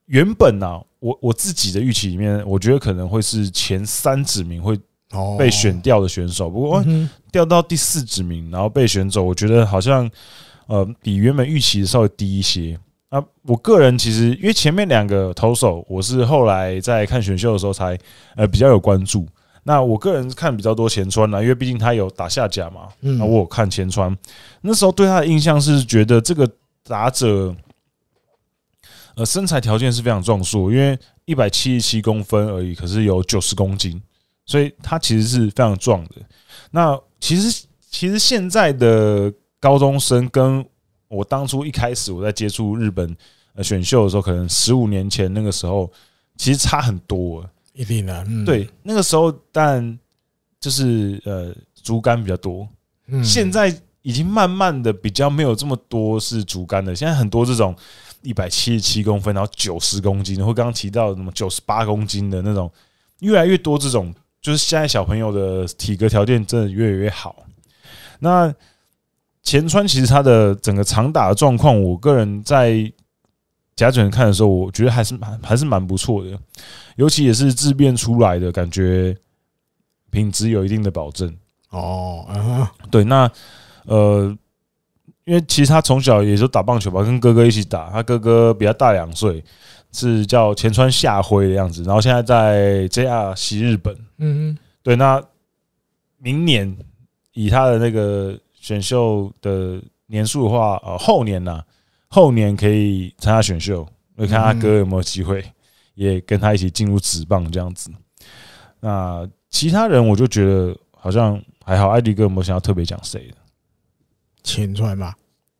原本呢、啊，我我自己的预期里面，我觉得可能会是前三指名会哦，被选掉的选手，不过嗯哦哼，掉到第四指名，然后被选走，我觉得好像呃比原本预期稍微低一些。啊，我个人其实因为前面两个投手，我是后来在看选秀的时候才呃比较有关注。那我个人看比较多前川啦，因为毕竟他有打下甲嘛。嗯啊那我有看前川，那时候对他的印象是觉得这个打者，呃，身材条件是非常壮硕，因为一百七十七公分而已，可是有九十公斤，所以他其实是非常壮的。那其实其实现在的高中生跟我当初一开始我在接触日本呃选秀的时候，可能十五年前那个时候，其实差很多了。一定的，嗯，对，那个时候但就是呃竹竿比较多，嗯，现在已经慢慢的比较没有这么多是竹竿的，现在很多这种一百七十七公分，然后九十公斤，或刚刚提到的什么九十八公斤的那种，越来越多这种，就是现在小朋友的体格条件真的越来越好。那前川其实他的整个长打的状况，我个人在甲准看的时候，我觉得还是蛮还是蛮不错的，尤其也是自变出来的感觉，品质有一定的保证。哦，啊哈，对，那呃，因为其实他从小也就打棒球吧，跟哥哥一起打，他哥哥比他大两岁，是叫前川夏辉的样子，然后现在在 JR 西日本。嗯对，那明年以他的那个选秀的年数的话，呃，后年呐、后年可以参加选秀，我看他哥有没有机会，也跟他一起进入职棒这样子。那其他人我就觉得好像还好。艾迪哥有没有想要特别讲谁的？浅川吧，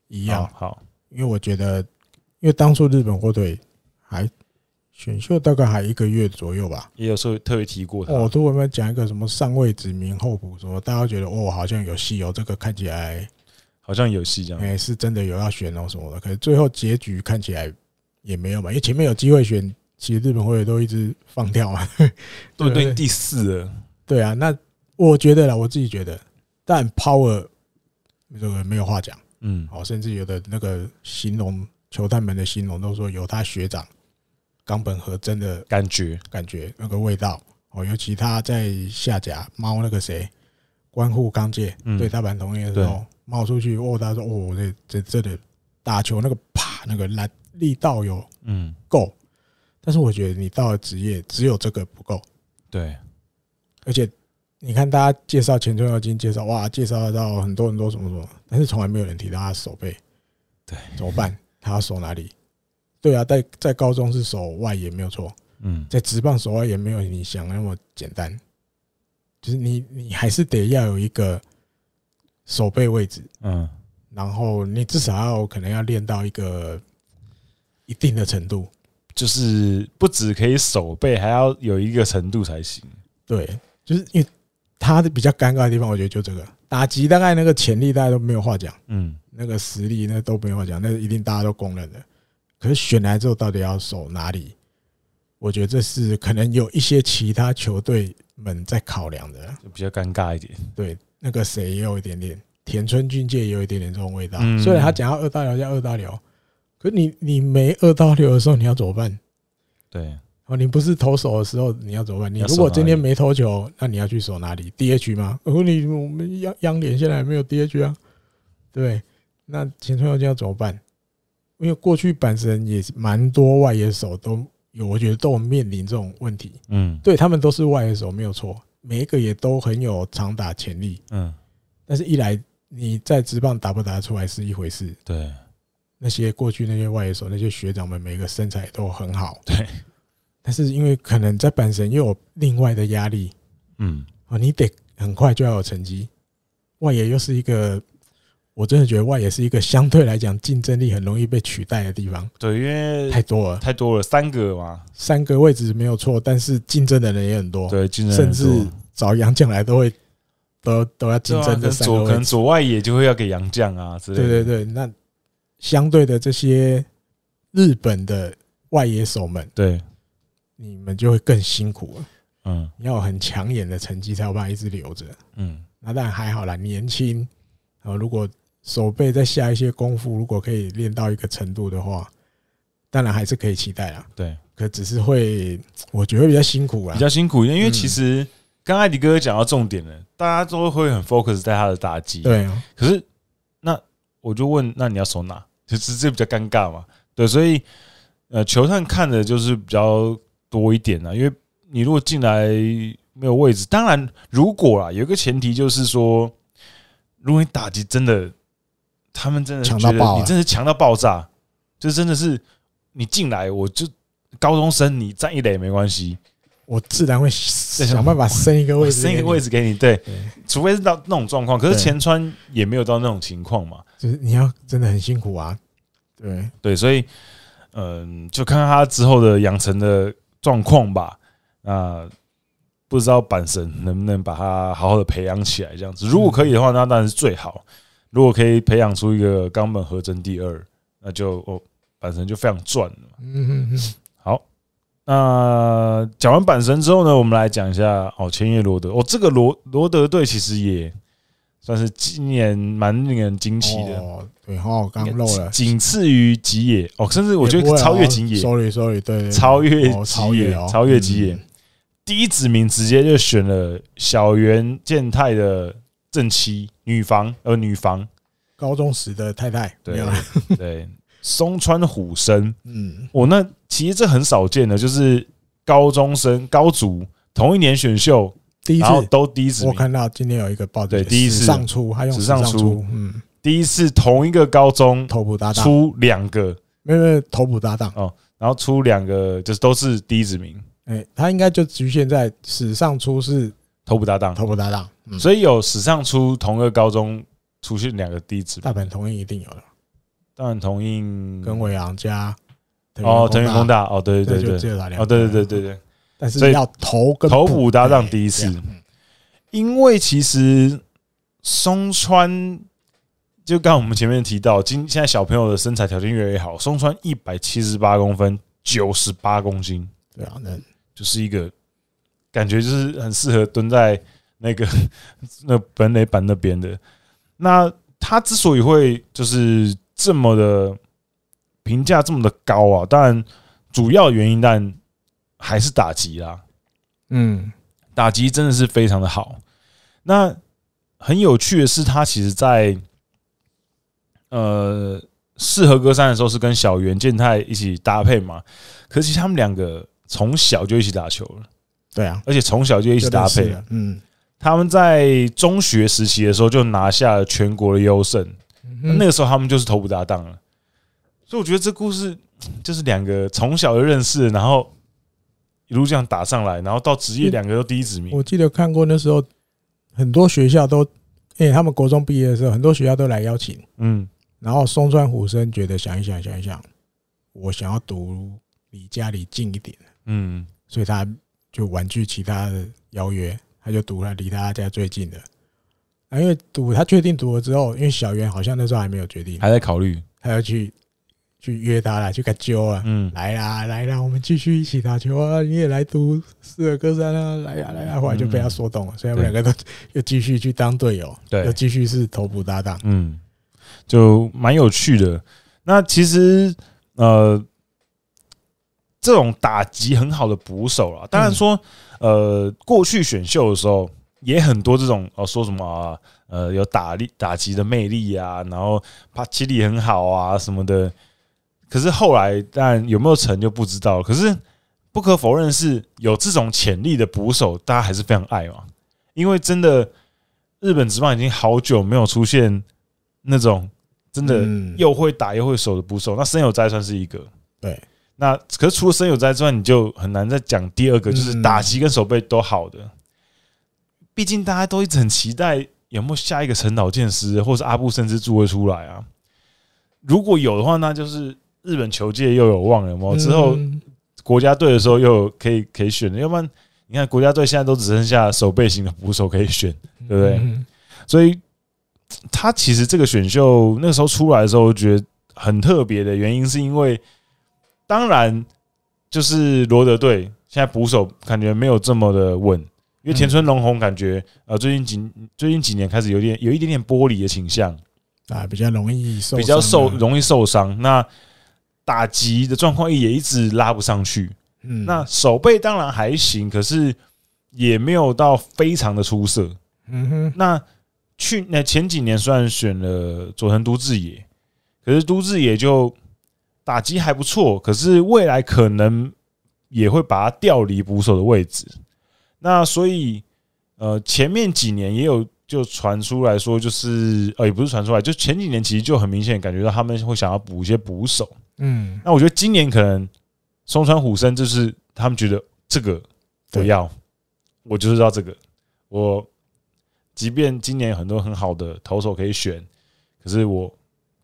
一一样，好，因为我觉得，因为当初日本火腿还选秀大概还一个月左右吧，哦也有时候特别提过他。我突然间讲一个什么上位指名候补什么，大家觉得哦好像有戏哦，这个看起来好像有戏这样。哎、是真的有要选哦什么的，可是最后结局看起来也没有嘛，因为前面有机会选，其实日本火腿都一直放掉嘛。 对对对，第四了，对啊，那我觉得啦，我自己觉得，但 Power 这个没有话讲，嗯，哦，甚至有的那个形容球探们的形容都说有他学长冈本和真的感觉感觉那个味道哦，尤其他在下甲猫那个谁关户刚介、嗯对大阪同业的时候冒出去，哦，他说哦，这这这里打球那个啪那个来力道有嗯，够，但是我觉得你到了职业只有这个不够，对，而且你看大家介绍前村耀金，介绍哇，介绍到很多很多什么什么，但是从来没有人提到他的手背，对，怎么办？他要守哪里？对啊，在在高中是守外也没有错，嗯，在职棒守外也没有你想的那么简单，就是你你还是得要有一个手背位置，嗯，然后你至少要可能要练到一个一定的程度，就是不止可以手背，还要有一个程度才行。对，就是因为他的比较尴尬的地方，我觉得就这个打击大概那个潜力大家都没有话讲。嗯，那个实力那都没话讲，那一定大家都公认的。可是选来之后到底要守哪里？我觉得这是可能有一些其他球队们在考量的。就比较尴尬一点。对，那个谁也有一点点，田村俊介也有一点点这种味道。嗯虽然他讲到二大流叫二大流，可你你没二大流的时候你要怎么办？对，哦，你不是投手的时候你要怎么办？你要守如果哪今天里没投球，那你要去守哪里？DH 吗？我说哦你我们央央联现在还没有 DH 啊，对，那前村右京要怎么办？因为过去阪神也是蛮多外野手都有，我觉得都有面临这种问题。嗯对他们都是外野手没有错，每一个也都很有长打潜力，嗯，但是一来你在职棒打不打得出来是一回事，对那些过去那些外野手那些学长们，每个身材都很好，对，但是因为可能在阪神又有另外的压力嗯，啊，你得很快就要有成绩。外野又是一个，我真的觉得外野是一个相对来讲竞争力很容易被取代的地方，对，因为太多了。太多了，三个嘛，三个位置没有错，但是竞争的人也很多，对，竞争哦甚很多至找洋将来都会都都要竞争对啊可能这三个左可位能置。左外野就会要给杨绛啊之类的。对对对，那相对的这些日本的外野手们，对，你们就会更辛苦了。嗯你要有很抢眼的成绩才有办法一直留着。嗯，那当然还好啦，年轻，呃，如果手背再下一些功夫，如果可以练到一个程度的话，当然还是可以期待啦。对，可只是会，我觉得比较辛苦啦比。较辛苦一点，因为嗯其实刚才迪哥讲到重点了，大家都会很 focus 在他的打击。，对啊，可是那我就问，那你要守哪？就是 这比较尴尬嘛。对，所以呃，球探看的就是比较多一点啊啦，因为你如果进来没有位置，当然如果啦，有一个前提就是说，如果你打击真的，他们真的强觉到得爆啊你真的强到爆炸，就真的是你进来我就高中生，你站一垒也没关系，我自然会想办法升一个我位置，升一个位置。置给你，对，对，除非是到那种状况，可是对前川也没有到那种情况嘛。就是你要真的很辛苦啊。对，对，所以嗯，就看看他之后的养成的状况吧。那不知道阪神能不能把他好好的培养起来，这样子。如果可以的话，那当然是最好。如果可以培养出一个冈本和真第二，那就哦，阪神就非常赚了。嗯哼哼，好，那讲完阪神之后呢，我们来讲一下哦，千叶罗德哦，这个罗罗德队其实也算是今年蛮令人惊奇的，哦，对，哦，刚漏了，仅次于吉野哦，甚至我觉得超越吉野，啊，sorry sorry，对，哦对对超越哦吉超野越哦，超越吉野嗯第一指名直接就选了小圆健太的正妻女房呃 女房高中时的太太，对没有啦 对松川虎生。嗯，我那其实这很少见的，就是高中生、高足同一年选秀，第一然后次都第一指我名，看到今天有一个报纸，对第一次史上出，他用史史上上出出，嗯，第一次同一个高中头部搭档，出两个，没有没有头部搭档，然后出两个就是都是第一指名，哎、哎，他应该就局限在史上初试头部搭档，头部搭档，嗯，所以有史上出同个高中出现两个低职，大阪桐荫一定有的，当然同印跟伟昂加嗯哦，藤原原工大，大哦，对对对，就对只对，有他两个，哦，对对对对对，但所是以要头跟头部搭档第一次哎这样嗯因为其实松川就刚刚我们前面提到，今现在小朋友的身材条件越来越好，松川一百七十八公分，九十八公斤，对啊，那就是一个感觉就是很适合蹲在那个 那本垒板那边的。那他之所以会就是这么的评价这么的高啊，当然主要原因当然还是打击啦。嗯，打击真的是非常的好。那很有趣的是，他其实在呃适合歌山的时候是跟小圆健太一起搭配嘛，可是其实他们两个从小就一起打球了，对啊，而且从小就一一起搭配了。了，嗯，他们在中学时期的时候就拿下了全国的优胜，嗯那个时候他们就是头部搭档了。所以我觉得这故事就是两个从小就认识，然后一路这样打上来，然后到职业两个都第一指名。嗯我记得看过那时候很多学校都，哎、他们国中毕业的时候，很多学校都来邀请，嗯，然后松川虎生觉得想一想想一想，我想要读离家里近一点，嗯所以他就婉拒其他的邀约，他就读了离他家最近的。啊，因为读他确定读了之后，因为小圆好像那时候还没有决定，还在考虑。他要去去约他啦，去跟他揪啊，嗯，来啦来啦，我们继续一起打球啊！你也来读四二哥三啊，来呀来嗯呀！后来就被他说动了，所以他们两个都 又继续去当队友，又对，继续是头部搭档。嗯，就蛮有趣的。那其实呃，这种打击很好的捕手啊，当然说、呃，过去选秀的时候也很多这种哦、说什么、啊、呃有打力打击的魅力啊，然后帕奇力很好啊什么的。可是后来，但有没有成就不知道了。可是不可否认是有这种潜力的捕手，大家还是非常爱嘛。因为真的，日本职棒已经好久没有出现那种真的嗯又会打又会守的捕手。那森友斋算是一个，对。那可是除了森友斋之外，你就很难再讲第二个，就是嗯打击跟守备都好的。毕竟大家都一直很期待有没有下一个陈岛健师或是阿布甚至助会出来啊。如果有的话，那就是日本球界又有望了哦嘛。之后嗯国家队的时候又有可以可以选的，要不然你看国家队现在都只剩下守备型的捕手可以选，对不对？嗯所以他其实这个选秀那时候出来的时候，我觉得很特别的原因是因为，当然就是罗德队现在捕手感觉没有这么的稳，因为田村龙宏感觉呃最近几最近几年开始有点有一点点玻璃的倾向，啊，比较容易受伤啊，比较受容易受伤，那打击的状况也一直拉不上去。嗯那手背当然还行，可是也没有到非常的出色。嗯哼，那去那前几年虽然选了佐藤都志也，可是都志也就打击还不错，可是未来可能也会把他调离捕手的位置。那所以呃，前面几年也有就传出来说，就是呃，也不是传出来，就前几年其实就很明显感觉到他们会想要补一些捕手。嗯，那我觉得今年可能松川虎生就是他们觉得这个我对要，我就是要这个。我即便今年有很多很好的投手可以选，可是我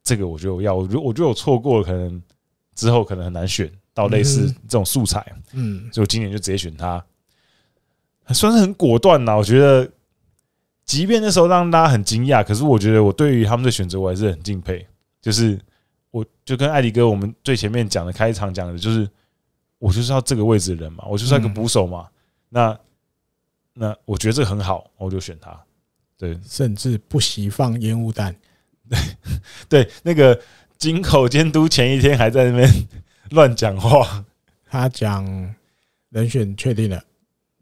这个我觉得我要，我如我觉得我错过了，可能之后可能很难选到类似嗯这种素材，嗯，所以我今年就直接选他，算是很果断啦。我觉得，即便那时候让大家很惊讶，可是我觉得我对于他们的选择我还是很敬佩。就是我就跟艾迪哥我们最前面讲的开场讲的，就是我就是要这个位置的人嘛，我就是要一个嗯捕手嘛。那那我觉得这个很好，我就选他。对甚至不惜放烟雾弹，对，那个井口监督前一天还在那边 乱讲话，他讲人选确定了，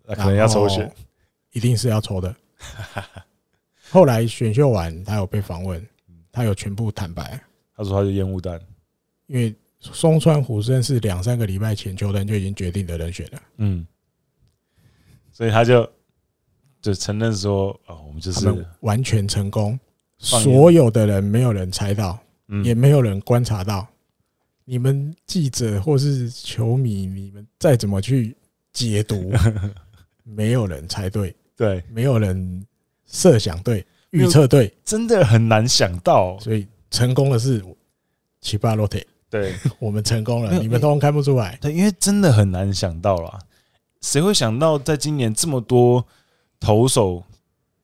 那啊可能要抽然选后。一定是要抽的。后来选秀完，他有被访问，他有全部坦白，他说他是烟雾弹，因为松川虎生是两三个礼拜前球团就已经决定的人选了，嗯，所以他就就承认说，哦，我们就他是们完全成功，放眼所有的人没有人猜到，也嗯，没有人观察到。你们记者或是球迷，你们再怎么去解 读，没有人猜对，对，没有人设想对、预测对，真的很难想到，所以成功的是奇巴洛特，对我们成功 没了，有你们通通看不出来。对，因为真的很难想到啦，谁会想到在今年这么多投手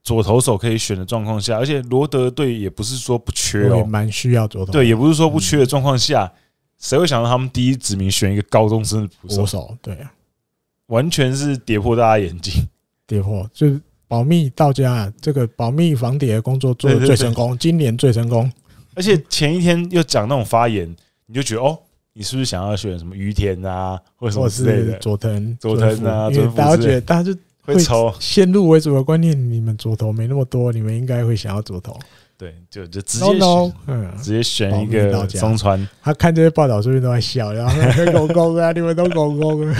左投手可以选的状况下，而且罗德队也不是说不缺我也哦，蛮需要左投对，也不是说不缺的状况下，谁会想到他们第一指名选一个高中生的捕国手，手，对啊，完全是跌破大家眼镜。跌破就是保密到家，这个保密防谍的工作做的对对最对成功，今年最成功。而且前一天又讲那种发言，你就觉得哦，你是不是想要选什么于田啊，或者什或么者之类是的，佐藤佐藤啊佐藤因为佐藤大家之觉类的得大家就会抽。先入为主的观念，你们左投没那么多，你们应该会想要左投。对，就就直接 No 选 no，嗯，直接选一保密到个家中川，他看这些报道，是不是都在笑？然后狗狗啊，你们都狗狗了。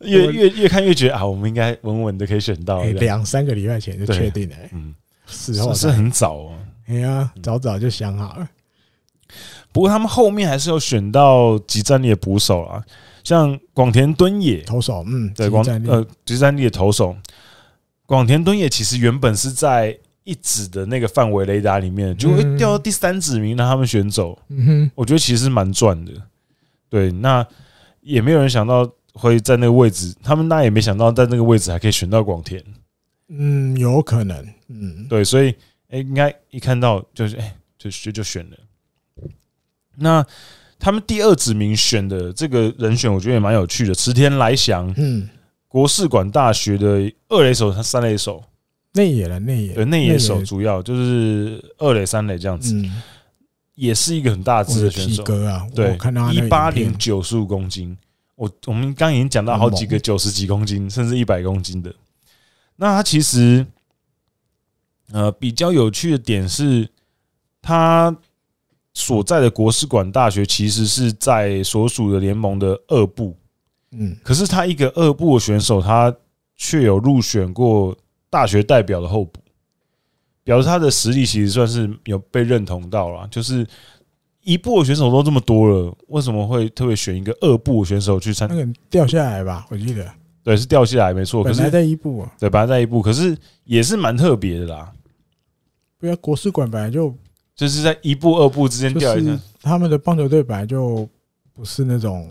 越我越越看越觉得啊，我们应该稳稳的可以选到哎这样。两三个礼拜前就对确定了，哎嗯，事后是是嗯才很早哦。哎呀，早早就想好了。不过他们后面还是有选到集战力的捕手啊，像广田敦也，投手，嗯，对集广战力呃集战力的投手，广田敦也其实原本是在一指的那个范围雷达里面，就会嗯掉到第三指名让他们选走。嗯哼，我觉得其实蛮赚的。对，那也没有人想到会在那个位置，他们那也没想到在那个位置还可以选到广田。嗯，有可能，嗯，对，所以哎、诶应该一看到就是哎、就就就选了。那他们第二指名选的这个人选，我觉得也蛮有趣的，池田来翔，嗯，国士管大学的二垒手，他三垒手，内野了，内野，对内野手，主要就是二垒、三垒这样子，嗯，也是一个很大我只的的选体手。格啊，对我看到他那一个八影零片九十五公斤。我我们刚刚已经讲到好几个九十几公斤，甚至一百公斤的。那他其实，呃，比较有趣的点是，他所在的国士馆大学其实是在所属的联盟的二部，嗯，可是他一个二部的选手，他却有入选过大学代表的候补，表示他的实力其实算是有被认同到了。就是一部的选手都这么多了，为什么会特别选一个二部的选手去参那？个掉下来吧，我记得对，是掉下来没错，可本是来在一部啊，对，本来在一部，可是也是蛮特别的啦，不要国士馆本来就就是在一部二部之间掉就一下是。他们的棒球队本来就不是那种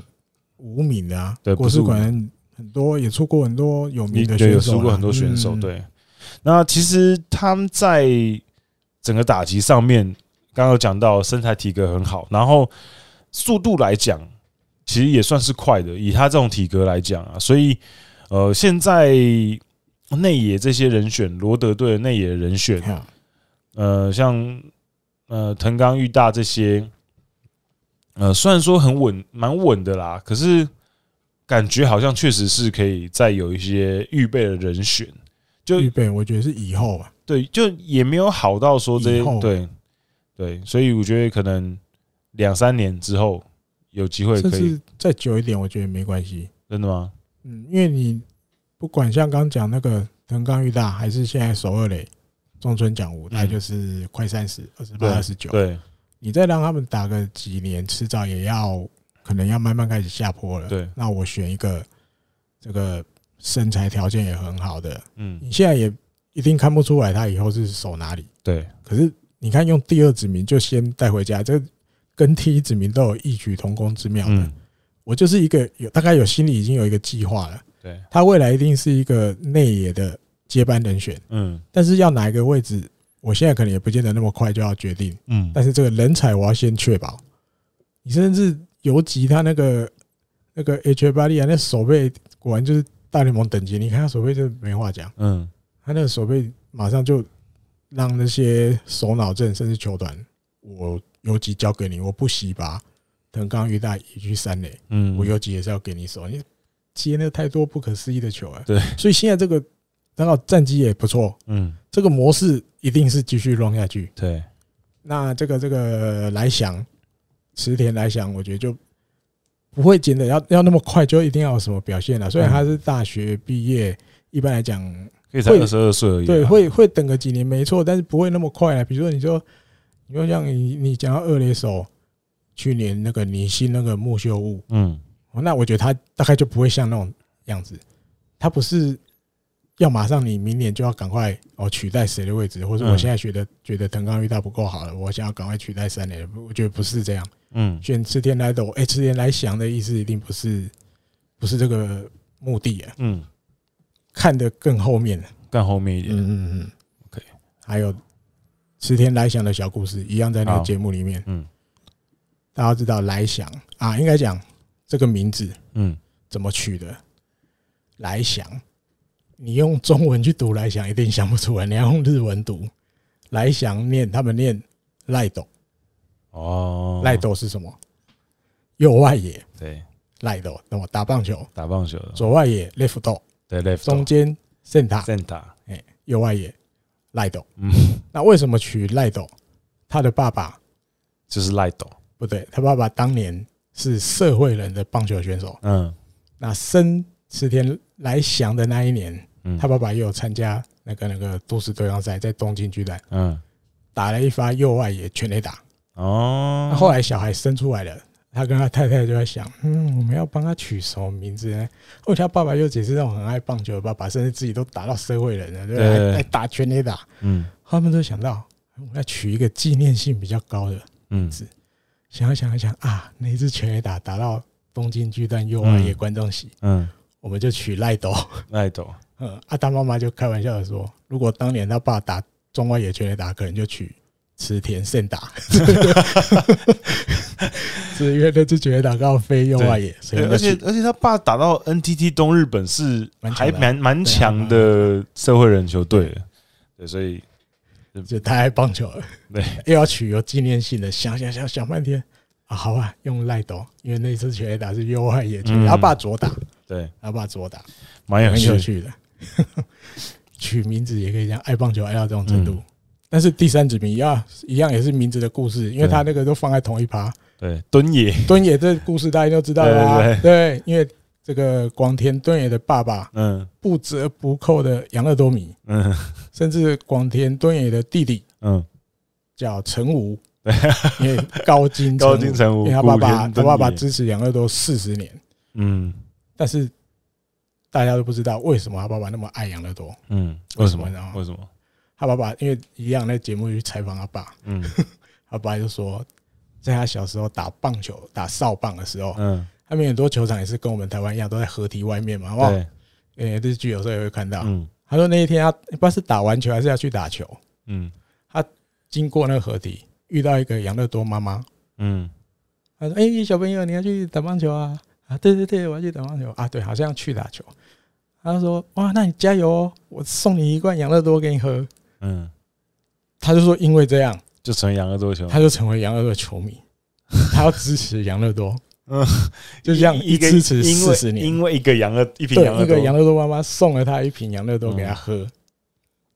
无名的啊，对国不是士无名馆很多也出过很多有名你的对选有手啊，输过很多选手，嗯，对。那其实他们在整个打击上面，刚刚有讲到身材体格很好，然后速度来讲，其实也算是快的。以他这种体格来讲啊，所以呃，现在内野这些人选，罗德队的内野人选，啊呃，像呃藤冈裕大这些，呃，虽然说很稳，蛮稳的啦，可是感觉好像确实是可以再有一些预备的人选，就预备我觉得是以后啊，对，就也没有好到说这以后些，对对，所以我觉得可能两三年之后有机会甚可以，至再久一点，我觉得没关系，真的吗？嗯，因为你不管像刚讲那个藤冈裕大，还是现在首二垒中村奖吾，那就是快三十、二十八、嗯对二十九，对你再让他们打个几年，迟早也要可能要慢慢开始下坡了。对，那我选一个这个身材条件也很好的，嗯，你现在也一定看不出来他以后是守哪里。对，可是你看，用第二指名就先带回家，这跟第一指名都有异曲同工之妙的嗯。，我就是一个有大概有心里已经有一个计划了，对，他未来一定是一个内野的接班人选，嗯但是要哪一个位置，我现在可能也不见得那么快就要决定。嗯，但是这个人才我要先确保。你甚至尤其他那个那个 H 巴利亚那手背，果然就是大联盟等级。你看他手背就没话讲，嗯，他那个手背马上就让那些首脑阵甚至球团，我游击交给你，我不惜把藤冈裕大移去三垒，嗯，我游击也是要给你手，你接那太多不可思议的球啊。对，所以现在这个刚好战绩也不错，嗯，这个模式一定是继续 run 下去。对，那这个这个来想，池田来想，我觉得就不会真的要要那么快就一定要有什么表现了。虽然他是大学毕业，一般来讲，可以才会二十二岁而已啊，对，会会等个几年没错，但是不会那么快啊。比如说，你说，你说像你你讲到二垒手，去年那个尼西那个木秀悟，嗯，哦那我觉得他大概就不会像那种样子。他不是要马上你明年就要赶快哦取代谁的位置，或者我嗯现在觉得觉得藤冈裕大不够好了，我想要赶快取代三垒，我觉得不是这样。嗯选池田来斗，哎、池田来翔的意思一定不是不是这个目的啊，嗯，看得更后面了。干后面一点，嗯嗯嗯 OK 还有池田来翔的小故事，一样在那好个节目里面，嗯大家知道来翔啊，应该讲这个名字嗯，怎么取的？来翔，你用中文去读来翔一定想不出来，你要用日文读来翔念，他们念赖斗，哦，赖斗是什么？右外野对，赖斗，那么打棒球打棒球的，左外野哦 left 斗，对 left 中间 center center，右外野赖斗。嗯，那为什么取赖斗？他的爸爸就是赖斗，不对，他爸爸当年是社会人的棒球选手。嗯那生池田来翔的那一年，嗯，他爸爸也有参加那个那个都市对抗赛，在东京巨蛋嗯打了一发右外野全垒打。哦那，后来小孩生出来了，他跟他太太就在想，嗯，我们要帮他取什么名字呢？后来他爸爸又解释嗯那种很爱棒球的爸爸，甚至自己都打到社会人了，对不对对？还还打全垒打，嗯他们都想到我们要取一个纪念性比较高的。嗯是想一想一想啊，那一支全垒打打到东京巨蛋右外野嗯观众席，嗯，我们就取赖斗。赖斗，嗯，阿达妈妈就开玩笑的说，如果当年他爸打中外野全垒打，可能就取池田胜打， 是因为那支全垒打刚好飞右外野，所以对，我们就而且取而且他爸打到 NTT 东日本是蛮强还的啊蛮蛮强的社会人球队的，对，所以就太爱棒球了，对，又要取有纪念性的，想想想想半天啊，好吧，用赖斗，因为那支全垒打是右外野全垒打，嗯他爸左打，对，他爸左打，蛮有很趣有的，趣的。 取名字也可以这样，爱棒球爱到这种程度。嗯但是第三指名要一样也是名字的故事，因为对他那个都放在同一趴。对，敦野，敦野这故事大家都知道啦、对对对，因为这个广田敦也的爸爸嗯不折不扣的养乐多米，嗯甚至广田敦也的弟弟嗯，叫陈 武，因为高金高金城因武为他爸古爸田他敦爸爸也支持养乐多四十年，嗯但是大家都不知道为什么他爸爸那么爱养乐多。嗯，为为什什么么呢？为什么？他爸爸因为一样在节目去采访他爸，嗯他爸就说，在他小时候打棒球、打扫棒的时候，嗯，他们很多球场也是跟我们台湾一样，都在河堤外面嘛，哇，对，呃，日剧有时候也会看到。嗯他说那一天他不知道是打完球还是要去打球，嗯经过那个河堤，遇到一个养乐多妈妈，嗯他说：“哎、小朋友，你要去打棒球啊？啊，对对对，我要去打棒球啊，对，好像去打球。”他说：“哇，那你加油哦，我送你一罐养乐多给你喝。嗯，”他就说：“因为这样，就成养个多球，他就成为杨乐多的球 迷，他要支持杨乐多，嗯，就这样一个支持因为四十年。因为一个养乐一瓶对养，乐那个杨多，嗯乐多妈妈送了他一瓶杨乐多给他喝，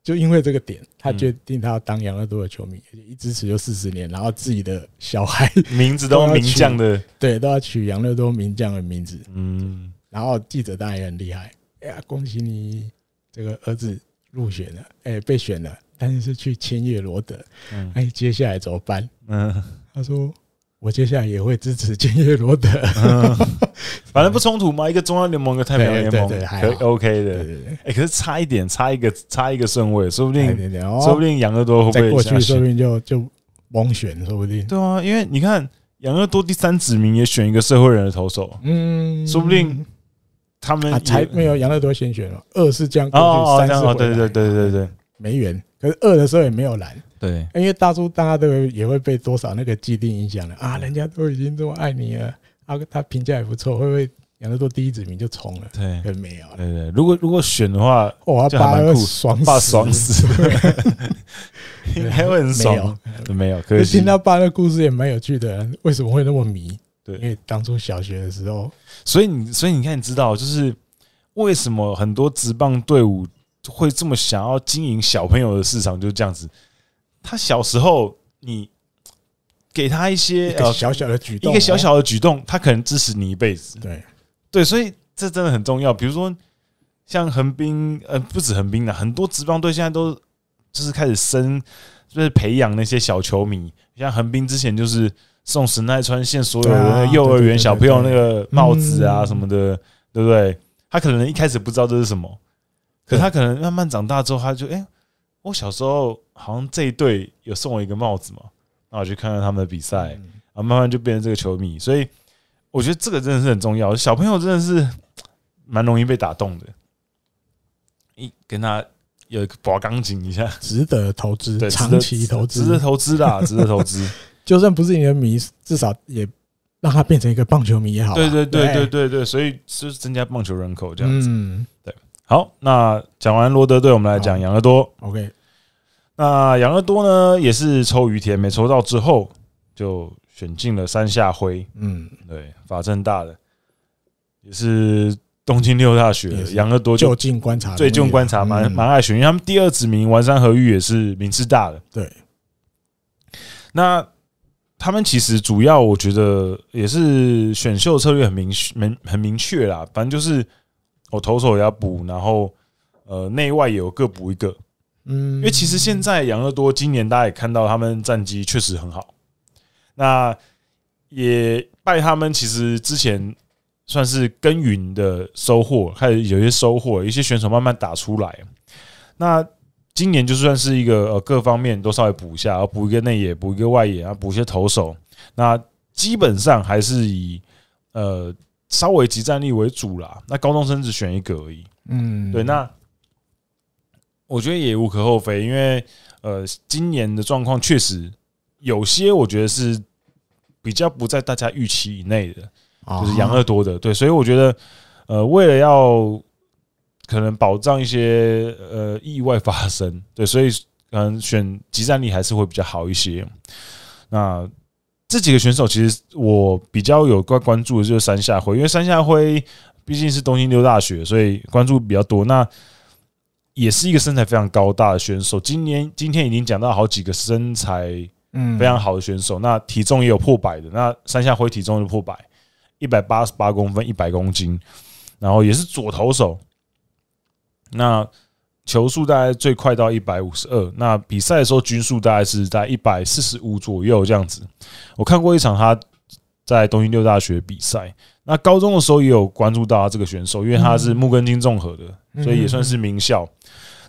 就因为这个点，他决定他要当杨乐多的球迷，一支持就四十年，然后自己的小孩名字都都要名取将的，对都要取杨乐多名将的名字。嗯，然后记者当然也很厉害，哎呀，恭喜你这个儿子入选了，哎，被选了，但是是去签约罗德，嗯哎，接下来怎么办？嗯，他说。我接下来也会支持签约罗德，嗯反正不冲突嘛，一个中央联盟，一个太平洋联盟，对对对还好可以 OK 的对。对对，哎，可是差一点，差一个差一个顺位，说不定对对，说说不定养乐多会不再会过下去，说哦去不？定就就蒙选，说不定。对啊，因为你看养乐多第三指名也选一个社会人的投手，嗯，说不定他们啊，也才没有杨乐多先选了，二是这样过哦去，哦三这样是哦，回对对来对对对没缘。可是二的时候也没有拦，对因为大叔大家都也会被多少那个既定影响了啊，人家都已经这么爱你了，啊，他评价也不错，会不会杨乐多第一指名就冲了？对对可没有了，对对，如果如果选的话，哇，这他还蛮爸酷要爽爸死 爽死对应该会很没爽有。。没有，可就惜听。到爸的故事也蛮有趣的，啊为什么会那么迷？对因为当初小学的时候，所以你，所以你看，你知道，就是为什么很多职棒队伍会这么想要经营小朋友的市场，就是这样子。他小时候，你给他一些一呃个小小的举动，哎哦一个小小的举动，他可能支持你一辈子。对，对，所以这真的很重要。比如说，像横滨，呃，不止横滨啦，很多职棒队现在都就是开始生，就是培养那些小球迷。像横滨之前就是送神奈川县所有的那个啊幼儿对对园对小对朋友那对个帽子啊嗯什么的，对不对？他可能一开始不知道这是什么，可对他可能慢慢长大之后，他就哎、诶我小时候好像这一队有送我一个帽子嘛，那我去看看他们的比赛，嗯啊，慢慢就变成这个球迷。所以我觉得这个真的是很重要，小朋友真的是蛮容易被打动的。一跟他有一个拔钢琴一下，值得投资，对，值长得期投值得资，投资啦，值得投资。就算不是你的迷，至少也让他变成一个棒球迷 也好啊。对对对对对，对对，所以就是增加棒球人口这样子。嗯好，那讲完罗德队，我们来讲好养乐多。 ，OK，那养乐多呢，也是抽于田没抽到之后，就选进了山下辉，嗯，对，法政大的，也是东京六大学也是养乐多就就近观察能力啊，最近观察蛮嗯蛮爱选，因为他们第二指名丸山和玉也是明治大的。对，那他们其实主要我觉得也是选秀策略很明明很明确啦，反正就是我投手也要补，然后呃内外也有各补一个，嗯，因为其实现在养乐多今年大家也看到他们战绩确实很好，那也拜他们其实之前算是耕耘的收获，开始有一些收获，一些选手慢慢打出来。那今年就算是一个呃各方面都稍微补一下，然后补一个内野，补一个外野，然后补一些投手。那基本上还是以呃稍微集战力为主啦。那高中生只选一个而已。嗯，对，那我觉得也无可厚非，因为呃，今年的状况确实有些我觉得是比较不在大家预期以内的，啊就是养乐多的，对，所以我觉得呃，为了要可能保障一些呃意外发生，对，所以可能选集战力还是会比较好一些。那这几个选手，其实我比较有关关注的就是山下辉，因为山下辉毕竟是东京六大学，所以关注比较多。那也是一个身材非常高大的选手，今年今天已经讲到好几个身材嗯非常好的选手，那体重也有破百的，那山下辉体重就破百，一百八十八公分，一百公斤，然后也是左投手，那球速大概最快到一百五十二，那比赛的时候均速大概是在一百四十五左右这样子。我看过一场他在东京六大学比赛，那高中的时候也有关注到他这个选手，因为他是木根筋综合的，所以也算是名校。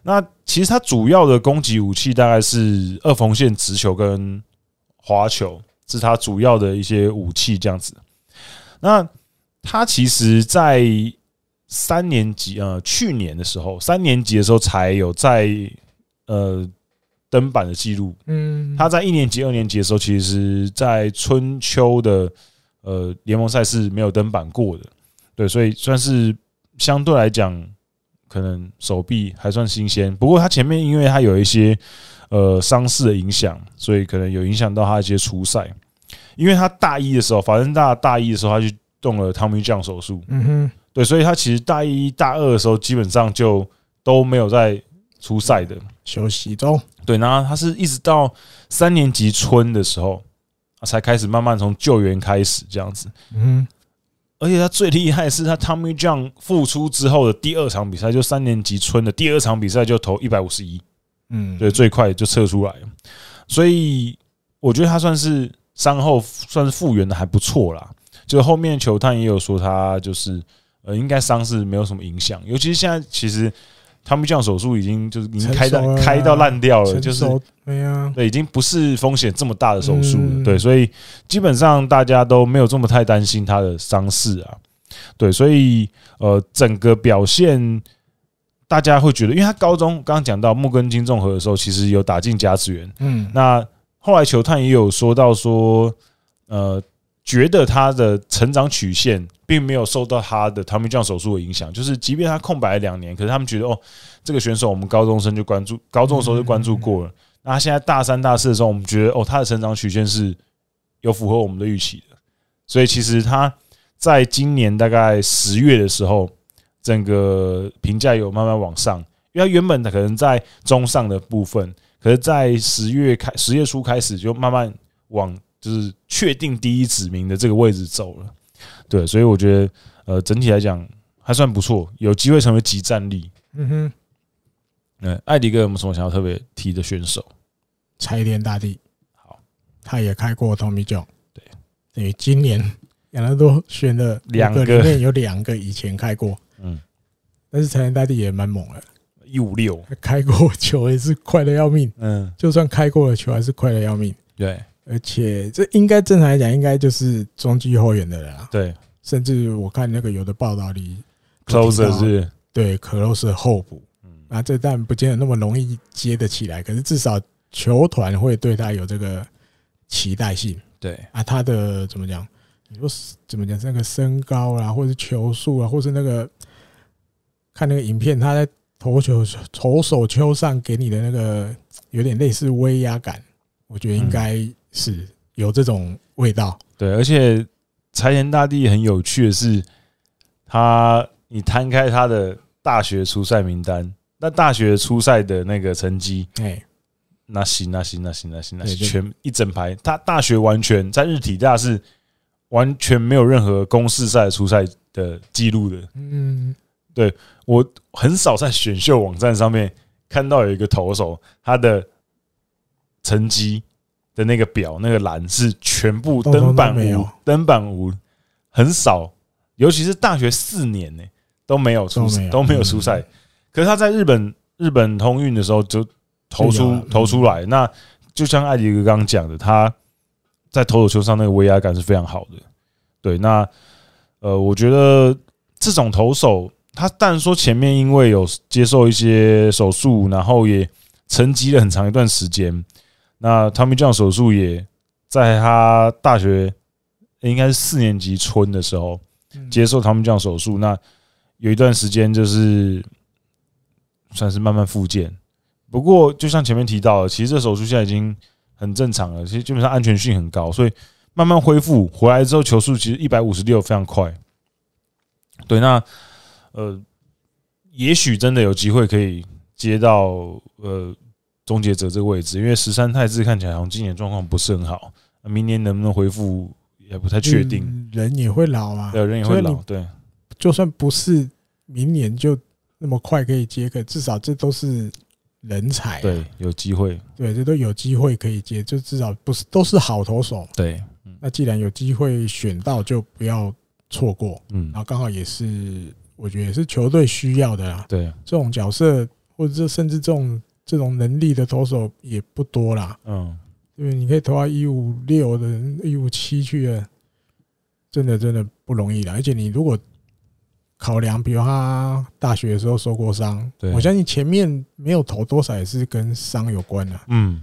那其实他主要的攻击武器大概是二缝线直球跟滑球，是他主要的一些武器这样子。那他其实，在三年级呃去年的时候，三年级的时候才有在呃登板的记录。嗯，他在一年级、二年级的时候，其实在春秋的呃联盟赛是没有登板过的，对，所以算是相对来讲，可能手臂还算新鲜。不过他前面因为他有一些呃伤势的影响，所以可能有影响到他一些出赛。因为他大一的时候，法政大大一的时候，他就动了汤米酱手术，嗯哼，对，所以他其实大一、大二的时候基本上就都没有在出赛的。休息中，对，然后他是一直到三年级春的时候啊才开始慢慢从救援开始这样子。嗯而且他最厉害的是他 Tommy John 复出之后的第二场比赛，就三年级春的第二场比赛就投一百五十一，嗯，对，最快就测出来了。所以我觉得他算是伤后算是复原的还不错啦。就后面球探也有说他就是呃，应该伤势没有什么影响，尤其是现在其实 Tommy John 手术已经就是已经开成熟到了啊开到烂掉了，成就是熟，对呀，对，已经不是风险这么大的手术了，嗯对，所以基本上大家都没有这么太担心他的伤势啊，对，所以呃，整个表现大家会觉得，因为他高中刚刚讲到木根金综合的时候，其实有打进甲子园，嗯，那后来球探也有说到说，呃，觉得他的成长曲线并没有受到他的 Tommy John 手术的影响，就是即便他空白了两年，可是他们觉得哦，这个选手我们高中生就关注，高中的时候就关注过了，那他现在大三大四的时候，我们觉得哦，他的成长曲线是有符合我们的预期的，所以其实他在今年大概十月的时候，整个评价有慢慢往上。因为他原本可能在中上的部分，可是，在十月开十月初开始就慢慢往就是确定第一指名的这个位置走了。对，所以我觉得呃整体来讲还算不错，有机会成为集战力。嗯哼，嗯，艾迪哥有没有什么想要特别提的选手？柴田大地，好，他也开过 Tommy John，对，等于今年养乐多选了两五个个，里面有两个以前开过，嗯，但是财神大帝也蛮猛的，一五六，他开过球也是快的要命，嗯，就算开过了球还是快的要命。对而且这应该正常来讲，应该就是中继后援的人啊。对甚至我看那个有的报道里，closer 是，对克罗斯候补，嗯，那这但不见得那么容易接得起来，可是至少球团会对他有这个期待性对啊。他的怎么讲？你说是怎么讲？那个身高啦，或者是球速啊，或是那个看那个影片，他在投球投手球上给你的那个有点类似威压感，我觉得应该是有这种味道。对，而且财神大帝很有趣的是，他你摊开他的大学初赛名单，那大学初赛的那个成绩，哎，那行那行那行那行那对行，对全一整排，他大学完全在日体大是完全没有任何公式赛初赛的记录的，嗯，我很少在选秀网站上面看到有一个投手，他的成绩的那个表那个栏是全部通通登都板没有无，登板无，很少，尤其是大学四年呢、都没有出都没有嗯都没有出赛。可是他在日本日本通运的时候就就投有出了嗯投出来，那就像艾迪哥刚刚讲的，他在投手球上那个威压感是非常好的。对，那呃，我觉得这种投手，他但说前面因为有接受一些手术，然后也沉寂了很长一段时间。那 Tommy John 手术也在他大学应该是四年级春的时候接受 Tommy John 手术，那有一段时间就是算是慢慢复健。不过就像前面提到的，其实这手术现在已经很正常了，其实基本上安全性很高，所以慢慢恢复回来之后，球速其实一百五十六非常快。对，那呃，也许真的有机会可以接到呃终结者这个位置，因为十三太子看起来好像今年状况不是很好，明年能不能恢复也不太确定。嗯人也会老啊，对，人也所会以你老，对就算不是明年就那么快可以接，可至少这都是人才、啊，对，有机会，对，这都有机会可以接，就至少不是都是好投手。对，那既然有机会选到，就不要错过。嗯然，后刚好也是，我觉得也是球队需要的啦。对，这种角色，或者是甚至这种这种能力的投手也不多啦。嗯，因为你可以投到一五六的、一五七去的，真的真的不容易的。而且你如果考量，比如他大学的时候受过伤，对我相信前面没有投多少也是跟伤有关的、嗯，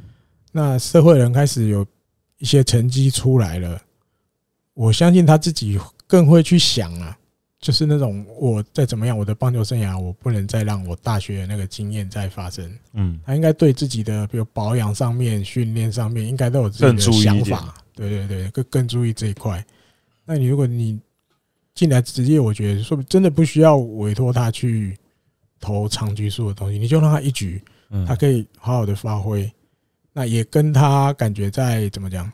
那社会人开始有一些成绩出来了，我相信他自己更会去想啊，就是那种我再怎么样，我的棒球生涯我不能再让我大学的那个经验再发生。嗯，他应该对自己的比如保养上面、训练上面，应该都有自己更注的意一想点法。对对对，更更注意这一块。那你如果你进来职业，我觉得说不定真的不需要委托他去投长局数的东西，你就让他一局，嗯，他可以好好的发挥。那也跟他感觉在怎么讲，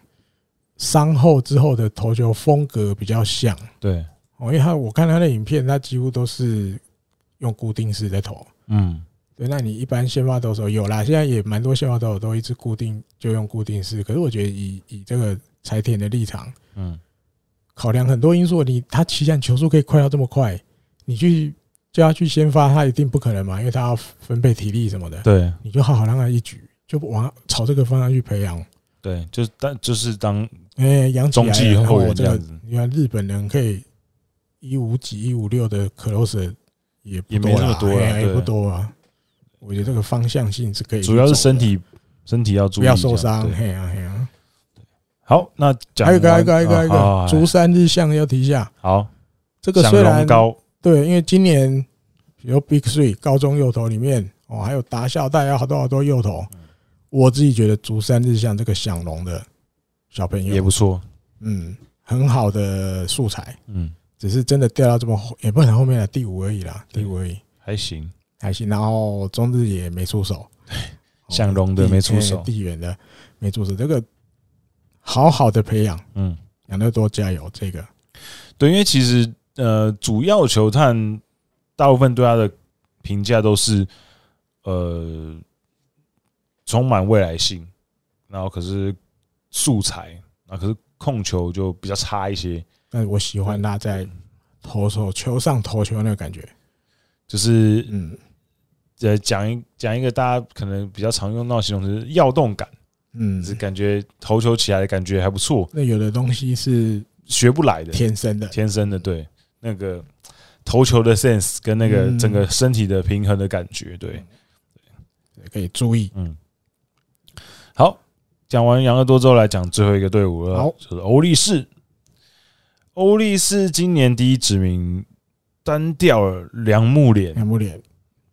伤后之后的投球风格比较像对，哦，因为他我看他的影片，他几乎都是用固定式在投。嗯，对，那你一般先发投手有啦，现在也蛮多先发投手都一直固定就用固定式。可是我觉得以以这个柴田的立场，嗯，考量很多因素，你他期限球速可以快到这么快，你去叫他去先发，他一定不可能嘛，因为他要分配体力什么的。对，你就好好让他一局，就往朝这个方向去培养。 对，就是当就是当，哎、养起来中继然后后援这这个样子，你看日本人可以一五几、一五六的 close 也不也没多那么啦多啦哎也对不多啊。我觉得这个方向性是可以去走主的，要是身体身体要注意，不要受伤。对 嘿啊嘿啊！好，那讲还有一个，还有完一个，还有一个，还有一啊好个竹山日向要提一下。好，这个想虽龙然高，对，因为今年有 Big Three 高中右投里面哦，还有达孝带，还有好多好多右投。嗯我自己觉得竹山日向这个享龙的小朋也友，不错，嗯，很好的素材，嗯，是只是真的掉到这么后，也不很后面了，第五而已啦，对第五而已还行，还行。然后中日也没出 手，哦向荣的地没出哎手地缘的没出手，这个好好的培养。嗯，养乐多加油！这个对，因为其实呃，主要球探大部分对他的评价都是呃充满未来性，然后可是素材，啊，可是控球就比较差一些。但是我喜欢他在投手球上投球那个感觉，就是嗯呃讲一讲一个大家可能比较常用到的形容词，要动感，嗯是，感觉投球起来的感觉还不错，那有的东西是学不来的，天生的，天生的对那个投球的 sense 跟那个嗯整个身体的平衡的感觉，对，可以注意。嗯。好，讲完养乐多之后，来讲最后一个队伍了，好就是欧力士。欧力士今年第一指名单调了梁木脸，两木脸，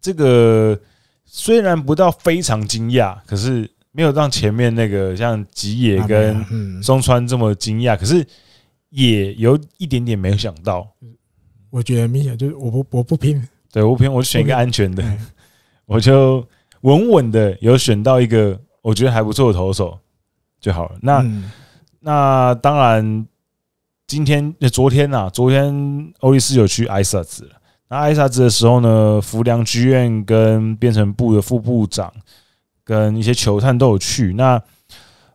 这个虽然不到非常惊讶，可是没有让前面那个像吉野阿美跟啊嗯，松川这么惊讶，可是也有一点点没有想到。我觉得明显就是我不我不拼，对我偏我选一个我安全的，哎 我就稳稳的有选到一个我觉得还不错的投手就好了。那、嗯那当然，今天呃昨天啊，昨天欧力士有去挨萨兹了。那挨萨兹的时候呢，福良剧院跟编程部的副部长跟一些球探都有去。那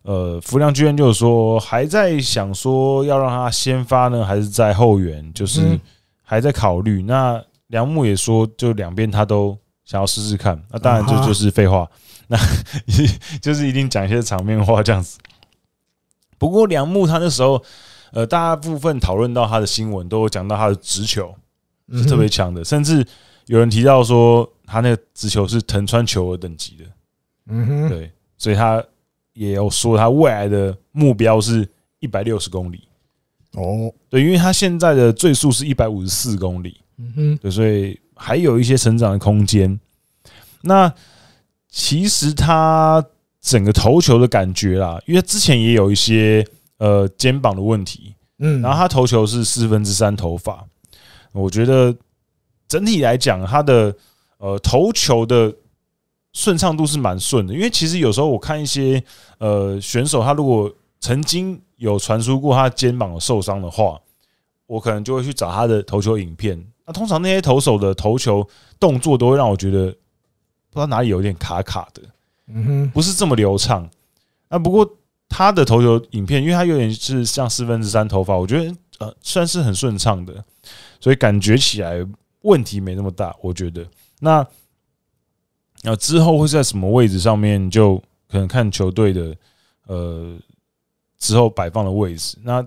呃，福良剧院就是说还在想说要让他先发呢，还是在后援，就是嗯还在考虑。那梁木也说，就两边他都想要试试看。那当然啊这哈就是废话， 那就是一定讲一些场面话这样子。不过梁木他那时候，呃，大部分讨论到他的新闻都有讲到他的直球是嗯特别强的，甚至有人提到说他那个直球是藤川球儿等级的，嗯哼，对，所以他也有说他未来的目标是一百六十公里，哦，对，因为他现在的最速是一百五十四公里，嗯哼，对，所以还有一些成长的空间。那其实他整个投球的感觉啦，因为之前也有一些呃肩膀的问题，嗯，然后他投球是四分之三投法，我觉得整体来讲，他的呃投球的顺畅度是蛮顺的，因为其实有时候我看一些呃选手，他如果曾经有传出过他肩膀有受伤的话，我可能就会去找他的投球影片。那通常那些投手的投球动作都会让我觉得不知道哪里有点卡卡的，嗯哼，不是这么流畅。那不过他的投球影片，因为他有点是像四分之三投法，我觉得呃算是很顺畅的，所以感觉起来问题没那么大，我觉得。那呃之后会在什么位置上面，就可能看球队的呃之后摆放的位置。那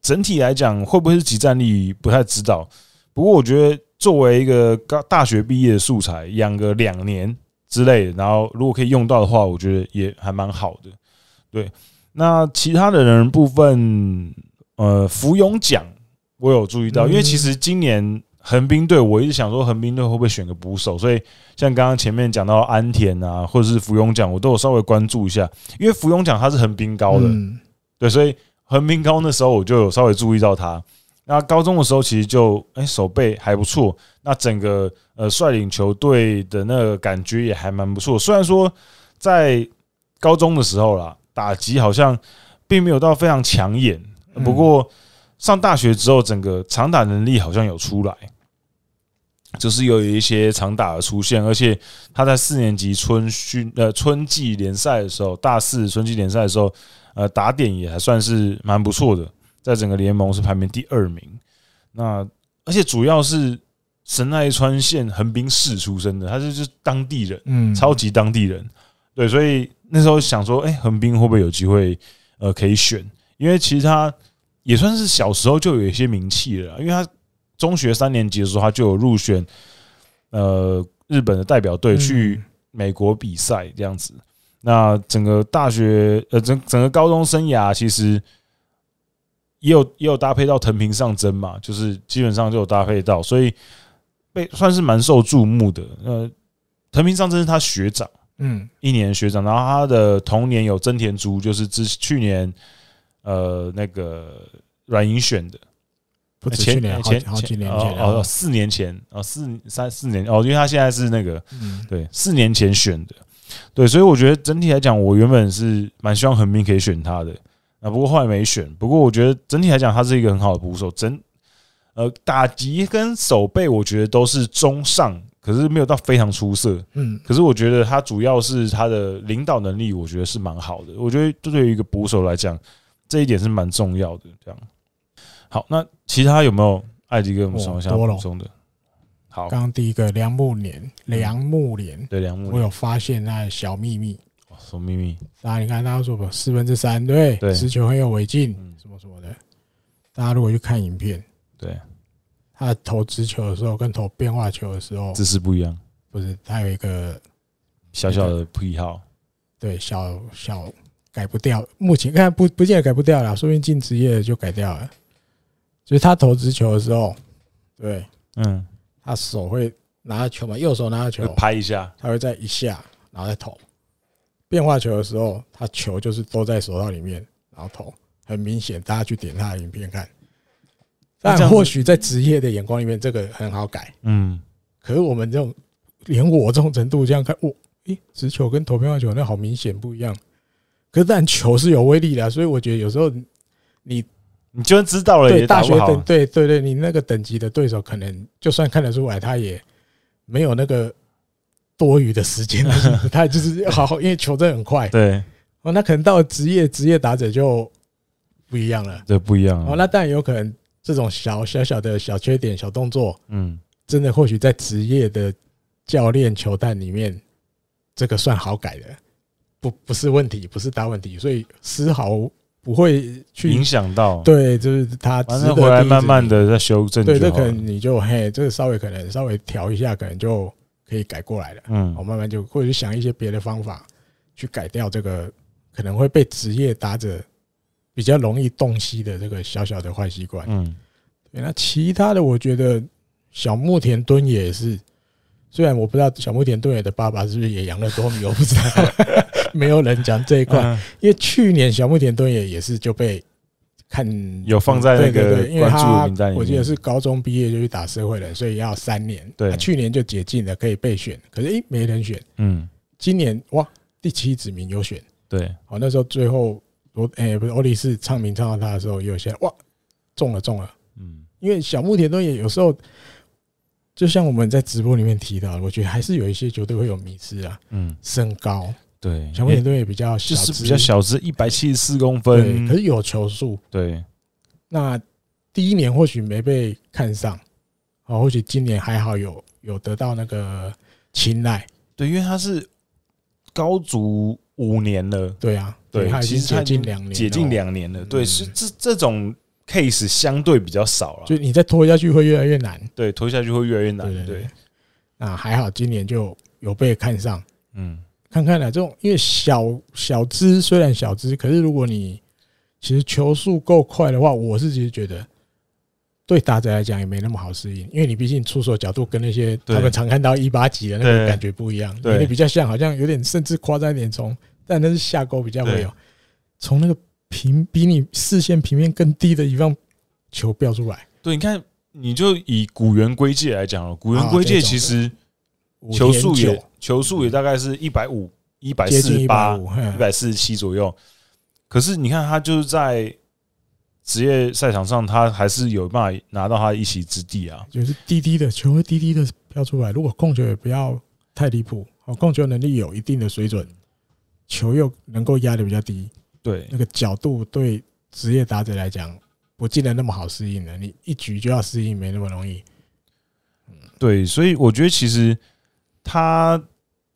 整体来讲，会不会是集战力不太知道。不过我觉得作为一个高大学毕业的素材，养个两年之类的，然后如果可以用到的话，我觉得也还蛮好的。对，那其他的人部分，呃，福永奖我有注意嗯到，因为其实今年横滨队我一直想说横滨队会不会选个捕手，所以像刚刚前面讲到安田啊，或者是福永奖，我都有稍微关注一下，因为福永奖他是横滨高的，嗯对，所以横滨高那时候我就有稍微注意到他。那高中的时候其实就哎、手背还不错，那整个呃率领球队的那个感觉也还蛮不错。虽然说在高中的时候啦，打击好像并没有到非常抢眼，嗯不过上大学之后，整个长打能力好像有出来，就是有一些长打的出现，而且他在四年级春训呃春季联赛的时候，大四春季联赛的时候，呃打点也还算是蛮不错的，在整个联盟是排名第二名。那而且主要是神奈川县横滨市出生的，他是就是当地人，嗯，超级当地人。对，所以那时候想说，哎、横滨会不会有机会呃可以选？因为其实他也算是小时候就有一些名气了啦，因为他中学三年级的时候他就有入选呃日本的代表队去嗯美国比赛这样子。那整个大学呃整整个高中生涯其实也有也有搭配到藤平上真嘛，就是基本上就有搭配到，所以被算是蛮受注目的。呃，藤平上真是他学长。嗯一年学长，然后他的同年有真田竹，就是之去年呃那个软银选的，不止哎前去年，好前好几前年哦前哦了哦，四年前哦四三四年哦，因为他现在是那个嗯对四年前选的，对，所以我觉得整体来讲，我原本是蛮希望横滨可以选他的，啊，不过后来没选，不过我觉得整体来讲，他是一个很好的捕手，整呃打击跟手背，我觉得都是中上，可是没有到非常出色，嗯可是我觉得他主要是他的领导能力，我觉得是蛮好的。我觉得对于一个捕手来讲，这一点是蛮重要的。这样，好，那其他有没有艾迪哥我们想要想哦多了补充的？好，刚刚第一个梁木年，梁木年，对嗯梁木我莲，有发现那小秘密。哇什么秘密？大家你看，大家说吧，四分之三，对，对持球很有违禁，嗯什么什么的。大家如果去看影片，对，他投直球的时候跟投变化球的时候，姿势不一样，不是他有一个小小的癖好，对小小改不掉，目前看不不见得改不掉了，说不定进职业就改掉了。就是他投直球的时候，对嗯，他手会拿着球嘛，右手拿着就球，拍一下，他会在一下然后再投。变化球的时候，他球就是都在手套里面，然后投，很明显，大家去点他的影片看。那这但样子或许在职业的眼光里面，这个很好改。嗯，可是我们这种，连我这种程度这样看，我诶，直球跟投变化球那好明显不一样。可是但球是有威力的啊、所以我觉得有时候你你就算知道了对也大打学不好啊等，对对对，你那个等级的对手，可能就算看得出来，他也没有那个多余的时间，他就是好好，因为球真的很 快对哦。那可能到了职业职业打者就不一样了对不一样哦。啊，那当然有可能这种小小小的小缺点、小动作，嗯，真的或许在职业的教练球探里面，这个算好改的，不不是问题，不是大问题，所以丝毫不会去影响到，，对，就是他值完得了回来第一慢慢名的再修正对，就这好可了，能你就嘿，这个稍微可能稍微调一下，可能就可以改过来了。我嗯，慢慢就或者是想一些别的方法去改掉这个可能会被职业打者比较容易洞悉的这个小小的坏习惯。嗯，对那其他的我觉得小木田敦也是，虽然我不知道小木田敦也的爸爸是不是也养乐多米，我不知道， 没有人讲这一块。嗯因为去年小木田敦也也是就被看有放在那个对对对因为关注他名单里面我记得是高中毕业就去打社会人，所以要三年。对他去年就解禁了，可以备选，可是诶、没人选。嗯，今年哇，第七指名有选。对，好，那时候最后我诶、不是欧力士唱名唱到他的时候，也有些哇中了中了，嗯，因为小木田敦也有时候。就像我们在直播里面提到的，我觉得还是有一些球队会有迷失啊，嗯，身高，对，小木田敦也比较小就只，是比较小嗯只，一百七十四公对，分可，是有球速，对，那第一年或许没被看上，哦，或许今年还好有有得到那个青睐，对，因为他是高足五年了，对啊，对他已经其实他解已禁经两年，解禁，两年了，对，嗯是这这种 case 相对比较少就了，你再拖下去会越来越难，对，拖下去会越来越难对，对对对，。那还好今年就有被看上，嗯，看看啦，这种因为小小只虽然小只，可是如果你其实球速够快的话，我是其实觉得。对打者来讲也没那么好适应，因为你毕竟出手角度跟那些对他们常看到一八级的那种对感觉不一样，对你比较像好像有点甚至夸张一点从，但那是下勾比较会有从那个平比你视线平面更低的地方球飙出来，对，你看，你就以古元归界来讲了，哦古元啊归界这种其实5.9球速也球速也大概是一百五、一百嗯接四近十一八百、五，一嗯百四十七左右。可是你看，他就是在职业赛场上，他还是有办法拿到他的一席之地啊。就是低低的球会低低的飘出来。如果控球也不要太离谱，哦，控球能力有一定的水准，球又能够压的比较低，对那个角度对职业打者来讲不见得那么好适应的。你一局就要适应，没那么容易。对，所以我觉得其实他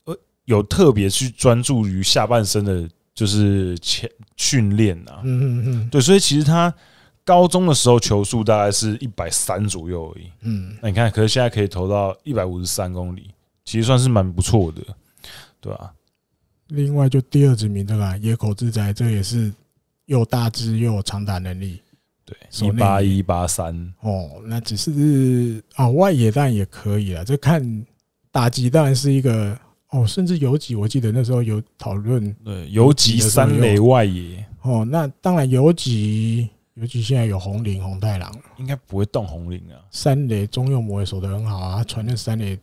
呃有特别去专注于下半身的，就是前训练啊。嗯嗯嗯对，所以其实他高中的时候球速大概是一百三左右而已。嗯，那你看，可是现在可以投到一百五十三公里，其实算是蛮不错的，对啊吧、另外就第二指名这个啊野口智哉，这也是嗯又大只又有长打能力对，手一内八一八三，哦。那只是啊、外野当然也可以了，这看打击当然是一个哦，甚至游击，我记得那时候有讨论对，游击三垒外野哦，那当然游击，游击现在有红林、红太狼，应该不会动红领啊。三垒中右魔也守得很好啊，他传那三垒，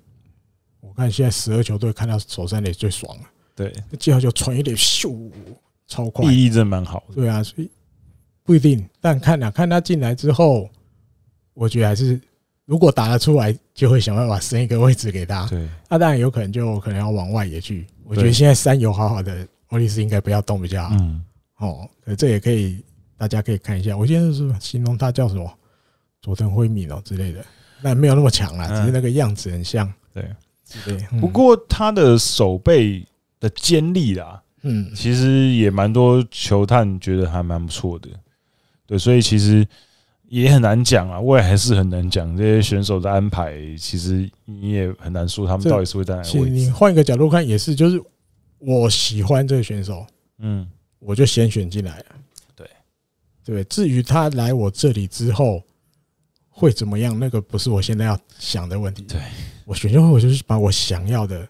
我看现在十二球队看到守三垒最爽了、对，那季后就传一垒咻，超快臂，力真的蛮好的。对啊，所以不一定，但看啊，看他进来之后，我觉得还是如果打得出来，就会想办法升一个位置给他。对，那当然有可能就可能要往外野去，我觉得对现在三游好好的，欧力士应该不要动比较好。嗯，哦，可这也可以，大家可以看一下。我现在是形容他叫什么，佐藤辉敏哦之类的。但没有那么强啦，嗯只是那个样子很像。对对，嗯不过他的手背的尖力啦，嗯，其实也蛮多球探觉得还蛮不错的。对，所以其实也很难讲啊，未来还是很难讲这些选手的安排。其实你也很难说他们这到底是会在哪其实个位你置。换一个角度看也是，就是我喜欢这个选手，嗯，我就先选进来了。对，对不对？至于他来我这里之后会怎么样，那个不是我现在要想的问题。对，我选秀会，我就是把我想要的，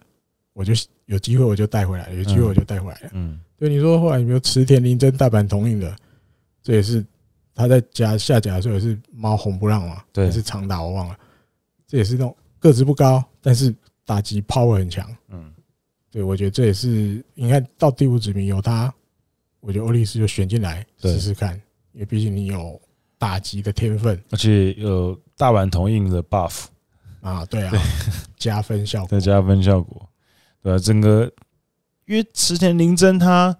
我就有机会我就带回来了，有机会嗯我就带回来了。嗯，对，你说后来有没有池田林真大阪同影的？这也是他在夹下甲的时候也是猫红不让嘛，对还是长打我忘了，这也是那种个子不高，但是打击 power 很强。嗯，对，我觉得这也是你看到第五指名有他，我觉得欧力士就选进来对试试看，因为毕竟你有打击的天分而且有大阪同印的 buff 啊，对 啊，加分效果的。加分效果，对、啊，整个因为池田林真他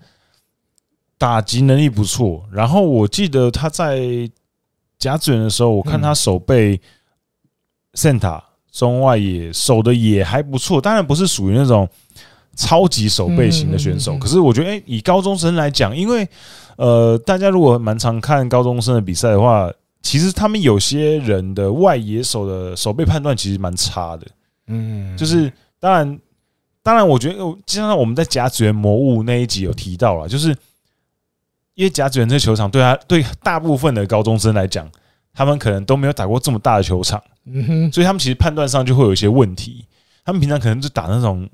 打击能力不错，然后我记得他在甲子园的时候，我看嗯他手背 center 中外野守的也还不错，当然不是属于那种超级手背型的选嗯手，嗯嗯嗯可是我觉得，哎、以高中生来讲，因为呃，大家如果蛮常看高中生的比赛的话。其实他们有些人的外野手的手背判断其实蛮差的，嗯，就是当然，当然，我觉得我就像我们在甲子园魔物那一集有提到了，就是因为甲子园这球场对他对大部分的高中生来讲，他们可能都没有打过这么大的球场，嗯哼，所以他们其实判断上就会有一些问题。他们平常可能就打那种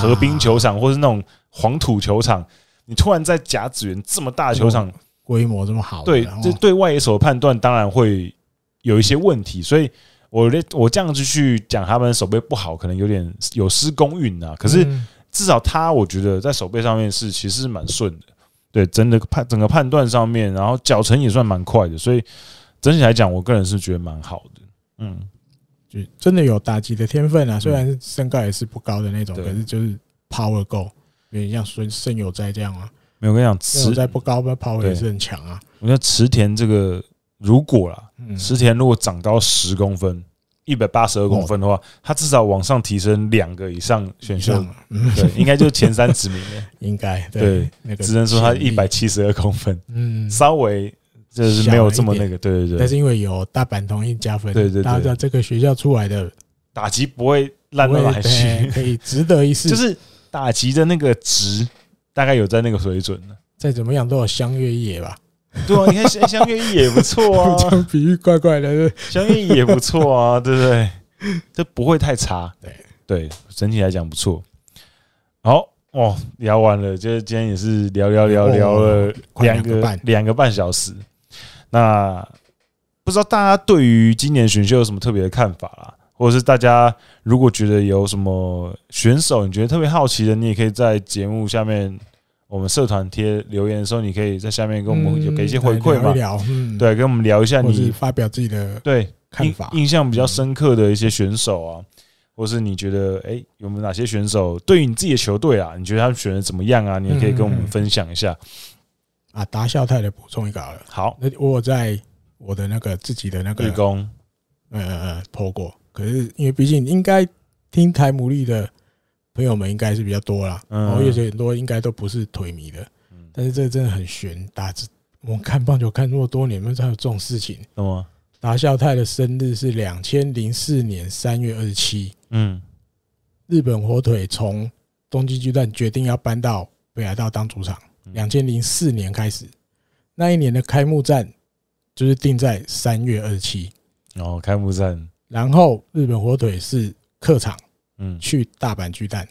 河滨球场或是那种黄土球场，你突然在甲子园这么大的球场，规模这么好的，对然，后嗯这对外野手的判断当然会有一些问题，所以我的我这样子去讲他们手背不好，可能有点有失公允啊。可是嗯至少他，我觉得在手背上面是其实是蛮顺的，对，真的判整个判断上面，然后脚程也算蛮快的，所以整体来讲，我个人是觉得蛮好的。嗯，就真的有打击的天分啊，虽然身高也是不高的那种，对可是就是 power go，有点像孙胜友哉这样啊，没有我跟你讲胜友池，哉不高，但 power 对也是很强啊。我觉得池田这个如果啦，嗯，池田如果长高十公分。一百八十二公分的话，他至少往上提升两个以上选以秀上，啊，嗯，对，应该就是前三十名了。应该对 对，那个只能说他潜力一百，七十二公分，嗯，稍微就是没有这么那个，对但对对，是因为有大阪同意加分，对对对大家知道这个学校出来的，打击不会烂到我哪也里去对， 可以值得一试， 就是打击的那个值大概有在那个水准了。再怎么样都有相约野吧，对啊，你看相相月一也不错 这啊，样比喻怪怪的，相月一也不错 啊，对不对？这不会太差，对对，整体来讲不错。好哦，聊完了，就是今天也是聊聊聊哦聊了快两两个个半两个半小时。那不知道大家对于今年选秀有什么特别的看法啦，或者是大家如果觉得有什么选手你觉得特别好奇的，你也可以在节目下面我们社团贴留言的时候，你可以在下面跟我们有给一些回馈嗯嘛来聊一，聊，嗯，，对，跟我们聊一下或是你发表自己的对看法，印印象比较深刻的一些选手啊，或是你觉得哎、诶有没有哪些选手对于你自己的球队啊，你觉得他们选的怎么样啊？你也可以跟我嗯嗯们嗯分享一下。啊，达孝泰的补充一个好了。好，那我有在我的那个自己的那日个工，呃呃投过，可是因为毕竟应该听台姆利的朋友们应该是比较多啦，嗯然后有些很多应该都不是腿迷的，嗯，但是这个真的很悬。打字我们看棒球看那么多年，那才有这种事情。那么，达孝泰的生日是两千零四年三月二十七，嗯日本火腿从东京巨蛋决定要搬到北海道当主场。嗯两千零四年开始，那一年的开幕战就是定在三月二十七，然后哦开幕战，然后日本火腿是客场嗯，去大阪巨蛋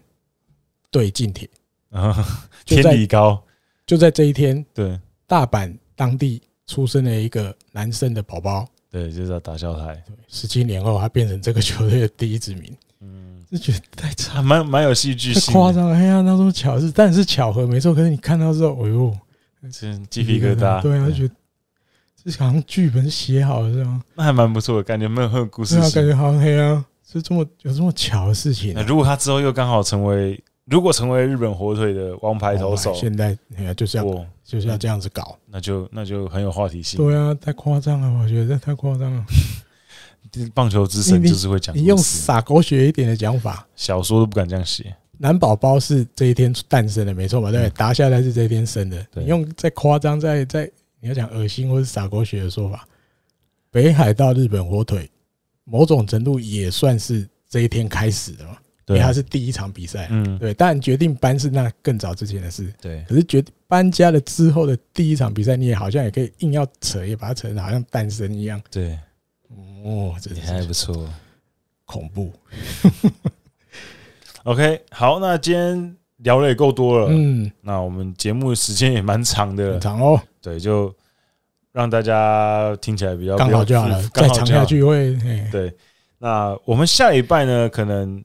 对近铁，然后就 天在理高，就在这一天，对大阪当地出生了一个男生的宝宝，对，就是要打小台，十七年后他变成这个球队的第一指名，嗯，就觉得太差还蛮蛮有戏剧太性夸的，张了。哎呀，那种巧是，但是巧合没错，可是你看到之后，哎呦，真鸡皮疙瘩，对啊，就觉得这好像剧本写好了这样。那还蛮不错的，感觉没有很有故对事啊，感性。觉好黑啊，是这么有这么巧的事情、那啊。如果他之后又刚好成为，如果成为日本火腿的王牌投手哇，现在哎呀就是要哇，就是要这样子搞。啊那就那就很有话题性。对啊，太夸张了，我觉得太夸张了。就是棒球之神你就是会讲你用故事洒狗血一点的讲法，小说都不敢这样写，男宝宝是这一天诞生的，没错吧？对，嗯达下来是这一天生的。对你用再夸张、再再你要讲恶心或是洒狗血的说法，北海道日本火腿，某种程度也算是这一天开始的嘛，因对为啊，它是第一场比赛。嗯，对，但决定搬是那更早之前的事，对，可是决搬家了之后的第一场比赛，你也好像也可以硬要扯，也把它扯得好像诞生一样。对，哦，真也还是不错。恐怖。 OK，好，那今天聊的也够多了，嗯，那我们节目时间也蛮长的很，长哦，对，就让大家听起来比较刚好就好了，再长下。比较去会。嘿对，那我们下礼拜呢，可能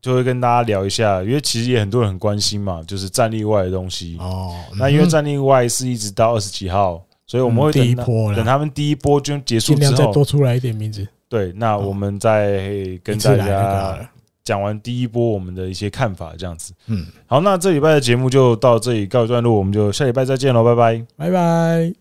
就会跟大家聊一下，因为其实也很多人很关心嘛，就是战力外的东西。哦，那因为嗯战力外是一直到二十几号，所以我嗯们会第一等他波等了，他们第一波就结束尽量之再后，多出来一点名字，对，那我们再跟一次大来那个好啊家了。讲完第一波我们的一些看法，这样子。嗯，好，那这礼拜的节目就到这里告一段落，我们就下礼拜再见喽，拜拜。拜拜。